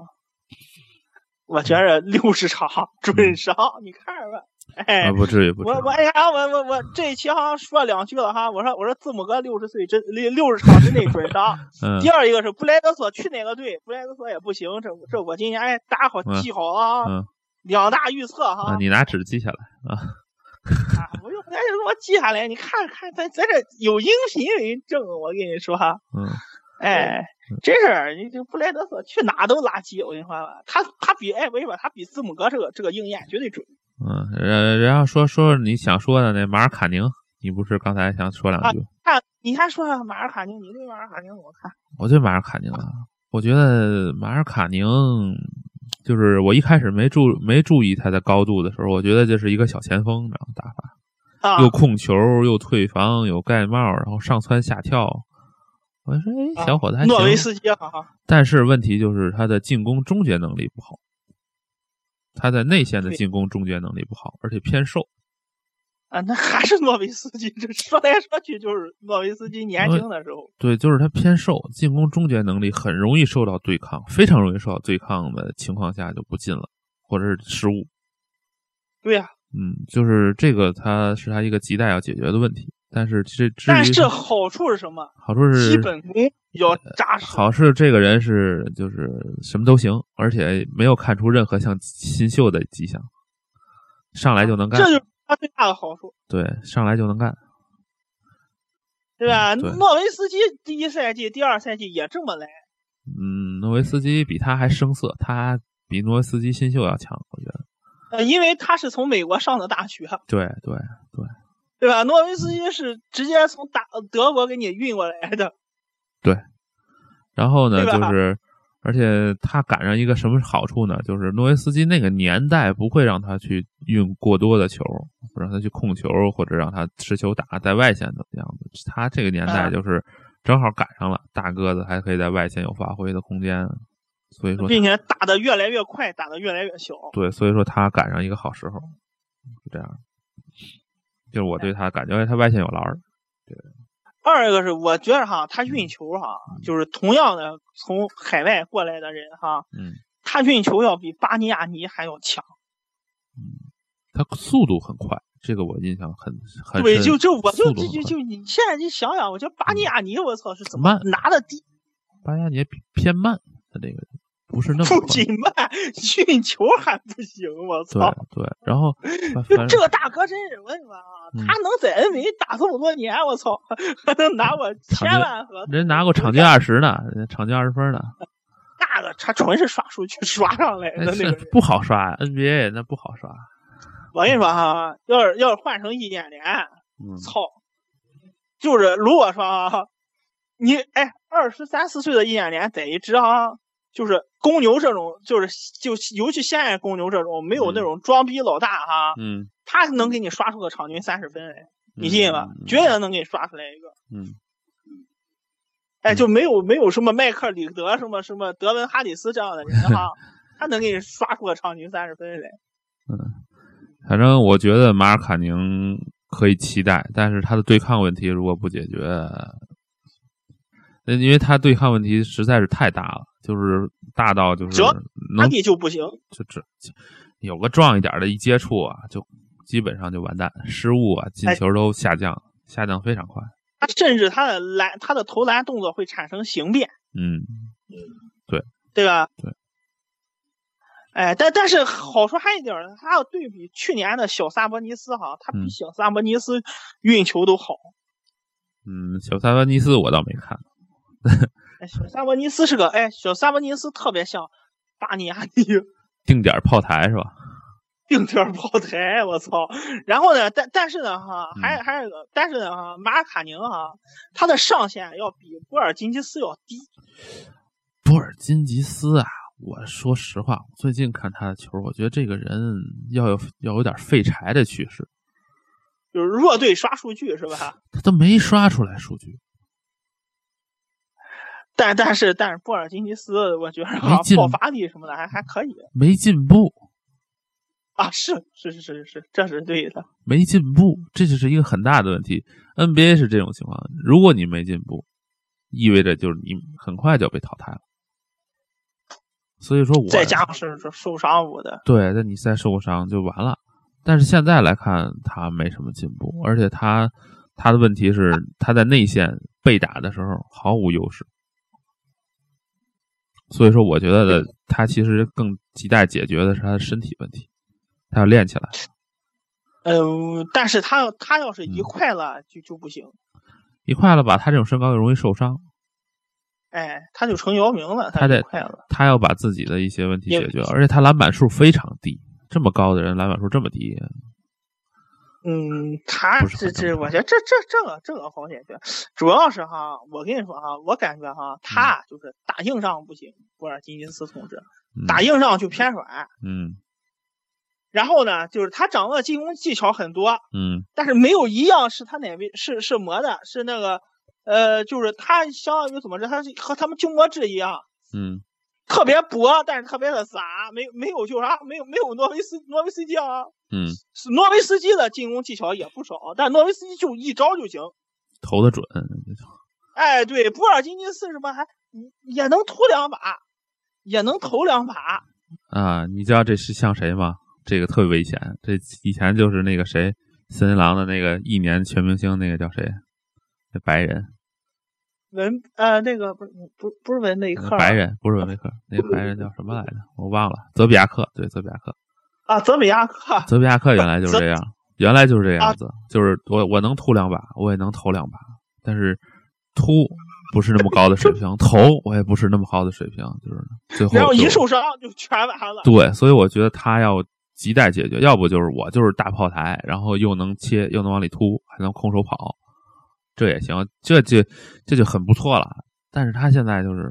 [SPEAKER 2] 我觉着六十场准上，你看着吧。哎
[SPEAKER 1] 嗯啊，，不至于，不至
[SPEAKER 2] 我
[SPEAKER 1] 于。
[SPEAKER 2] 我哎呀，我我我这一期好像说两句了哈，我说我说字母哥六十岁真六六十场之内准伤。
[SPEAKER 1] 嗯
[SPEAKER 2] 第，二一个是布莱德索去哪个队，布莱德索也不行，这这我今年哎打好
[SPEAKER 1] 嗯
[SPEAKER 2] 记好了啊，
[SPEAKER 1] 嗯
[SPEAKER 2] 两大预测哈，
[SPEAKER 1] 啊，你拿纸记下来。
[SPEAKER 2] 啊我就赶紧给我记下来，你看看咱咱这有音频为证，我跟你说哈。
[SPEAKER 1] 嗯，
[SPEAKER 2] 哎，真是你这布莱德索去哪都垃圾，我跟你说吧，他他比哎，我跟你说，他比字母哥这个这个应验绝对准
[SPEAKER 1] 嗯，然然后说说你想说的那马尔卡宁，你不是刚才想说
[SPEAKER 2] 啊
[SPEAKER 1] 两句？
[SPEAKER 2] 看，你还说马尔卡宁，你对马尔卡宁怎么看？
[SPEAKER 1] 我对马尔卡宁啊，我觉得马尔卡宁就是我一开始没注没注意他的高度的时候，我觉得就是一个小前锋，然后打法
[SPEAKER 2] 啊，
[SPEAKER 1] 又控球又退防又盖帽，然后上蹿下跳。我就说，哎，
[SPEAKER 2] 啊
[SPEAKER 1] 小伙子还
[SPEAKER 2] 诺维
[SPEAKER 1] 行，
[SPEAKER 2] 斯基哈、啊，
[SPEAKER 1] 但是问题就是他的进攻终结能力不好，他在内线的
[SPEAKER 2] 对
[SPEAKER 1] 进攻终结能力不好，而且偏瘦。
[SPEAKER 2] 啊，那还是诺维斯基，这说来说去就是诺维斯基年轻的时候，
[SPEAKER 1] 对，就是他偏瘦，进攻终结能力很容易受到对抗，非常容易受到对抗的情况下就不进了，或者是失误。
[SPEAKER 2] 对呀、
[SPEAKER 1] 嗯，就是这个，他是他一个亟待要解决的问题。但是这至
[SPEAKER 2] 但
[SPEAKER 1] 于
[SPEAKER 2] 是好处是什么？
[SPEAKER 1] 好处
[SPEAKER 2] 基
[SPEAKER 1] 是呃
[SPEAKER 2] 本功比较扎实。
[SPEAKER 1] 好是这个人是就是什么都行，而且没有看出任何像新秀的迹象，上来就能干。
[SPEAKER 2] 这就是他最大的好处，
[SPEAKER 1] 对，上来就能干。
[SPEAKER 2] 对吧？
[SPEAKER 1] 嗯对
[SPEAKER 2] 诺维斯基第一赛季、第二赛季也这么来，
[SPEAKER 1] 嗯，诺维斯基比他还生涩，他比诺维斯基新秀要强，我觉得。
[SPEAKER 2] 呃，因为他是从美国上的大学，啊
[SPEAKER 1] 对对，
[SPEAKER 2] 对吧？诺维斯基是直接从大德国给你运过来的，
[SPEAKER 1] 然后呢，
[SPEAKER 2] 对吧
[SPEAKER 1] 就是，而且他赶上一个什么好处呢？就是诺维斯基那个年代不会让他去运过多的球，不让他去控球或者让他持球打在外线怎么样的。他这个年代
[SPEAKER 2] 啊
[SPEAKER 1] 就是正好赶上了，大个子还可以在外线有发挥的空间，所以说
[SPEAKER 2] 并且打得越来越快，打得越来越小。
[SPEAKER 1] 对，所以说他赶上一个好时候，就这样。就是我对他感觉，哎他外线有篮儿，
[SPEAKER 2] 二一个是我觉得哈，他运球哈，
[SPEAKER 1] 嗯
[SPEAKER 2] 就是同样的从海外过来的人哈，
[SPEAKER 1] 嗯，
[SPEAKER 2] 他运球要比巴尼亚尼还要强。
[SPEAKER 1] 他速度很快，这个我印象很很
[SPEAKER 2] 对，
[SPEAKER 1] 深
[SPEAKER 2] 就就我就
[SPEAKER 1] 速度
[SPEAKER 2] 就
[SPEAKER 1] 很
[SPEAKER 2] 就
[SPEAKER 1] 快
[SPEAKER 2] 就你现在你想想，我觉得巴尼亚尼，我操是怎么
[SPEAKER 1] 慢
[SPEAKER 2] 拿的第
[SPEAKER 1] 巴亚尼比偏慢，他这个不是那么
[SPEAKER 2] 不
[SPEAKER 1] 快。
[SPEAKER 2] 仅慢， 运球还不行，我
[SPEAKER 1] 对
[SPEAKER 2] 操！
[SPEAKER 1] 对，然 后反
[SPEAKER 2] 就
[SPEAKER 1] 反
[SPEAKER 2] 这
[SPEAKER 1] 正
[SPEAKER 2] 个大哥真是，我跟你说啊，
[SPEAKER 1] 嗯
[SPEAKER 2] 他能在 NBA 打这么多年，我操，还能 拿我千万和
[SPEAKER 1] 人拿过场均二十呢，人场均二十分呢，
[SPEAKER 2] 那个，他纯是刷数据刷上来的
[SPEAKER 1] 那
[SPEAKER 2] 哎那个
[SPEAKER 1] 哎是
[SPEAKER 2] 人。
[SPEAKER 1] 不好刷啊呀，NBA 那不好刷。啊
[SPEAKER 2] 我跟你说哈，要是要是换成易建联，
[SPEAKER 1] 嗯
[SPEAKER 2] 操，就是如果说啊，你哎，二十三四岁的易建联在一支啊，就是公牛这种，就是就尤其现在公牛这种没有那
[SPEAKER 1] 嗯
[SPEAKER 2] 种装逼老大哈，
[SPEAKER 1] 嗯，
[SPEAKER 2] 他能给你刷出个场均三十分来，你信吗？绝对能给你刷出来一个。
[SPEAKER 1] 嗯。嗯
[SPEAKER 2] 哎，就没有没有什么迈克尔里德什么什么德文哈里斯这样的人哈，他能给你刷出个场均三十分来。
[SPEAKER 1] 反正我觉得马尔卡宁可以期待，但是他的对抗问题如果不解决，那因为他对抗问题实在是太大了，就是大到就是
[SPEAKER 2] 折
[SPEAKER 1] 能
[SPEAKER 2] 阿迪就不行，
[SPEAKER 1] 就这有个壮一点的，一接触啊，就基本上就完蛋，失误啊，进
[SPEAKER 2] 哎
[SPEAKER 1] 球都下降，下降非常快。
[SPEAKER 2] 他甚至他的篮他的投篮动作会产生形变，
[SPEAKER 1] 嗯，
[SPEAKER 2] 对吧？
[SPEAKER 1] 对。
[SPEAKER 2] 哎，但但是好说还有一点儿，他要对比去年的小萨博尼斯哈，他比
[SPEAKER 1] 嗯
[SPEAKER 2] 小萨博尼斯运球都好。
[SPEAKER 1] 嗯，小萨万尼斯我倒没看，
[SPEAKER 2] 哎，小萨博尼斯是个哎，小萨博尼斯特别像巴尼亚尼。
[SPEAKER 1] 定点炮台是吧？
[SPEAKER 2] 定点炮台，哎我操！然后呢，但但是呢，哈，
[SPEAKER 1] 嗯
[SPEAKER 2] 还还有个，但是呢，哈，马尔卡宁哈，他的上限要比波尔津吉斯要低。
[SPEAKER 1] 波尔津吉斯啊，我说实话，我最近看他的球，我觉得这个人要有要有点废柴的趋势，
[SPEAKER 2] 就是弱队刷数据是吧？
[SPEAKER 1] 他都没刷出来数据，
[SPEAKER 2] 但但是但是波尔津吉斯，我觉得
[SPEAKER 1] 没
[SPEAKER 2] 哈
[SPEAKER 1] 劲
[SPEAKER 2] 爆发力什么的还还可以
[SPEAKER 1] 没进步，
[SPEAKER 2] 啊，是是是是是，这是对的。
[SPEAKER 1] 没进步，这就是一个很大的问题。NBA 是这种情况，如果你没进步，意味着就是你很快就要被淘汰了。所以说我
[SPEAKER 2] 再加上是是受伤我的，
[SPEAKER 1] 对，那你再受伤就完了。但是现在来看，他没什么进步，而且他他的问题是他在内线被打的时候毫无优势，所以说我觉得他其实更亟待解决的是他的身体问题，他要练起来。
[SPEAKER 2] 嗯、但是他要他要是一
[SPEAKER 1] 嗯
[SPEAKER 2] 块了就就不行，
[SPEAKER 1] 一块了吧，他这种身高又容易受伤，
[SPEAKER 2] 哎，他就成姚明了，
[SPEAKER 1] 他
[SPEAKER 2] 一
[SPEAKER 1] 得
[SPEAKER 2] 块了。
[SPEAKER 1] 他要把自己的一些问题
[SPEAKER 2] 也
[SPEAKER 1] 解决，而且他篮板数非常低，这么高的人篮板数这么低，
[SPEAKER 2] 嗯，他
[SPEAKER 1] 不是
[SPEAKER 2] 这
[SPEAKER 1] 很
[SPEAKER 2] 这，
[SPEAKER 1] 正
[SPEAKER 2] 我
[SPEAKER 1] 常
[SPEAKER 2] 觉得这这这个这个好解决，主要是哈，我跟你说哈，我感觉
[SPEAKER 1] 嗯
[SPEAKER 2] 哈，他就是打硬仗不行，博尔津金斯同志
[SPEAKER 1] 嗯
[SPEAKER 2] 打硬仗就偏软，
[SPEAKER 1] 嗯
[SPEAKER 2] 然后呢，就是他掌握进攻技巧很多，
[SPEAKER 1] 嗯
[SPEAKER 2] 但是没有一样是他哪位是是磨的，是那个呃，就是他相当于怎么着，他是和他们鸠摩智一样，
[SPEAKER 1] 嗯
[SPEAKER 2] 特别搏，但是特别的杂，没没有就是啊啥，没有没有诺维斯诺维斯基啊，
[SPEAKER 1] 嗯，
[SPEAKER 2] 是诺维斯基的进攻技巧也不少，但诺维斯基就一招就行。
[SPEAKER 1] 投的准，
[SPEAKER 2] 哎，对，波尔津吉斯什么还也能突两把，也能投两把。
[SPEAKER 1] 啊，你知道这是像谁吗？这个特别危险。这以前就是那个谁，森林狼的那个一年全明星那个叫谁？那白人
[SPEAKER 2] 文呃那个不是不不是文内克
[SPEAKER 1] 呃白人不是文维克，那个白人叫什么来着？我忘了，泽比亚克，对，泽比亚克，
[SPEAKER 2] 啊，泽比亚克
[SPEAKER 1] 泽比亚克原来就是这样，原来就是这样子，就是我我能吐两把，我也能投两把，但是突不是那么高的水平，投我也不是那么高的水平，就是最后
[SPEAKER 2] 然后一
[SPEAKER 1] 就
[SPEAKER 2] 受伤就全完了。
[SPEAKER 1] 对，所以我觉得他要亟待解决，要不就是我就是大炮台，然后又能切，又能往里突，还能空手跑，这也行，这就这就很不错了。但是他现在就是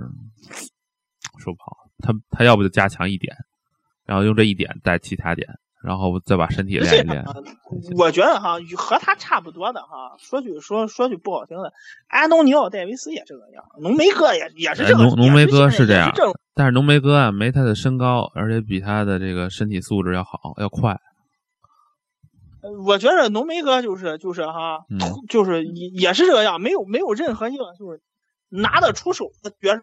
[SPEAKER 1] 说不好，他他要不就加强一点，然后用这一点带其他点，然后再把身体
[SPEAKER 2] 是这
[SPEAKER 1] 练一
[SPEAKER 2] 样
[SPEAKER 1] 练。
[SPEAKER 2] 啊，我觉得哈，和他差不多的哈，说句说说句不好听的，安东尼奥戴维斯也这个样，浓眉哥也也是这个，
[SPEAKER 1] 哎浓浓眉哥
[SPEAKER 2] 也是
[SPEAKER 1] 是这
[SPEAKER 2] 现在
[SPEAKER 1] 样
[SPEAKER 2] 也是种
[SPEAKER 1] 但是浓眉哥啊，没他的身高，而且比他的这个身体素质要好，要快。
[SPEAKER 2] 呃我觉得浓眉哥就是就是哈，
[SPEAKER 1] 嗯
[SPEAKER 2] 就是也也是这个样，没有没有任何一个就是拿得出手的哦绝招，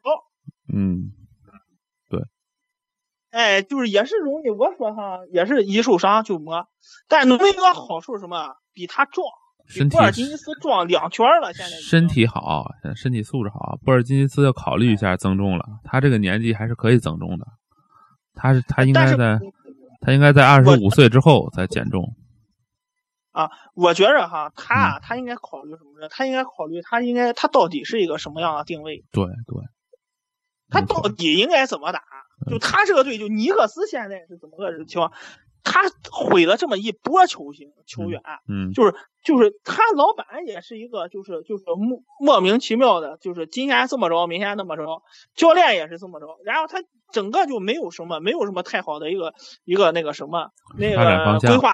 [SPEAKER 1] 嗯，
[SPEAKER 2] 哎，就是也是容易，我说哈，也是一受伤就磨。但浓眉哥好处是什么？啊比他壮，
[SPEAKER 1] 身体
[SPEAKER 2] 比波尔津吉斯壮两圈了，现在已经
[SPEAKER 1] 身体好，现在身体素质好，布尔津吉斯要考虑一下增重了。他这个年纪还是可以增重的，他是他应
[SPEAKER 2] 呃但
[SPEAKER 1] 该
[SPEAKER 2] 是
[SPEAKER 1] 在他应该在二十
[SPEAKER 2] 我
[SPEAKER 1] 五岁之后再减重。
[SPEAKER 2] 我觉着哈，他
[SPEAKER 1] 嗯
[SPEAKER 2] 啊他应该考虑什么呢？他应该考虑他应该他到底是一个什么样的定位，
[SPEAKER 1] 对对，嗯
[SPEAKER 2] 他
[SPEAKER 1] 没错嗯
[SPEAKER 2] 到底应该怎么打？就他这个队，就尼克斯现在是怎么个情况？他毁了这么一波球星球员，
[SPEAKER 1] 嗯
[SPEAKER 2] 就是就是他老板也是一个，就是就是莫莫名其妙的，就是今天这么着，明天那么着，教练也是这么着，然后他整个就没有什么没有什么太好的一个一个那个什么那
[SPEAKER 1] 发展
[SPEAKER 2] 个
[SPEAKER 1] 方向
[SPEAKER 2] 规划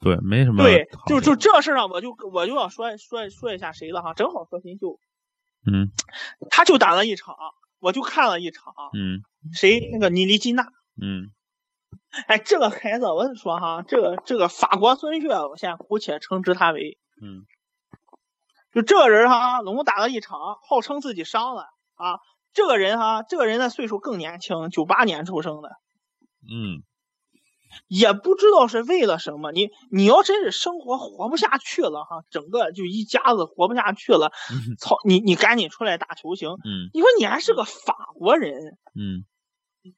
[SPEAKER 1] 对，没什么
[SPEAKER 2] 对，
[SPEAKER 1] 好
[SPEAKER 2] 就
[SPEAKER 1] 的
[SPEAKER 2] 就这事儿上，我就我就要说说说一下谁了哈，正好说新秀，
[SPEAKER 1] 嗯
[SPEAKER 2] 他就打了一场，我就看了一场，
[SPEAKER 1] 嗯
[SPEAKER 2] 谁那个尼利基纳，
[SPEAKER 1] 嗯
[SPEAKER 2] 哎，这个孩子我跟你说哈，这个这个法国孙悦，我现在姑且称之他为，
[SPEAKER 1] 嗯，
[SPEAKER 2] 就这个人哈，总共打了一场，号称自己伤了啊，这个人哈，这个人的岁数更年轻，九八年出生的，
[SPEAKER 1] 嗯，
[SPEAKER 2] 也不知道是为了什么，你你要真是生活活不下去了哈，整个就一家子活不下去了，操你你赶紧出来打球行。
[SPEAKER 1] 嗯
[SPEAKER 2] 你说你还是个法国人，
[SPEAKER 1] 嗯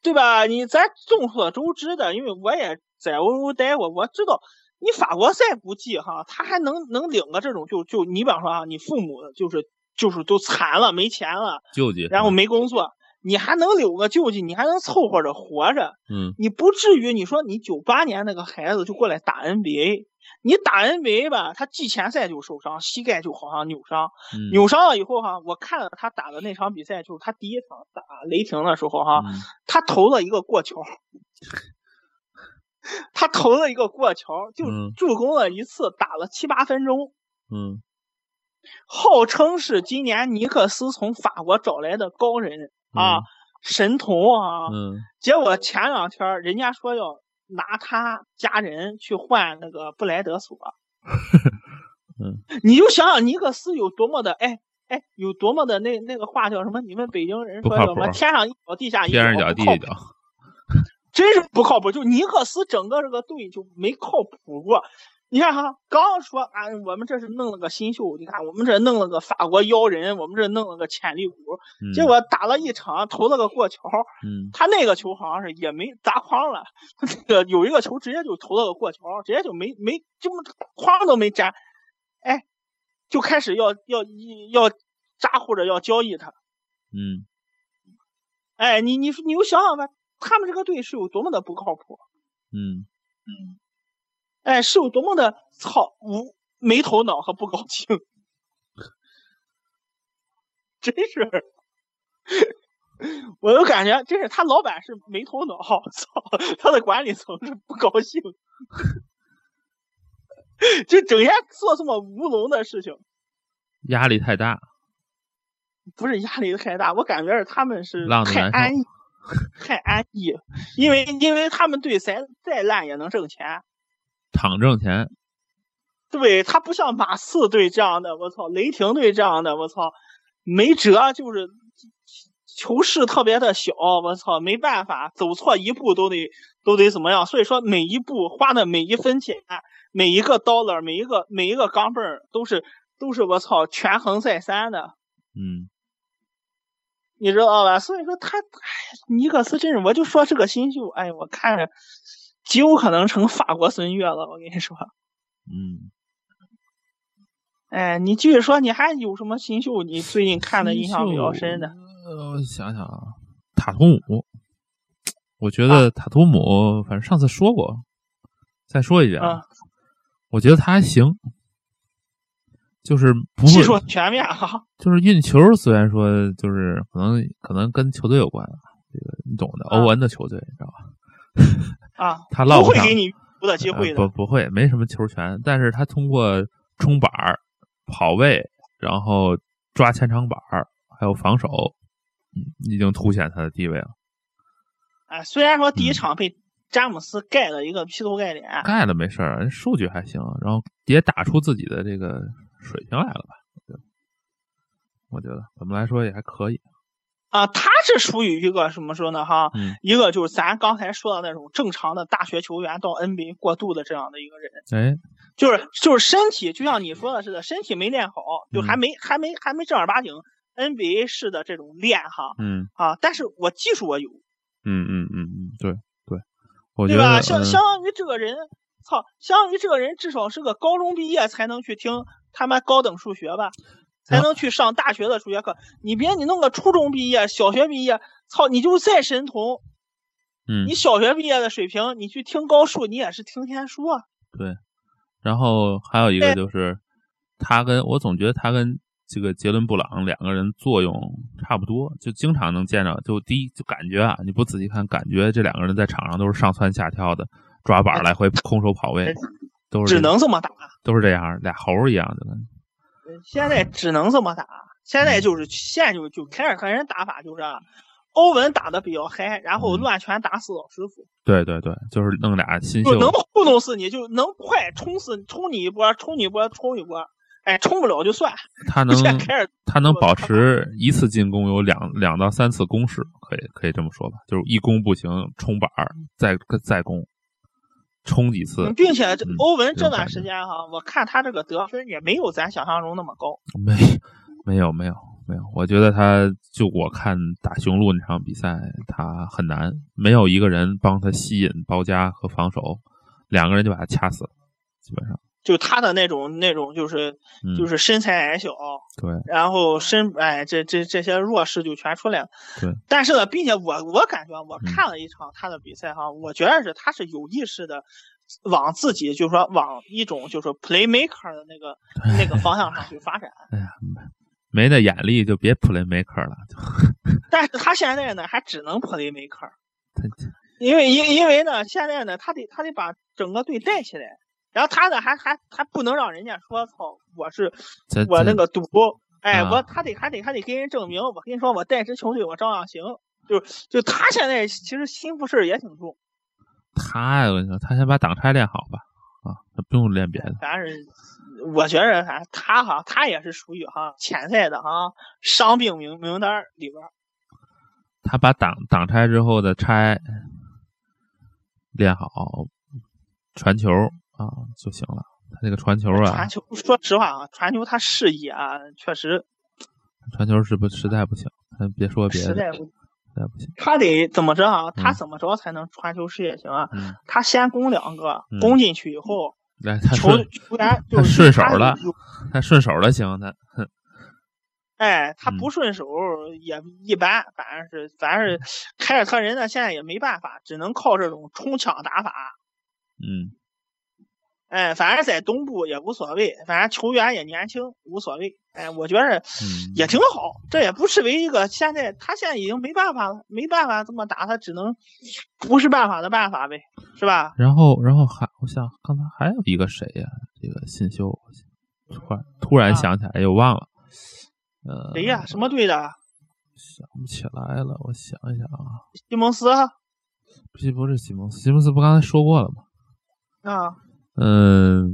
[SPEAKER 2] 对吧？你咱众所周知的，因为我也在欧洲待过，我知道你法国再不济哈，他还能能领个这种就就你比方说啊，你父母就是就是都残了，没钱了，
[SPEAKER 1] 救济。
[SPEAKER 2] 然后没工作，你还能领个救济，你还能凑合着活着。
[SPEAKER 1] 嗯
[SPEAKER 2] 你不至于你说你九八年那个孩子就过来打 NBA，你打 NBA 吧，他季前赛就受伤，膝盖就好像扭伤，
[SPEAKER 1] 嗯
[SPEAKER 2] 扭伤了以后哈，我看了他打的那场比赛，就是他第一场打雷霆的时候哈，
[SPEAKER 1] 嗯
[SPEAKER 2] 他投了一个过桥， 他投了一个过桥，就
[SPEAKER 1] 嗯
[SPEAKER 2] 助攻了一次，打了七八分钟，
[SPEAKER 1] 嗯
[SPEAKER 2] 号称是今年尼克斯从法国找来的高人啊，
[SPEAKER 1] 嗯
[SPEAKER 2] 神童啊，
[SPEAKER 1] 嗯
[SPEAKER 2] 结果前两天儿人家说要拿他家人去换那个布莱德索，
[SPEAKER 1] 嗯，
[SPEAKER 2] 你就想想尼克斯有多么的哎哎，有多么的那那个话叫什么？你们北京人
[SPEAKER 1] 不
[SPEAKER 2] 说
[SPEAKER 1] 靠
[SPEAKER 2] 叫什么？
[SPEAKER 1] 谱
[SPEAKER 2] 天上一脚，地啊下一
[SPEAKER 1] 天上一脚
[SPEAKER 2] 不
[SPEAKER 1] 地
[SPEAKER 2] 靠
[SPEAKER 1] 一
[SPEAKER 2] 谱
[SPEAKER 1] 脚。
[SPEAKER 2] 真是不靠谱。就尼克斯整个这个队就没靠谱过。你看哈，刚说啊，我们这是弄了个新秀，你看我们这弄了个法国妖人，我们这弄了个潜力股，
[SPEAKER 1] 嗯
[SPEAKER 2] 结果打了一场，投了个过桥，
[SPEAKER 1] 嗯
[SPEAKER 2] 他那个球好像是也没砸框了，那个有一个球直接就投到了过桥，直接就没没这么框都没粘，哎，就开始要要要扎呼着要交易他，
[SPEAKER 1] 嗯
[SPEAKER 2] 哎，你你你就想想吧，他们这个队是有多么的不靠谱，
[SPEAKER 1] 嗯
[SPEAKER 2] 哎，是有多么的操无没头脑和不高兴， 真是。 我就感觉，真是他老板是没头脑，操，他的管理层是不高兴， 就整天做这么无龙的事情，
[SPEAKER 1] 压力太大，
[SPEAKER 2] 不是压力太大，我感觉是他们是
[SPEAKER 1] 浪得
[SPEAKER 2] 太
[SPEAKER 1] 难受
[SPEAKER 2] 安逸，太安逸，因为因为他们队再再烂也能挣钱，
[SPEAKER 1] 躺挣钱。
[SPEAKER 2] 对他不像马刺队这样的，我操，雷霆队这样的，我操，没辙，就是球市特别的小，我操，没办法，走错一步都得都得怎么样？所以说每一步花的每一分钱，每一个 dollar，每一个每一个钢镚儿都是都是我操权衡再三的。
[SPEAKER 1] 嗯
[SPEAKER 2] 你知道吧？所以说他，哎，尼克斯真是，我就说这个新秀，哎，我看着极有可能成法国孙悦了。我跟你说，
[SPEAKER 1] 嗯，
[SPEAKER 2] 哎，你继续说，你还有什么新秀？你最近看的印象比较深的？
[SPEAKER 1] 呃，我想想啊，塔图姆，我觉
[SPEAKER 2] 啊
[SPEAKER 1] 得塔图姆，反正上次说过，再说一遍，
[SPEAKER 2] 啊
[SPEAKER 1] 我觉得他还行，就是不
[SPEAKER 2] 技
[SPEAKER 1] 会，
[SPEAKER 2] 术全面啊，
[SPEAKER 1] 就是运球虽然说就是可能可能跟球队有关啊，这个你懂的，
[SPEAKER 2] 啊
[SPEAKER 1] 欧文的球队你知道吧？
[SPEAKER 2] 啊，
[SPEAKER 1] 他落不
[SPEAKER 2] 不会
[SPEAKER 1] 上，
[SPEAKER 2] 给你无的机
[SPEAKER 1] 呃
[SPEAKER 2] 会的
[SPEAKER 1] 不。不会，没什么球权，但是他通过冲板儿、跑位，然后抓前场板儿，还有防守，嗯，已经凸显他的地位了。
[SPEAKER 2] 哎，虽然说第
[SPEAKER 1] 嗯
[SPEAKER 2] 一场被詹姆斯盖了一个劈头盖脸，
[SPEAKER 1] 盖了没事儿，人数据还行，然后也打出自己的这个水平来了吧？我觉得，我觉得怎么来说也还可以。
[SPEAKER 2] 啊，他是属于一个什么说呢哈？
[SPEAKER 1] 嗯
[SPEAKER 2] 一个就是咱刚才说的那种正常的大学球员到 NBA 过渡的这样的一个人，
[SPEAKER 1] 哎，
[SPEAKER 2] 就是就是身体就像你说的似的，身体没练好，就
[SPEAKER 1] 嗯
[SPEAKER 2] 还没、还没还没正儿八经 NBA 式的这种练哈
[SPEAKER 1] 嗯
[SPEAKER 2] 啊，但是我技术我有，
[SPEAKER 1] 嗯嗯嗯嗯，对对，我觉
[SPEAKER 2] 对
[SPEAKER 1] 得
[SPEAKER 2] 吧？相
[SPEAKER 1] 嗯
[SPEAKER 2] 相当于这个人，操，相当于这个人至少是个高中毕业才能去听他妈高等数学吧，才
[SPEAKER 1] 啊
[SPEAKER 2] 能去上大学的数学课。你别你弄个初中毕业、小学毕业，操，你就再神童，
[SPEAKER 1] 嗯
[SPEAKER 2] 你小学毕业的水平，你去听高数，你也是听天书啊。
[SPEAKER 1] 然后还有一个
[SPEAKER 2] 对
[SPEAKER 1] 就是，他跟我总觉得他跟这个杰伦布朗两个人作用差不多，就经常能见着。就第一就感觉啊，你不仔细看，感觉这两个人在场上都是上蹿下跳的，抓板儿来回空手跑位
[SPEAKER 2] 哎，
[SPEAKER 1] 都是
[SPEAKER 2] 只
[SPEAKER 1] 这
[SPEAKER 2] 能这么打，
[SPEAKER 1] 都是这样，俩猴儿一样的。
[SPEAKER 2] 现在只能这么打。现在就是现在就就凯尔特人打法就是啊，欧文打的比较嗨，然后
[SPEAKER 1] 嗯
[SPEAKER 2] 乱拳打死老师傅。
[SPEAKER 1] 对对对，就是弄俩新秀
[SPEAKER 2] 就，能糊弄死你，就能快冲死冲你一波，冲你一波，冲一波。哎，冲不了就算。
[SPEAKER 1] 他能
[SPEAKER 2] 现在开始
[SPEAKER 1] 他能保持一次进攻有两两到三次攻势，可以可以这么说吧，就是一攻不行，冲板儿再再攻，冲几次，
[SPEAKER 2] 并且这
[SPEAKER 1] 嗯
[SPEAKER 2] 欧文
[SPEAKER 1] 有
[SPEAKER 2] 这
[SPEAKER 1] 感
[SPEAKER 2] 段
[SPEAKER 1] 觉
[SPEAKER 2] 时间哈，我看他这个得分也没有咱想象中那么高。
[SPEAKER 1] 没，没有，没有，没有。我觉得他就我看打雄鹿那场比赛，他很难，没有一个人帮他吸引包夹和防守，两个人就把他掐死了，基本上。
[SPEAKER 2] 就他的那种那种，就是
[SPEAKER 1] 嗯，
[SPEAKER 2] 就是身材矮小，
[SPEAKER 1] 对，
[SPEAKER 2] 然后身哎这这这些弱势就全出来了。
[SPEAKER 1] 对。
[SPEAKER 2] 但是呢，并且我我感觉啊我
[SPEAKER 1] 嗯
[SPEAKER 2] 看了一场他的比赛哈，我觉得是他是有意识的往自己就是说往一种就是说 playmaker 的 那个那个方向上去发展。
[SPEAKER 1] 哎呀，没那眼力就别 playmaker 了，就
[SPEAKER 2] 但是他现在呢，还只能 playmaker，
[SPEAKER 1] 他
[SPEAKER 2] 因为因因为呢，现在呢，他得他得把整个队带起来，然后他呢，还还还不能让人家说操，我是
[SPEAKER 1] 这
[SPEAKER 2] 我那
[SPEAKER 1] 这
[SPEAKER 2] 个赌，哎，
[SPEAKER 1] 啊
[SPEAKER 2] 我他得还得还得跟人证明，我跟你说，我带支球队我照样行，就是就他现在其实心腹事儿也挺重，
[SPEAKER 1] 他呀，我跟你说，他先把挡拆练好吧，啊，他不用练别的。
[SPEAKER 2] 反正我觉着反正他哈，他也是属于哈潜在的哈伤病名名单儿里边儿，
[SPEAKER 1] 他把挡挡拆之后的拆练好，传球啊就行了。他这个传球啊，
[SPEAKER 2] 传球说实话啊，传球他视野啊确实
[SPEAKER 1] 传球是不实在不行，咱别说别的，实
[SPEAKER 2] 实
[SPEAKER 1] 在
[SPEAKER 2] 在不
[SPEAKER 1] 不行。
[SPEAKER 2] 他得怎么着啊？他
[SPEAKER 1] 嗯
[SPEAKER 2] 怎么着才能传球视野行啊？
[SPEAKER 1] 嗯，
[SPEAKER 2] 他先攻两个
[SPEAKER 1] 嗯，
[SPEAKER 2] 攻进去以后，
[SPEAKER 1] 来他
[SPEAKER 2] 球
[SPEAKER 1] 顺
[SPEAKER 2] 球员
[SPEAKER 1] 他
[SPEAKER 2] 就是
[SPEAKER 1] 顺手
[SPEAKER 2] 他有
[SPEAKER 1] 了
[SPEAKER 2] 有
[SPEAKER 1] 他顺手了行，他
[SPEAKER 2] 哎，他
[SPEAKER 1] 嗯
[SPEAKER 2] 不顺手也一般，反正是反正是凯尔特人呢，现在也没办法，只能靠这种冲抢打法。
[SPEAKER 1] 嗯
[SPEAKER 2] 哎，反正在东部也无所谓，反正球员也年轻，无所谓。哎，我觉着
[SPEAKER 1] 嗯
[SPEAKER 2] 也挺好，这也不失为一个现在他现在已经没办法了，没办法这么打，他只能不是办法的办法呗，是吧？
[SPEAKER 1] 然后然后还我想刚才还有一个谁呀、这个新秀，突然突然
[SPEAKER 2] 啊
[SPEAKER 1] 想起来，哎呦忘了，呃，
[SPEAKER 2] 谁哎呀、什么队的？
[SPEAKER 1] 想不起来了，我想一想啊，
[SPEAKER 2] 西蒙斯啊，
[SPEAKER 1] 这不是西蒙斯，西蒙斯不刚才说过了吗？
[SPEAKER 2] 啊
[SPEAKER 1] 嗯，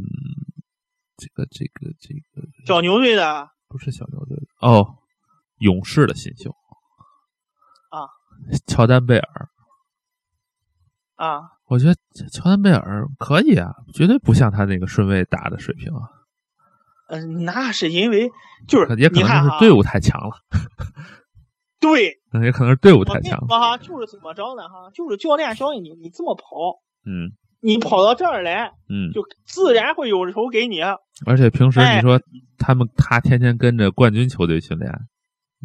[SPEAKER 1] 这个这个这个
[SPEAKER 2] 小牛队的
[SPEAKER 1] 不是小牛队的哦，勇士的新秀
[SPEAKER 2] 啊，
[SPEAKER 1] 乔丹贝尔。
[SPEAKER 2] 啊，
[SPEAKER 1] 我觉得乔丹贝尔可以啊，绝对不像他那个顺位打的水平啊，
[SPEAKER 2] 呃嗯、那是因为就是
[SPEAKER 1] 也可
[SPEAKER 2] 你看
[SPEAKER 1] 能
[SPEAKER 2] 哈
[SPEAKER 1] 是队伍太强了。
[SPEAKER 2] 对，
[SPEAKER 1] 那也可能是队伍
[SPEAKER 2] 我
[SPEAKER 1] 太
[SPEAKER 2] 跟你
[SPEAKER 1] 强了。
[SPEAKER 2] 说哈，就是怎么着呢哈，就是教练教育你，你这么跑，
[SPEAKER 1] 嗯
[SPEAKER 2] 你跑到这儿来，
[SPEAKER 1] 嗯，
[SPEAKER 2] 就自然会有球给你。
[SPEAKER 1] 而且平时
[SPEAKER 2] 哎
[SPEAKER 1] 你说他们他天天跟着冠军球队训练，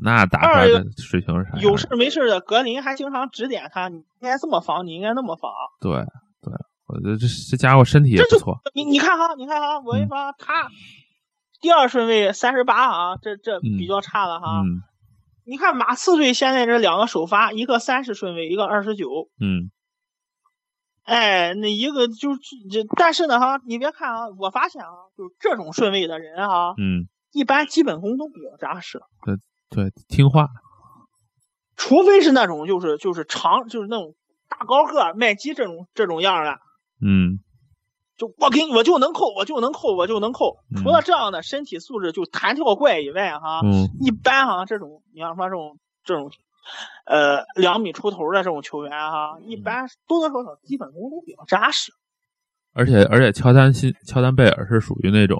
[SPEAKER 1] 那打出来的水平是啥样
[SPEAKER 2] 有事
[SPEAKER 1] 的？
[SPEAKER 2] 儿没事儿的，格林还经常指点他，你应该这么防，你应该那么防。
[SPEAKER 1] 对对，我觉得这这家伙身体也
[SPEAKER 2] 这
[SPEAKER 1] 不
[SPEAKER 2] 就
[SPEAKER 1] 错。
[SPEAKER 2] 你你看哈，你看哈，我跟你说
[SPEAKER 1] 嗯
[SPEAKER 2] 啊，他第二顺位三十八啊，这这
[SPEAKER 1] 嗯
[SPEAKER 2] 比较差了哈。
[SPEAKER 1] 嗯
[SPEAKER 2] 你看马刺队现在这两个首发，一个三十顺位，一个二十九。
[SPEAKER 1] 嗯
[SPEAKER 2] 哎，那一个就是这，但是呢哈，你别看啊，我发现啊，就是这种顺位的人哈，
[SPEAKER 1] 嗯，
[SPEAKER 2] 一般基本功都比较扎实，
[SPEAKER 1] 对，听话。
[SPEAKER 2] 除非是那种就是就是长就是那种大高个儿麦基这种这种样儿的，
[SPEAKER 1] 嗯
[SPEAKER 2] 就我给你我就能扣，我就能扣，我就能扣。除了这样的身体素质就弹跳怪以外哈，
[SPEAKER 1] 嗯
[SPEAKER 2] 一般哈这种你要说这种这种。呃，两米出头的这种球员啊哈，一般多多少少基本功都比较扎实。
[SPEAKER 1] 而且而且乔丹新乔丹贝尔是属于那种，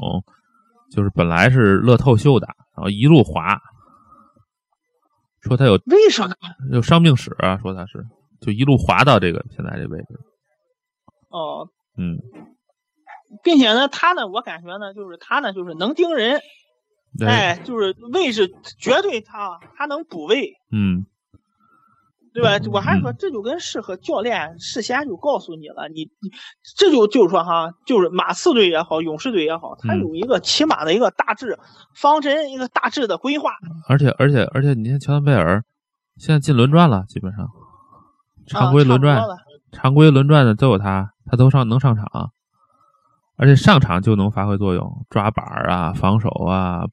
[SPEAKER 1] 就是本来是乐透秀的，然后一路滑，说他有
[SPEAKER 2] 为啥呢？
[SPEAKER 1] 有伤病史、啊，说他是就一路滑到这个现在这位置。
[SPEAKER 2] 哦、
[SPEAKER 1] 嗯，
[SPEAKER 2] 并且呢，他呢，我感觉呢，就是他呢，就是能盯人，
[SPEAKER 1] 对，
[SPEAKER 2] 哎，就是位置绝对他他能补位，
[SPEAKER 1] 嗯
[SPEAKER 2] 对吧？我还是说，这就跟适合教练事先就告诉你了，你你这就就是说哈，就是马刺队也好，勇士队也好，他
[SPEAKER 1] 嗯
[SPEAKER 2] 有一个起码的一个大致方针，一个大致的规划。
[SPEAKER 1] 而且而且而且，你看乔丹贝尔现在进轮转了，基本上常
[SPEAKER 2] 啊
[SPEAKER 1] 规轮转、
[SPEAKER 2] 差不多了
[SPEAKER 1] 常规轮转的都有他，他都上能上场，而且上场就能发挥作用，抓板儿啊、防守啊、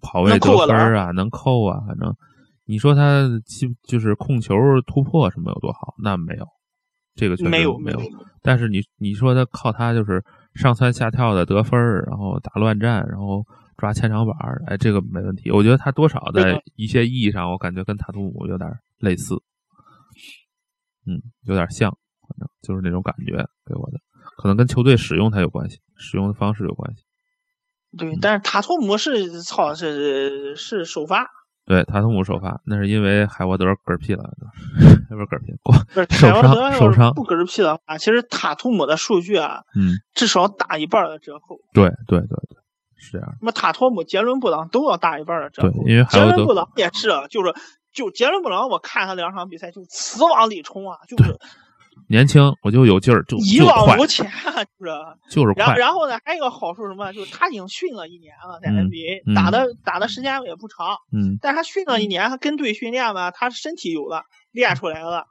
[SPEAKER 1] 跑位
[SPEAKER 2] 能扣
[SPEAKER 1] 得
[SPEAKER 2] 个
[SPEAKER 1] 分
[SPEAKER 2] 篮
[SPEAKER 1] 儿
[SPEAKER 2] 儿
[SPEAKER 1] 啊、能扣啊，反正你说他基就是控球突破什么有多好，那没有，这个确实
[SPEAKER 2] 没有
[SPEAKER 1] 没
[SPEAKER 2] 有
[SPEAKER 1] 有。，但是你你说他靠他就是上蹿下跳的得分儿，然后打乱战，然后抓前场板儿，哎，这个没问题。我觉得他多少
[SPEAKER 2] 对
[SPEAKER 1] 在
[SPEAKER 2] 的
[SPEAKER 1] 一些意义上，我感觉跟塔图姆有点类似，嗯，有点像，反正就是那种感觉给我的，可能跟球队使用他有关系，使用的方式有关系。
[SPEAKER 2] 对，但是塔图姆是操是是首发，
[SPEAKER 1] 对，塔图姆首发，那是因为海沃德嗝屁了， 不是嗝屁，过，
[SPEAKER 2] 不是
[SPEAKER 1] 受伤
[SPEAKER 2] 凯文德
[SPEAKER 1] 受
[SPEAKER 2] 要是
[SPEAKER 1] 伤
[SPEAKER 2] 不嗝屁的话，其实塔图姆的数据啊，
[SPEAKER 1] 嗯，
[SPEAKER 2] 至少打一半儿的折扣。
[SPEAKER 1] 对对对对，是这样的，
[SPEAKER 2] 什么塔托姆、杰伦布朗都要大一半的折扣。
[SPEAKER 1] 对因为还
[SPEAKER 2] 杰
[SPEAKER 1] 有
[SPEAKER 2] 伦
[SPEAKER 1] 德
[SPEAKER 2] 布朗也是啊，就是就杰伦布朗，我看他两场比赛就死往里冲啊，就是
[SPEAKER 1] 年轻我就有劲儿，就
[SPEAKER 2] 一
[SPEAKER 1] 就快
[SPEAKER 2] 往，无前啊，就是。
[SPEAKER 1] 就是
[SPEAKER 2] 然后
[SPEAKER 1] 快，
[SPEAKER 2] 然后呢，还有一个好处是什么？就是他已经训了一年了，在
[SPEAKER 1] 嗯
[SPEAKER 2] NBA、
[SPEAKER 1] 嗯
[SPEAKER 2] 打的打的时间也不长，
[SPEAKER 1] 嗯
[SPEAKER 2] 但是他训了一年，他跟队训练吧，他身体有了，练出来了。
[SPEAKER 1] 嗯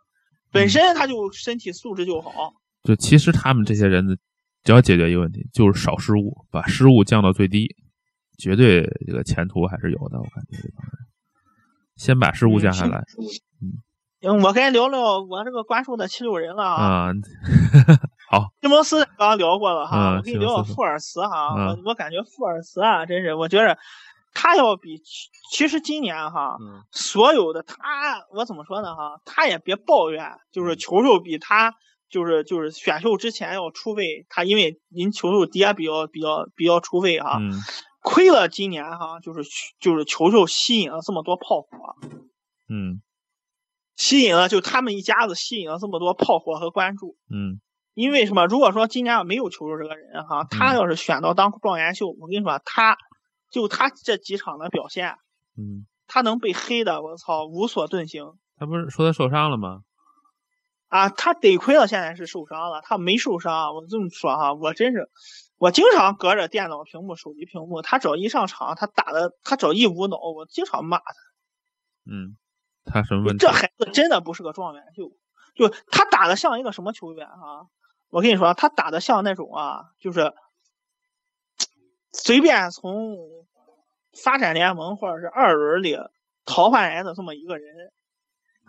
[SPEAKER 2] 本身他就身体素质就好，
[SPEAKER 1] 就其实他们这些人的，只要解决一个问题，就是少失误，把失误降到最低，绝对这个前途还是有的。我感觉这帮人，先把失误降下来
[SPEAKER 2] 嗯，我该聊聊我这个关注的七六人了啊。
[SPEAKER 1] 啊、
[SPEAKER 2] 西蒙斯刚刚聊过了哈，
[SPEAKER 1] 嗯
[SPEAKER 2] 我跟你聊聊
[SPEAKER 1] 西蒙斯
[SPEAKER 2] 富尔茨哈，
[SPEAKER 1] 嗯
[SPEAKER 2] 我我感觉富尔茨啊，真是我觉着他要比其其实今年哈，
[SPEAKER 1] 嗯
[SPEAKER 2] 所有的他我怎么说呢哈，他也别抱怨，
[SPEAKER 1] 嗯
[SPEAKER 2] 就是球球比他就是就是选秀之前要出位，他因为您球球爹比较比较比较出位哈，
[SPEAKER 1] 嗯
[SPEAKER 2] 亏了今年哈，就是就是球球吸引了这么多炮火，
[SPEAKER 1] 嗯
[SPEAKER 2] 吸引了就他们一家子吸引了这么多炮火和关注。
[SPEAKER 1] 嗯
[SPEAKER 2] 因为什么？如果说今年没有球球这个人哈，他要是选到当状元秀，我跟你说，啊他就他这几场的表现，
[SPEAKER 1] 嗯，
[SPEAKER 2] 他能被黑的，我操，无所遁形
[SPEAKER 1] 他不是说他受伤了吗？
[SPEAKER 2] 啊！他得亏了，现在是受伤了，他没受伤。我这么说哈，我真是，我经常隔着电脑屏幕、手机屏幕，他只要一上场，他打的他只要一无脑，我经常骂他，
[SPEAKER 1] 嗯，他什么问题
[SPEAKER 2] 这？孩子真的不是个状元秀，就他打的像一个什么球员啊？我跟你说，他打的像那种啊，就是随便从发展联盟或者是二轮里淘换来的这么一个人。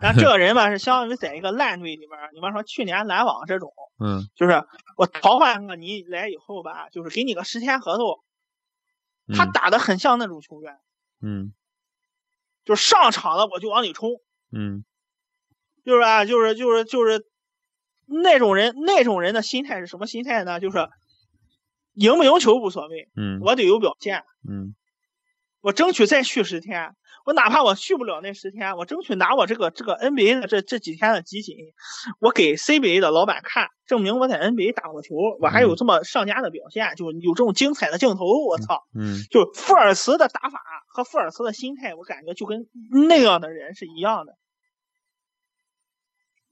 [SPEAKER 2] 然后这个人吧，是相当于在一个烂队里边儿，你比方说去年篮网这种，
[SPEAKER 1] 嗯
[SPEAKER 2] 就是我淘换个你来以后吧，就是给你个十天合同，他
[SPEAKER 1] 嗯
[SPEAKER 2] 打的很像那种球员，
[SPEAKER 1] 嗯
[SPEAKER 2] 就是上场了我就往里冲，
[SPEAKER 1] 嗯
[SPEAKER 2] 就是啊，就是就是就是那种人，那种人的心态是什么心态呢？就是赢不赢球无所谓，
[SPEAKER 1] 嗯
[SPEAKER 2] 我得有表现。
[SPEAKER 1] 嗯
[SPEAKER 2] 我争取再续十天，我哪怕我续不了那十天，我争取拿我这个这个 NBA 的这这几天的集锦，我给 CBA 的老板看，证明我在 NBA 打过球，我还有这么上佳的表现，就有这种精彩的镜头，我操！
[SPEAKER 1] 嗯
[SPEAKER 2] 就富尔茨的打法和富尔茨的心态，我感觉就跟那样的人是一样的。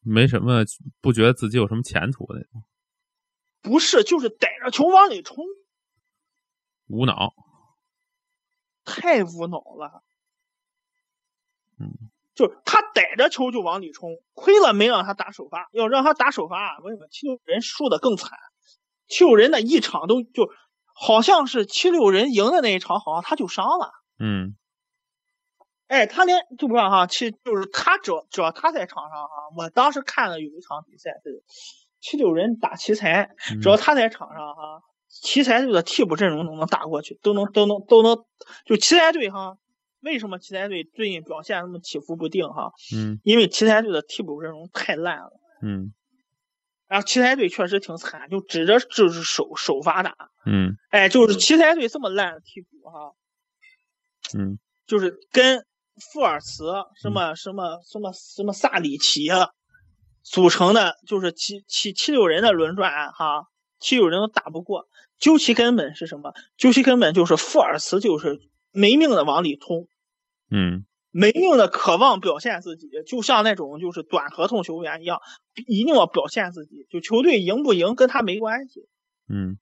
[SPEAKER 1] 没什么，不觉得自己有什么前途的，
[SPEAKER 2] 不是，就是逮着球往里冲，
[SPEAKER 1] 无脑。
[SPEAKER 2] 太无脑了。
[SPEAKER 1] 嗯，
[SPEAKER 2] 就是他逮着球就往里冲，亏了没让他打首发，要让他打首发，啊我跟你说，七六人输的更惨。七六人的一场都就好像是七六人赢的那一场，好像他就伤了。
[SPEAKER 1] 嗯
[SPEAKER 2] 哎，他连就不让哈，其实就是他只要只要他在场上哈、我当时看了有一场比赛是七六人打奇才，
[SPEAKER 1] 嗯
[SPEAKER 2] 只要他在场上哈、奇才队的替补阵容都能打过去，都能都能都能，就奇才队哈，为什么奇才队最近表现那么起伏不定哈？
[SPEAKER 1] 嗯
[SPEAKER 2] 因为奇才队的替补阵容太烂了，
[SPEAKER 1] 嗯
[SPEAKER 2] 然后奇才队确实挺惨，就指着就是首首发打，
[SPEAKER 1] 嗯
[SPEAKER 2] 哎，就是奇才队这么烂的替补哈、
[SPEAKER 1] 嗯
[SPEAKER 2] 就是跟富尔茨什么什么什么什么萨里奇啊组成的，就是七七七六人的轮转啊哈、七六人都打不过。究其根本是什么？究其根本就是富尔茨就是没命的往里冲，
[SPEAKER 1] 嗯
[SPEAKER 2] 没命的渴望表现自己，就像那种就是短合同球员一样，一定要表现自己。就球队赢不赢跟他没关系，
[SPEAKER 1] 嗯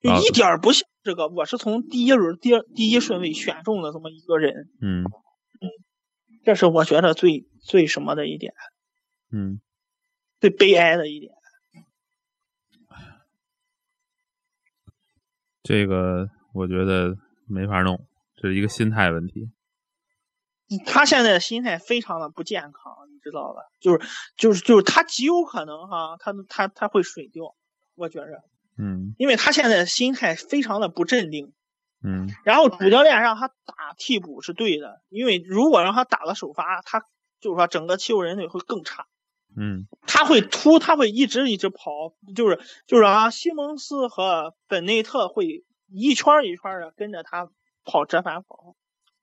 [SPEAKER 2] 就
[SPEAKER 1] 啊
[SPEAKER 2] 一点儿不像这个。我是从第一轮第二第一顺位选中的这么一个人，
[SPEAKER 1] 嗯
[SPEAKER 2] 这是我觉得最最什么的一点，
[SPEAKER 1] 嗯，
[SPEAKER 2] 最悲哀的一点。
[SPEAKER 1] 这个我觉得没法弄，这是一个心态问题。
[SPEAKER 2] 他现在的心态非常的不健康，你知道吧？就是就是就是他极有可能哈，他他他会水掉，我觉着，
[SPEAKER 1] 嗯
[SPEAKER 2] 因为他现在的心态非常的不镇定。
[SPEAKER 1] 嗯
[SPEAKER 2] 然后主教练让他打替补是对的，因为如果让他打了首发，他就是说整个七六人队会更差。
[SPEAKER 1] 嗯
[SPEAKER 2] 他会突，他会一直一直跑，就是就是啊，西蒙斯和本内特会一圈儿一圈的跟着他跑折返跑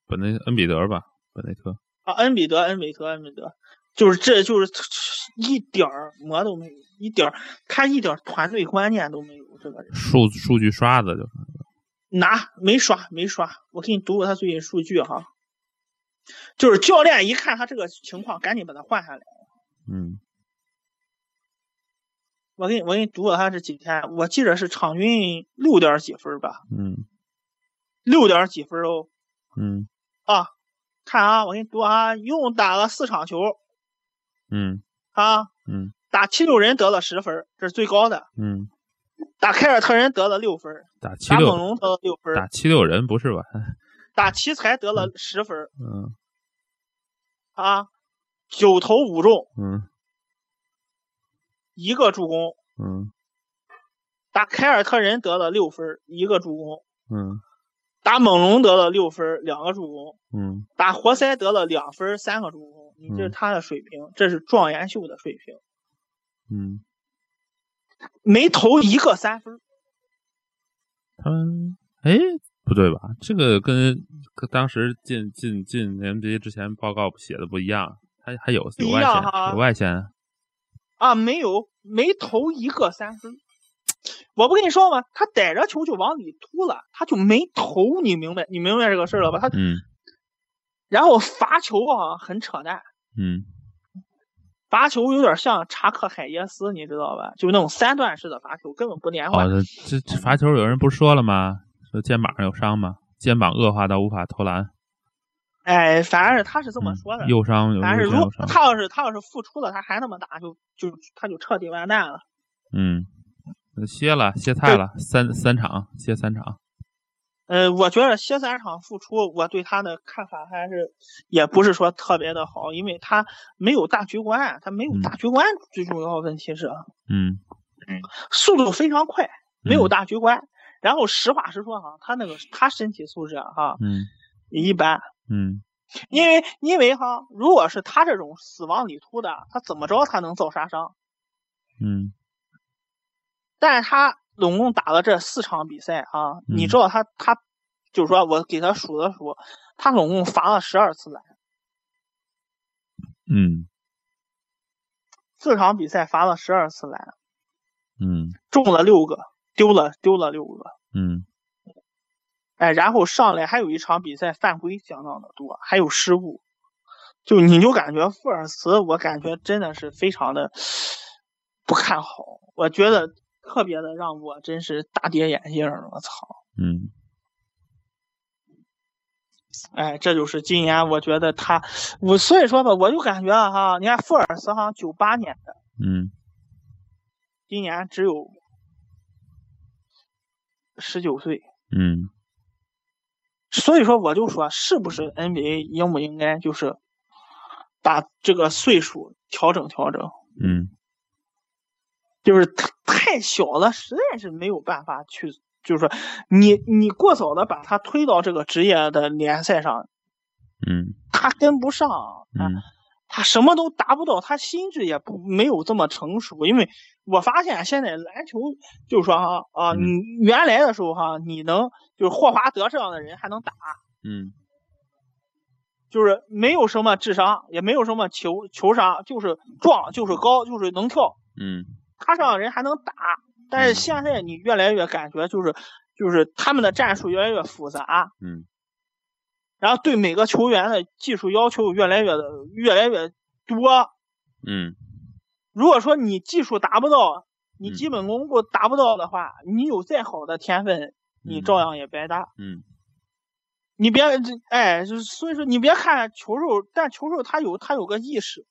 [SPEAKER 1] 本内恩比德吧，本内特。
[SPEAKER 2] 啊，恩比德，恩比德，恩比德，就是这就是一点儿魔都没有，一点儿他一点儿团队观念都没有，这个人
[SPEAKER 1] 数数据刷子就是，
[SPEAKER 2] 拿没刷没刷，我给你读读他最近数据哈，就是教练一看他这个情况，赶紧把他换下来。
[SPEAKER 1] 嗯
[SPEAKER 2] 我给你，我给你读了他这几天，我记着是场均六点儿几分儿吧，
[SPEAKER 1] 嗯
[SPEAKER 2] 六点儿几分儿哦，
[SPEAKER 1] 嗯
[SPEAKER 2] 啊，看啊，我给你读啊，一共打了四场球
[SPEAKER 1] 嗯
[SPEAKER 2] 啊，
[SPEAKER 1] 嗯
[SPEAKER 2] 打七六人得了十分儿，这是最高的；
[SPEAKER 1] 嗯，
[SPEAKER 2] 打凯尔特人得了六分儿，
[SPEAKER 1] 打七
[SPEAKER 2] 打猛
[SPEAKER 1] 六
[SPEAKER 2] 龙得了六分儿，
[SPEAKER 1] 打七六人不是吧？
[SPEAKER 2] 打奇才得了十分儿
[SPEAKER 1] 嗯
[SPEAKER 2] 啊，九投五中，
[SPEAKER 1] 嗯
[SPEAKER 2] 一个助攻；
[SPEAKER 1] 嗯
[SPEAKER 2] 打凯尔特人得了六分儿，一个助攻；
[SPEAKER 1] 嗯
[SPEAKER 2] 打猛龙得了六分儿，两个助攻；
[SPEAKER 1] 嗯
[SPEAKER 2] 打活塞得了两分儿，三个助攻。你这是他的水平，这是状元秀的水平，
[SPEAKER 1] 嗯，
[SPEAKER 2] 没投一个三分儿。
[SPEAKER 1] 他们哎不对吧？这个跟跟当时进进进 NBA 之前报告写的不一样，还还有有外
[SPEAKER 2] 不一样哈
[SPEAKER 1] 线有外线，
[SPEAKER 2] 啊，没有，没投一个三分。我不跟你说吗？他逮着球就往里突了，他就没投，你明白？你明白这个事儿了吧？他
[SPEAKER 1] 嗯
[SPEAKER 2] 然后罚球啊，很扯淡，
[SPEAKER 1] 嗯
[SPEAKER 2] 罚球有点像查克海耶斯，你知道吧？就那种三段式的罚球，根本不连
[SPEAKER 1] 哦
[SPEAKER 2] 环。
[SPEAKER 1] 这这罚球有人不是说了吗？说肩膀上有伤吗？肩膀恶化到无法投篮，
[SPEAKER 2] 哎，反正他是
[SPEAKER 1] 这
[SPEAKER 2] 这么说的。
[SPEAKER 1] 右伤有
[SPEAKER 2] 反
[SPEAKER 1] 右
[SPEAKER 2] 正如
[SPEAKER 1] 肩有
[SPEAKER 2] 果
[SPEAKER 1] 伤，
[SPEAKER 2] 他要是他要是复出了，他还那么打，就就他就彻底完蛋了。
[SPEAKER 1] 嗯，歇了歇菜了，三三场歇三场。
[SPEAKER 2] 呃，我觉得歇三场复出，我对他的看法还是也不是说特别的好，因为他没有大局观，啊他没有大局观，最重要的问题是啊
[SPEAKER 1] 嗯
[SPEAKER 2] 速度非常快，没
[SPEAKER 1] 嗯
[SPEAKER 2] 有大局观。然后实话实说哈、他那个他身体素质啊哈、
[SPEAKER 1] 嗯
[SPEAKER 2] 也一般，
[SPEAKER 1] 嗯
[SPEAKER 2] 因为因为哈、如果是他这种死亡里突的，他怎么着他能造杀伤？
[SPEAKER 1] 嗯
[SPEAKER 2] 但是他总共打了这四场比赛啊，你
[SPEAKER 1] 嗯
[SPEAKER 2] 知道他他就是说我给他数了数，他总共罚了十二次篮，
[SPEAKER 1] 嗯
[SPEAKER 2] 四场比赛罚了十二次篮，
[SPEAKER 1] 嗯
[SPEAKER 2] 中了六个，丢了丢了六个。
[SPEAKER 1] 嗯
[SPEAKER 2] 哎，然后上来还有一场比赛犯规相当的多，还有失误，就你就感觉富尔茨，我感觉真的是非常的不看好，我觉得特别的让我真是大跌眼镜儿，我操！
[SPEAKER 1] 嗯
[SPEAKER 2] 哎，这就是今年我觉得他，我所以说吧，我就感觉啊哈，你看富尔茨好像九八年的，
[SPEAKER 1] 嗯
[SPEAKER 2] 今年只有十九岁，
[SPEAKER 1] 嗯
[SPEAKER 2] 所以说我就说，是不是 NBA 应不应该就是把这个岁数调整调整？
[SPEAKER 1] 嗯
[SPEAKER 2] 就是太太小了，实在是没有办法去，就是说你你过早的把他推到这个职业的联赛上，
[SPEAKER 1] 嗯
[SPEAKER 2] 他跟不上，啊
[SPEAKER 1] 嗯
[SPEAKER 2] 他什么都达不到，他心智也不没有这么成熟。因为我发现现在篮球就是说哈啊，
[SPEAKER 1] 嗯
[SPEAKER 2] 你原来的时候哈，你能就是霍华德这样的人还能打。
[SPEAKER 1] 嗯
[SPEAKER 2] 就是没有什么智商，也没有什么球球商，就是壮，就是高，就是能跳。
[SPEAKER 1] 嗯
[SPEAKER 2] 他这样的人还能打，但是
[SPEAKER 1] 嗯
[SPEAKER 2] 现在你越来越感觉就是，就是他们的战术越来越复杂，
[SPEAKER 1] 嗯
[SPEAKER 2] 然后对每个球员的技术要求越来越越来越多。
[SPEAKER 1] 嗯
[SPEAKER 2] 如果说你技术达不到，你
[SPEAKER 1] 嗯
[SPEAKER 2] 基本功不达不到的话，你有再好的天分，你
[SPEAKER 1] 嗯
[SPEAKER 2] 照样也白搭。
[SPEAKER 1] 嗯
[SPEAKER 2] 你别这哎，就是所以说你别看球手，但球手他有他有个意识。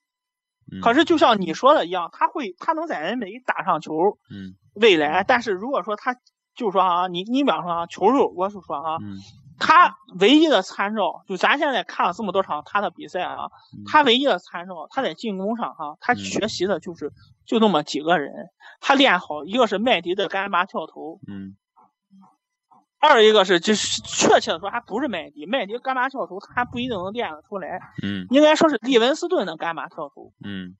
[SPEAKER 1] 嗯，
[SPEAKER 2] 可是就像你说的一样，他会他能在 NBA 打上球，
[SPEAKER 1] 嗯
[SPEAKER 2] 未来，但是如果说他就说啊，你你比方说啊，球手，我是说啊，
[SPEAKER 1] 嗯
[SPEAKER 2] 他唯一的参照，就咱现在看了这么多场他的比赛啊，他唯一的参照，他在进攻上哈、他
[SPEAKER 1] 嗯
[SPEAKER 2] 学习的就是就那么几个人，他练好一个是麦迪的干拔跳投，
[SPEAKER 1] 嗯
[SPEAKER 2] 二一个是就是确切的说还不是麦迪，麦迪干拔跳投他还不一定能练得出来，
[SPEAKER 1] 嗯
[SPEAKER 2] 应该说是利文斯顿的干拔跳投。
[SPEAKER 1] 嗯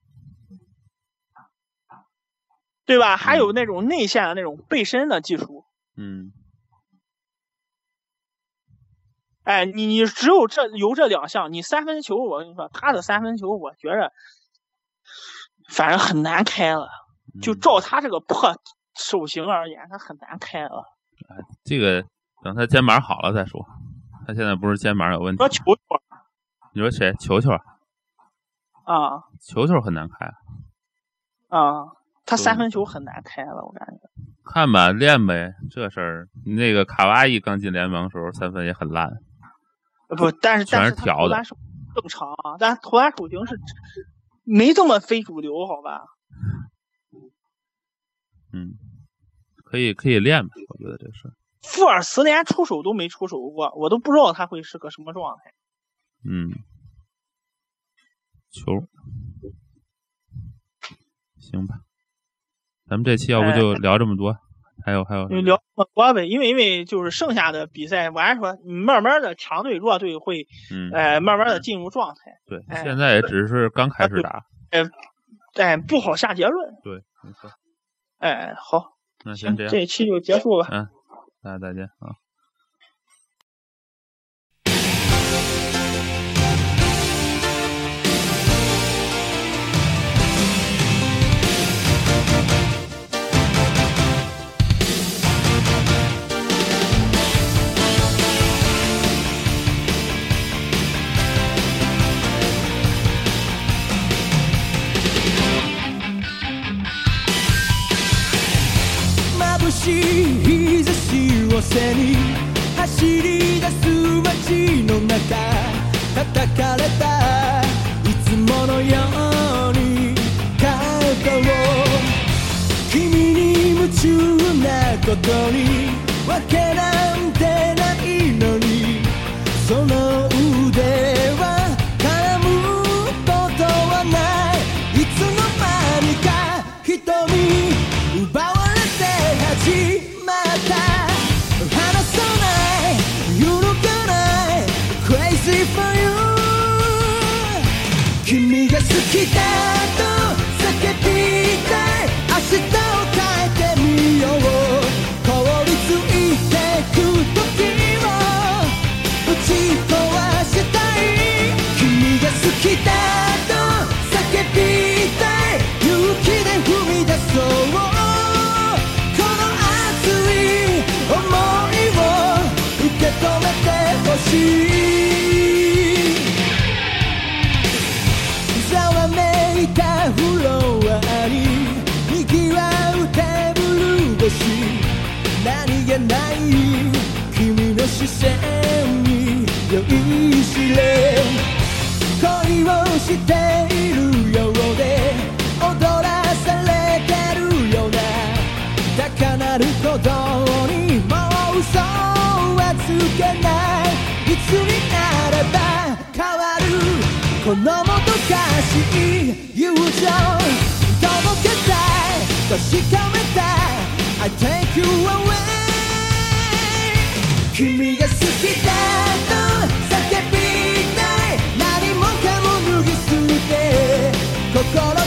[SPEAKER 2] 对吧？还有那种内线的那种背身的技术，
[SPEAKER 1] 嗯
[SPEAKER 2] 哎，你你只有这有这两项，你三分球，我跟你说，他的三分球，我觉着反正很难开了。就
[SPEAKER 1] 嗯
[SPEAKER 2] 照他这个破手型而言，他很难开了。
[SPEAKER 1] 这个，等他肩膀好了再说。他现在不是肩膀有问题
[SPEAKER 2] 说，球球
[SPEAKER 1] 你说谁？球球，
[SPEAKER 2] 啊
[SPEAKER 1] 球球很难开，
[SPEAKER 2] 啊，他
[SPEAKER 1] 对
[SPEAKER 2] 三分球很难开了，我感觉。
[SPEAKER 1] 看吧，练呗，这事儿。那个卡哇伊刚进联盟的时候，三分也很烂，
[SPEAKER 2] 呃不，但是
[SPEAKER 1] 全
[SPEAKER 2] 但
[SPEAKER 1] 是
[SPEAKER 2] 是他
[SPEAKER 1] 调
[SPEAKER 2] 投
[SPEAKER 1] 的
[SPEAKER 2] 篮手正常啊，但是投篮手型是没这么非主流，好吧？
[SPEAKER 1] 嗯，可以可以练吧，我觉得这个事儿，
[SPEAKER 2] 富尔茨连出手都没出手过，我都不知道他会是个什么状态。
[SPEAKER 1] 嗯，球，行吧，咱们这期要不就聊这么多，还有还有，
[SPEAKER 2] 就聊我我呗，因为因为就是剩下的比赛，我还是说慢慢的强队弱队会
[SPEAKER 1] 嗯，
[SPEAKER 2] 呃慢慢的进入状态，
[SPEAKER 1] 对，
[SPEAKER 2] 哎
[SPEAKER 1] 现在也只是刚开始打，
[SPEAKER 2] 哎不好下结论，
[SPEAKER 1] 对，没错，
[SPEAKER 2] 哎好，
[SPEAKER 1] 那先
[SPEAKER 2] 行
[SPEAKER 1] 这，样，
[SPEAKER 2] 这一期就结束吧。
[SPEAKER 1] 大家再见啊。
[SPEAKER 3] 眩しい日差しを背に走り出す街の中叩かれたいつものように肩を君に夢中なことにわけなんてないのにその腕は絡むことはないいつの間にか瞳奪われて始まった離さない揺るがない Crazy for you 君が好きだと叫びたい明日を変えてみよう凍りついてく時をれ恋をしているようで踊らされてるような高鳴る鼓動にもう嘘はつけないいつになれば変わるこのもどかしい友情届けたい確かめたい I take you away 君が好きだと叫びたい何もかも脱ぎ捨て心溶かす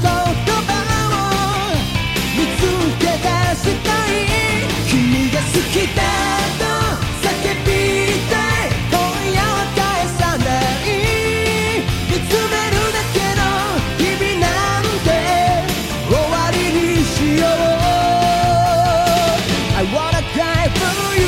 [SPEAKER 3] 葉を見つけ出したい君が好きだと叫びたい今夜は返さない見つめるだけの日々なんて終わりにしよう I wanna die for you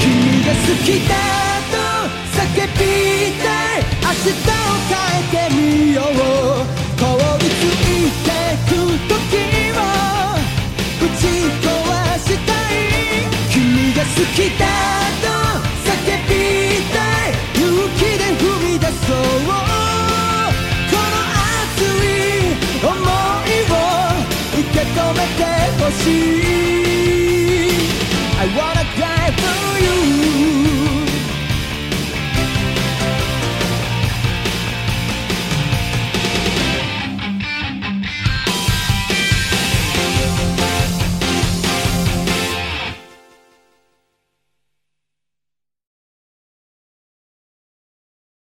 [SPEAKER 3] 君が好きだと叫びたい明日を変えてみよう凍りついてく時を打ち壊したい君が好きだ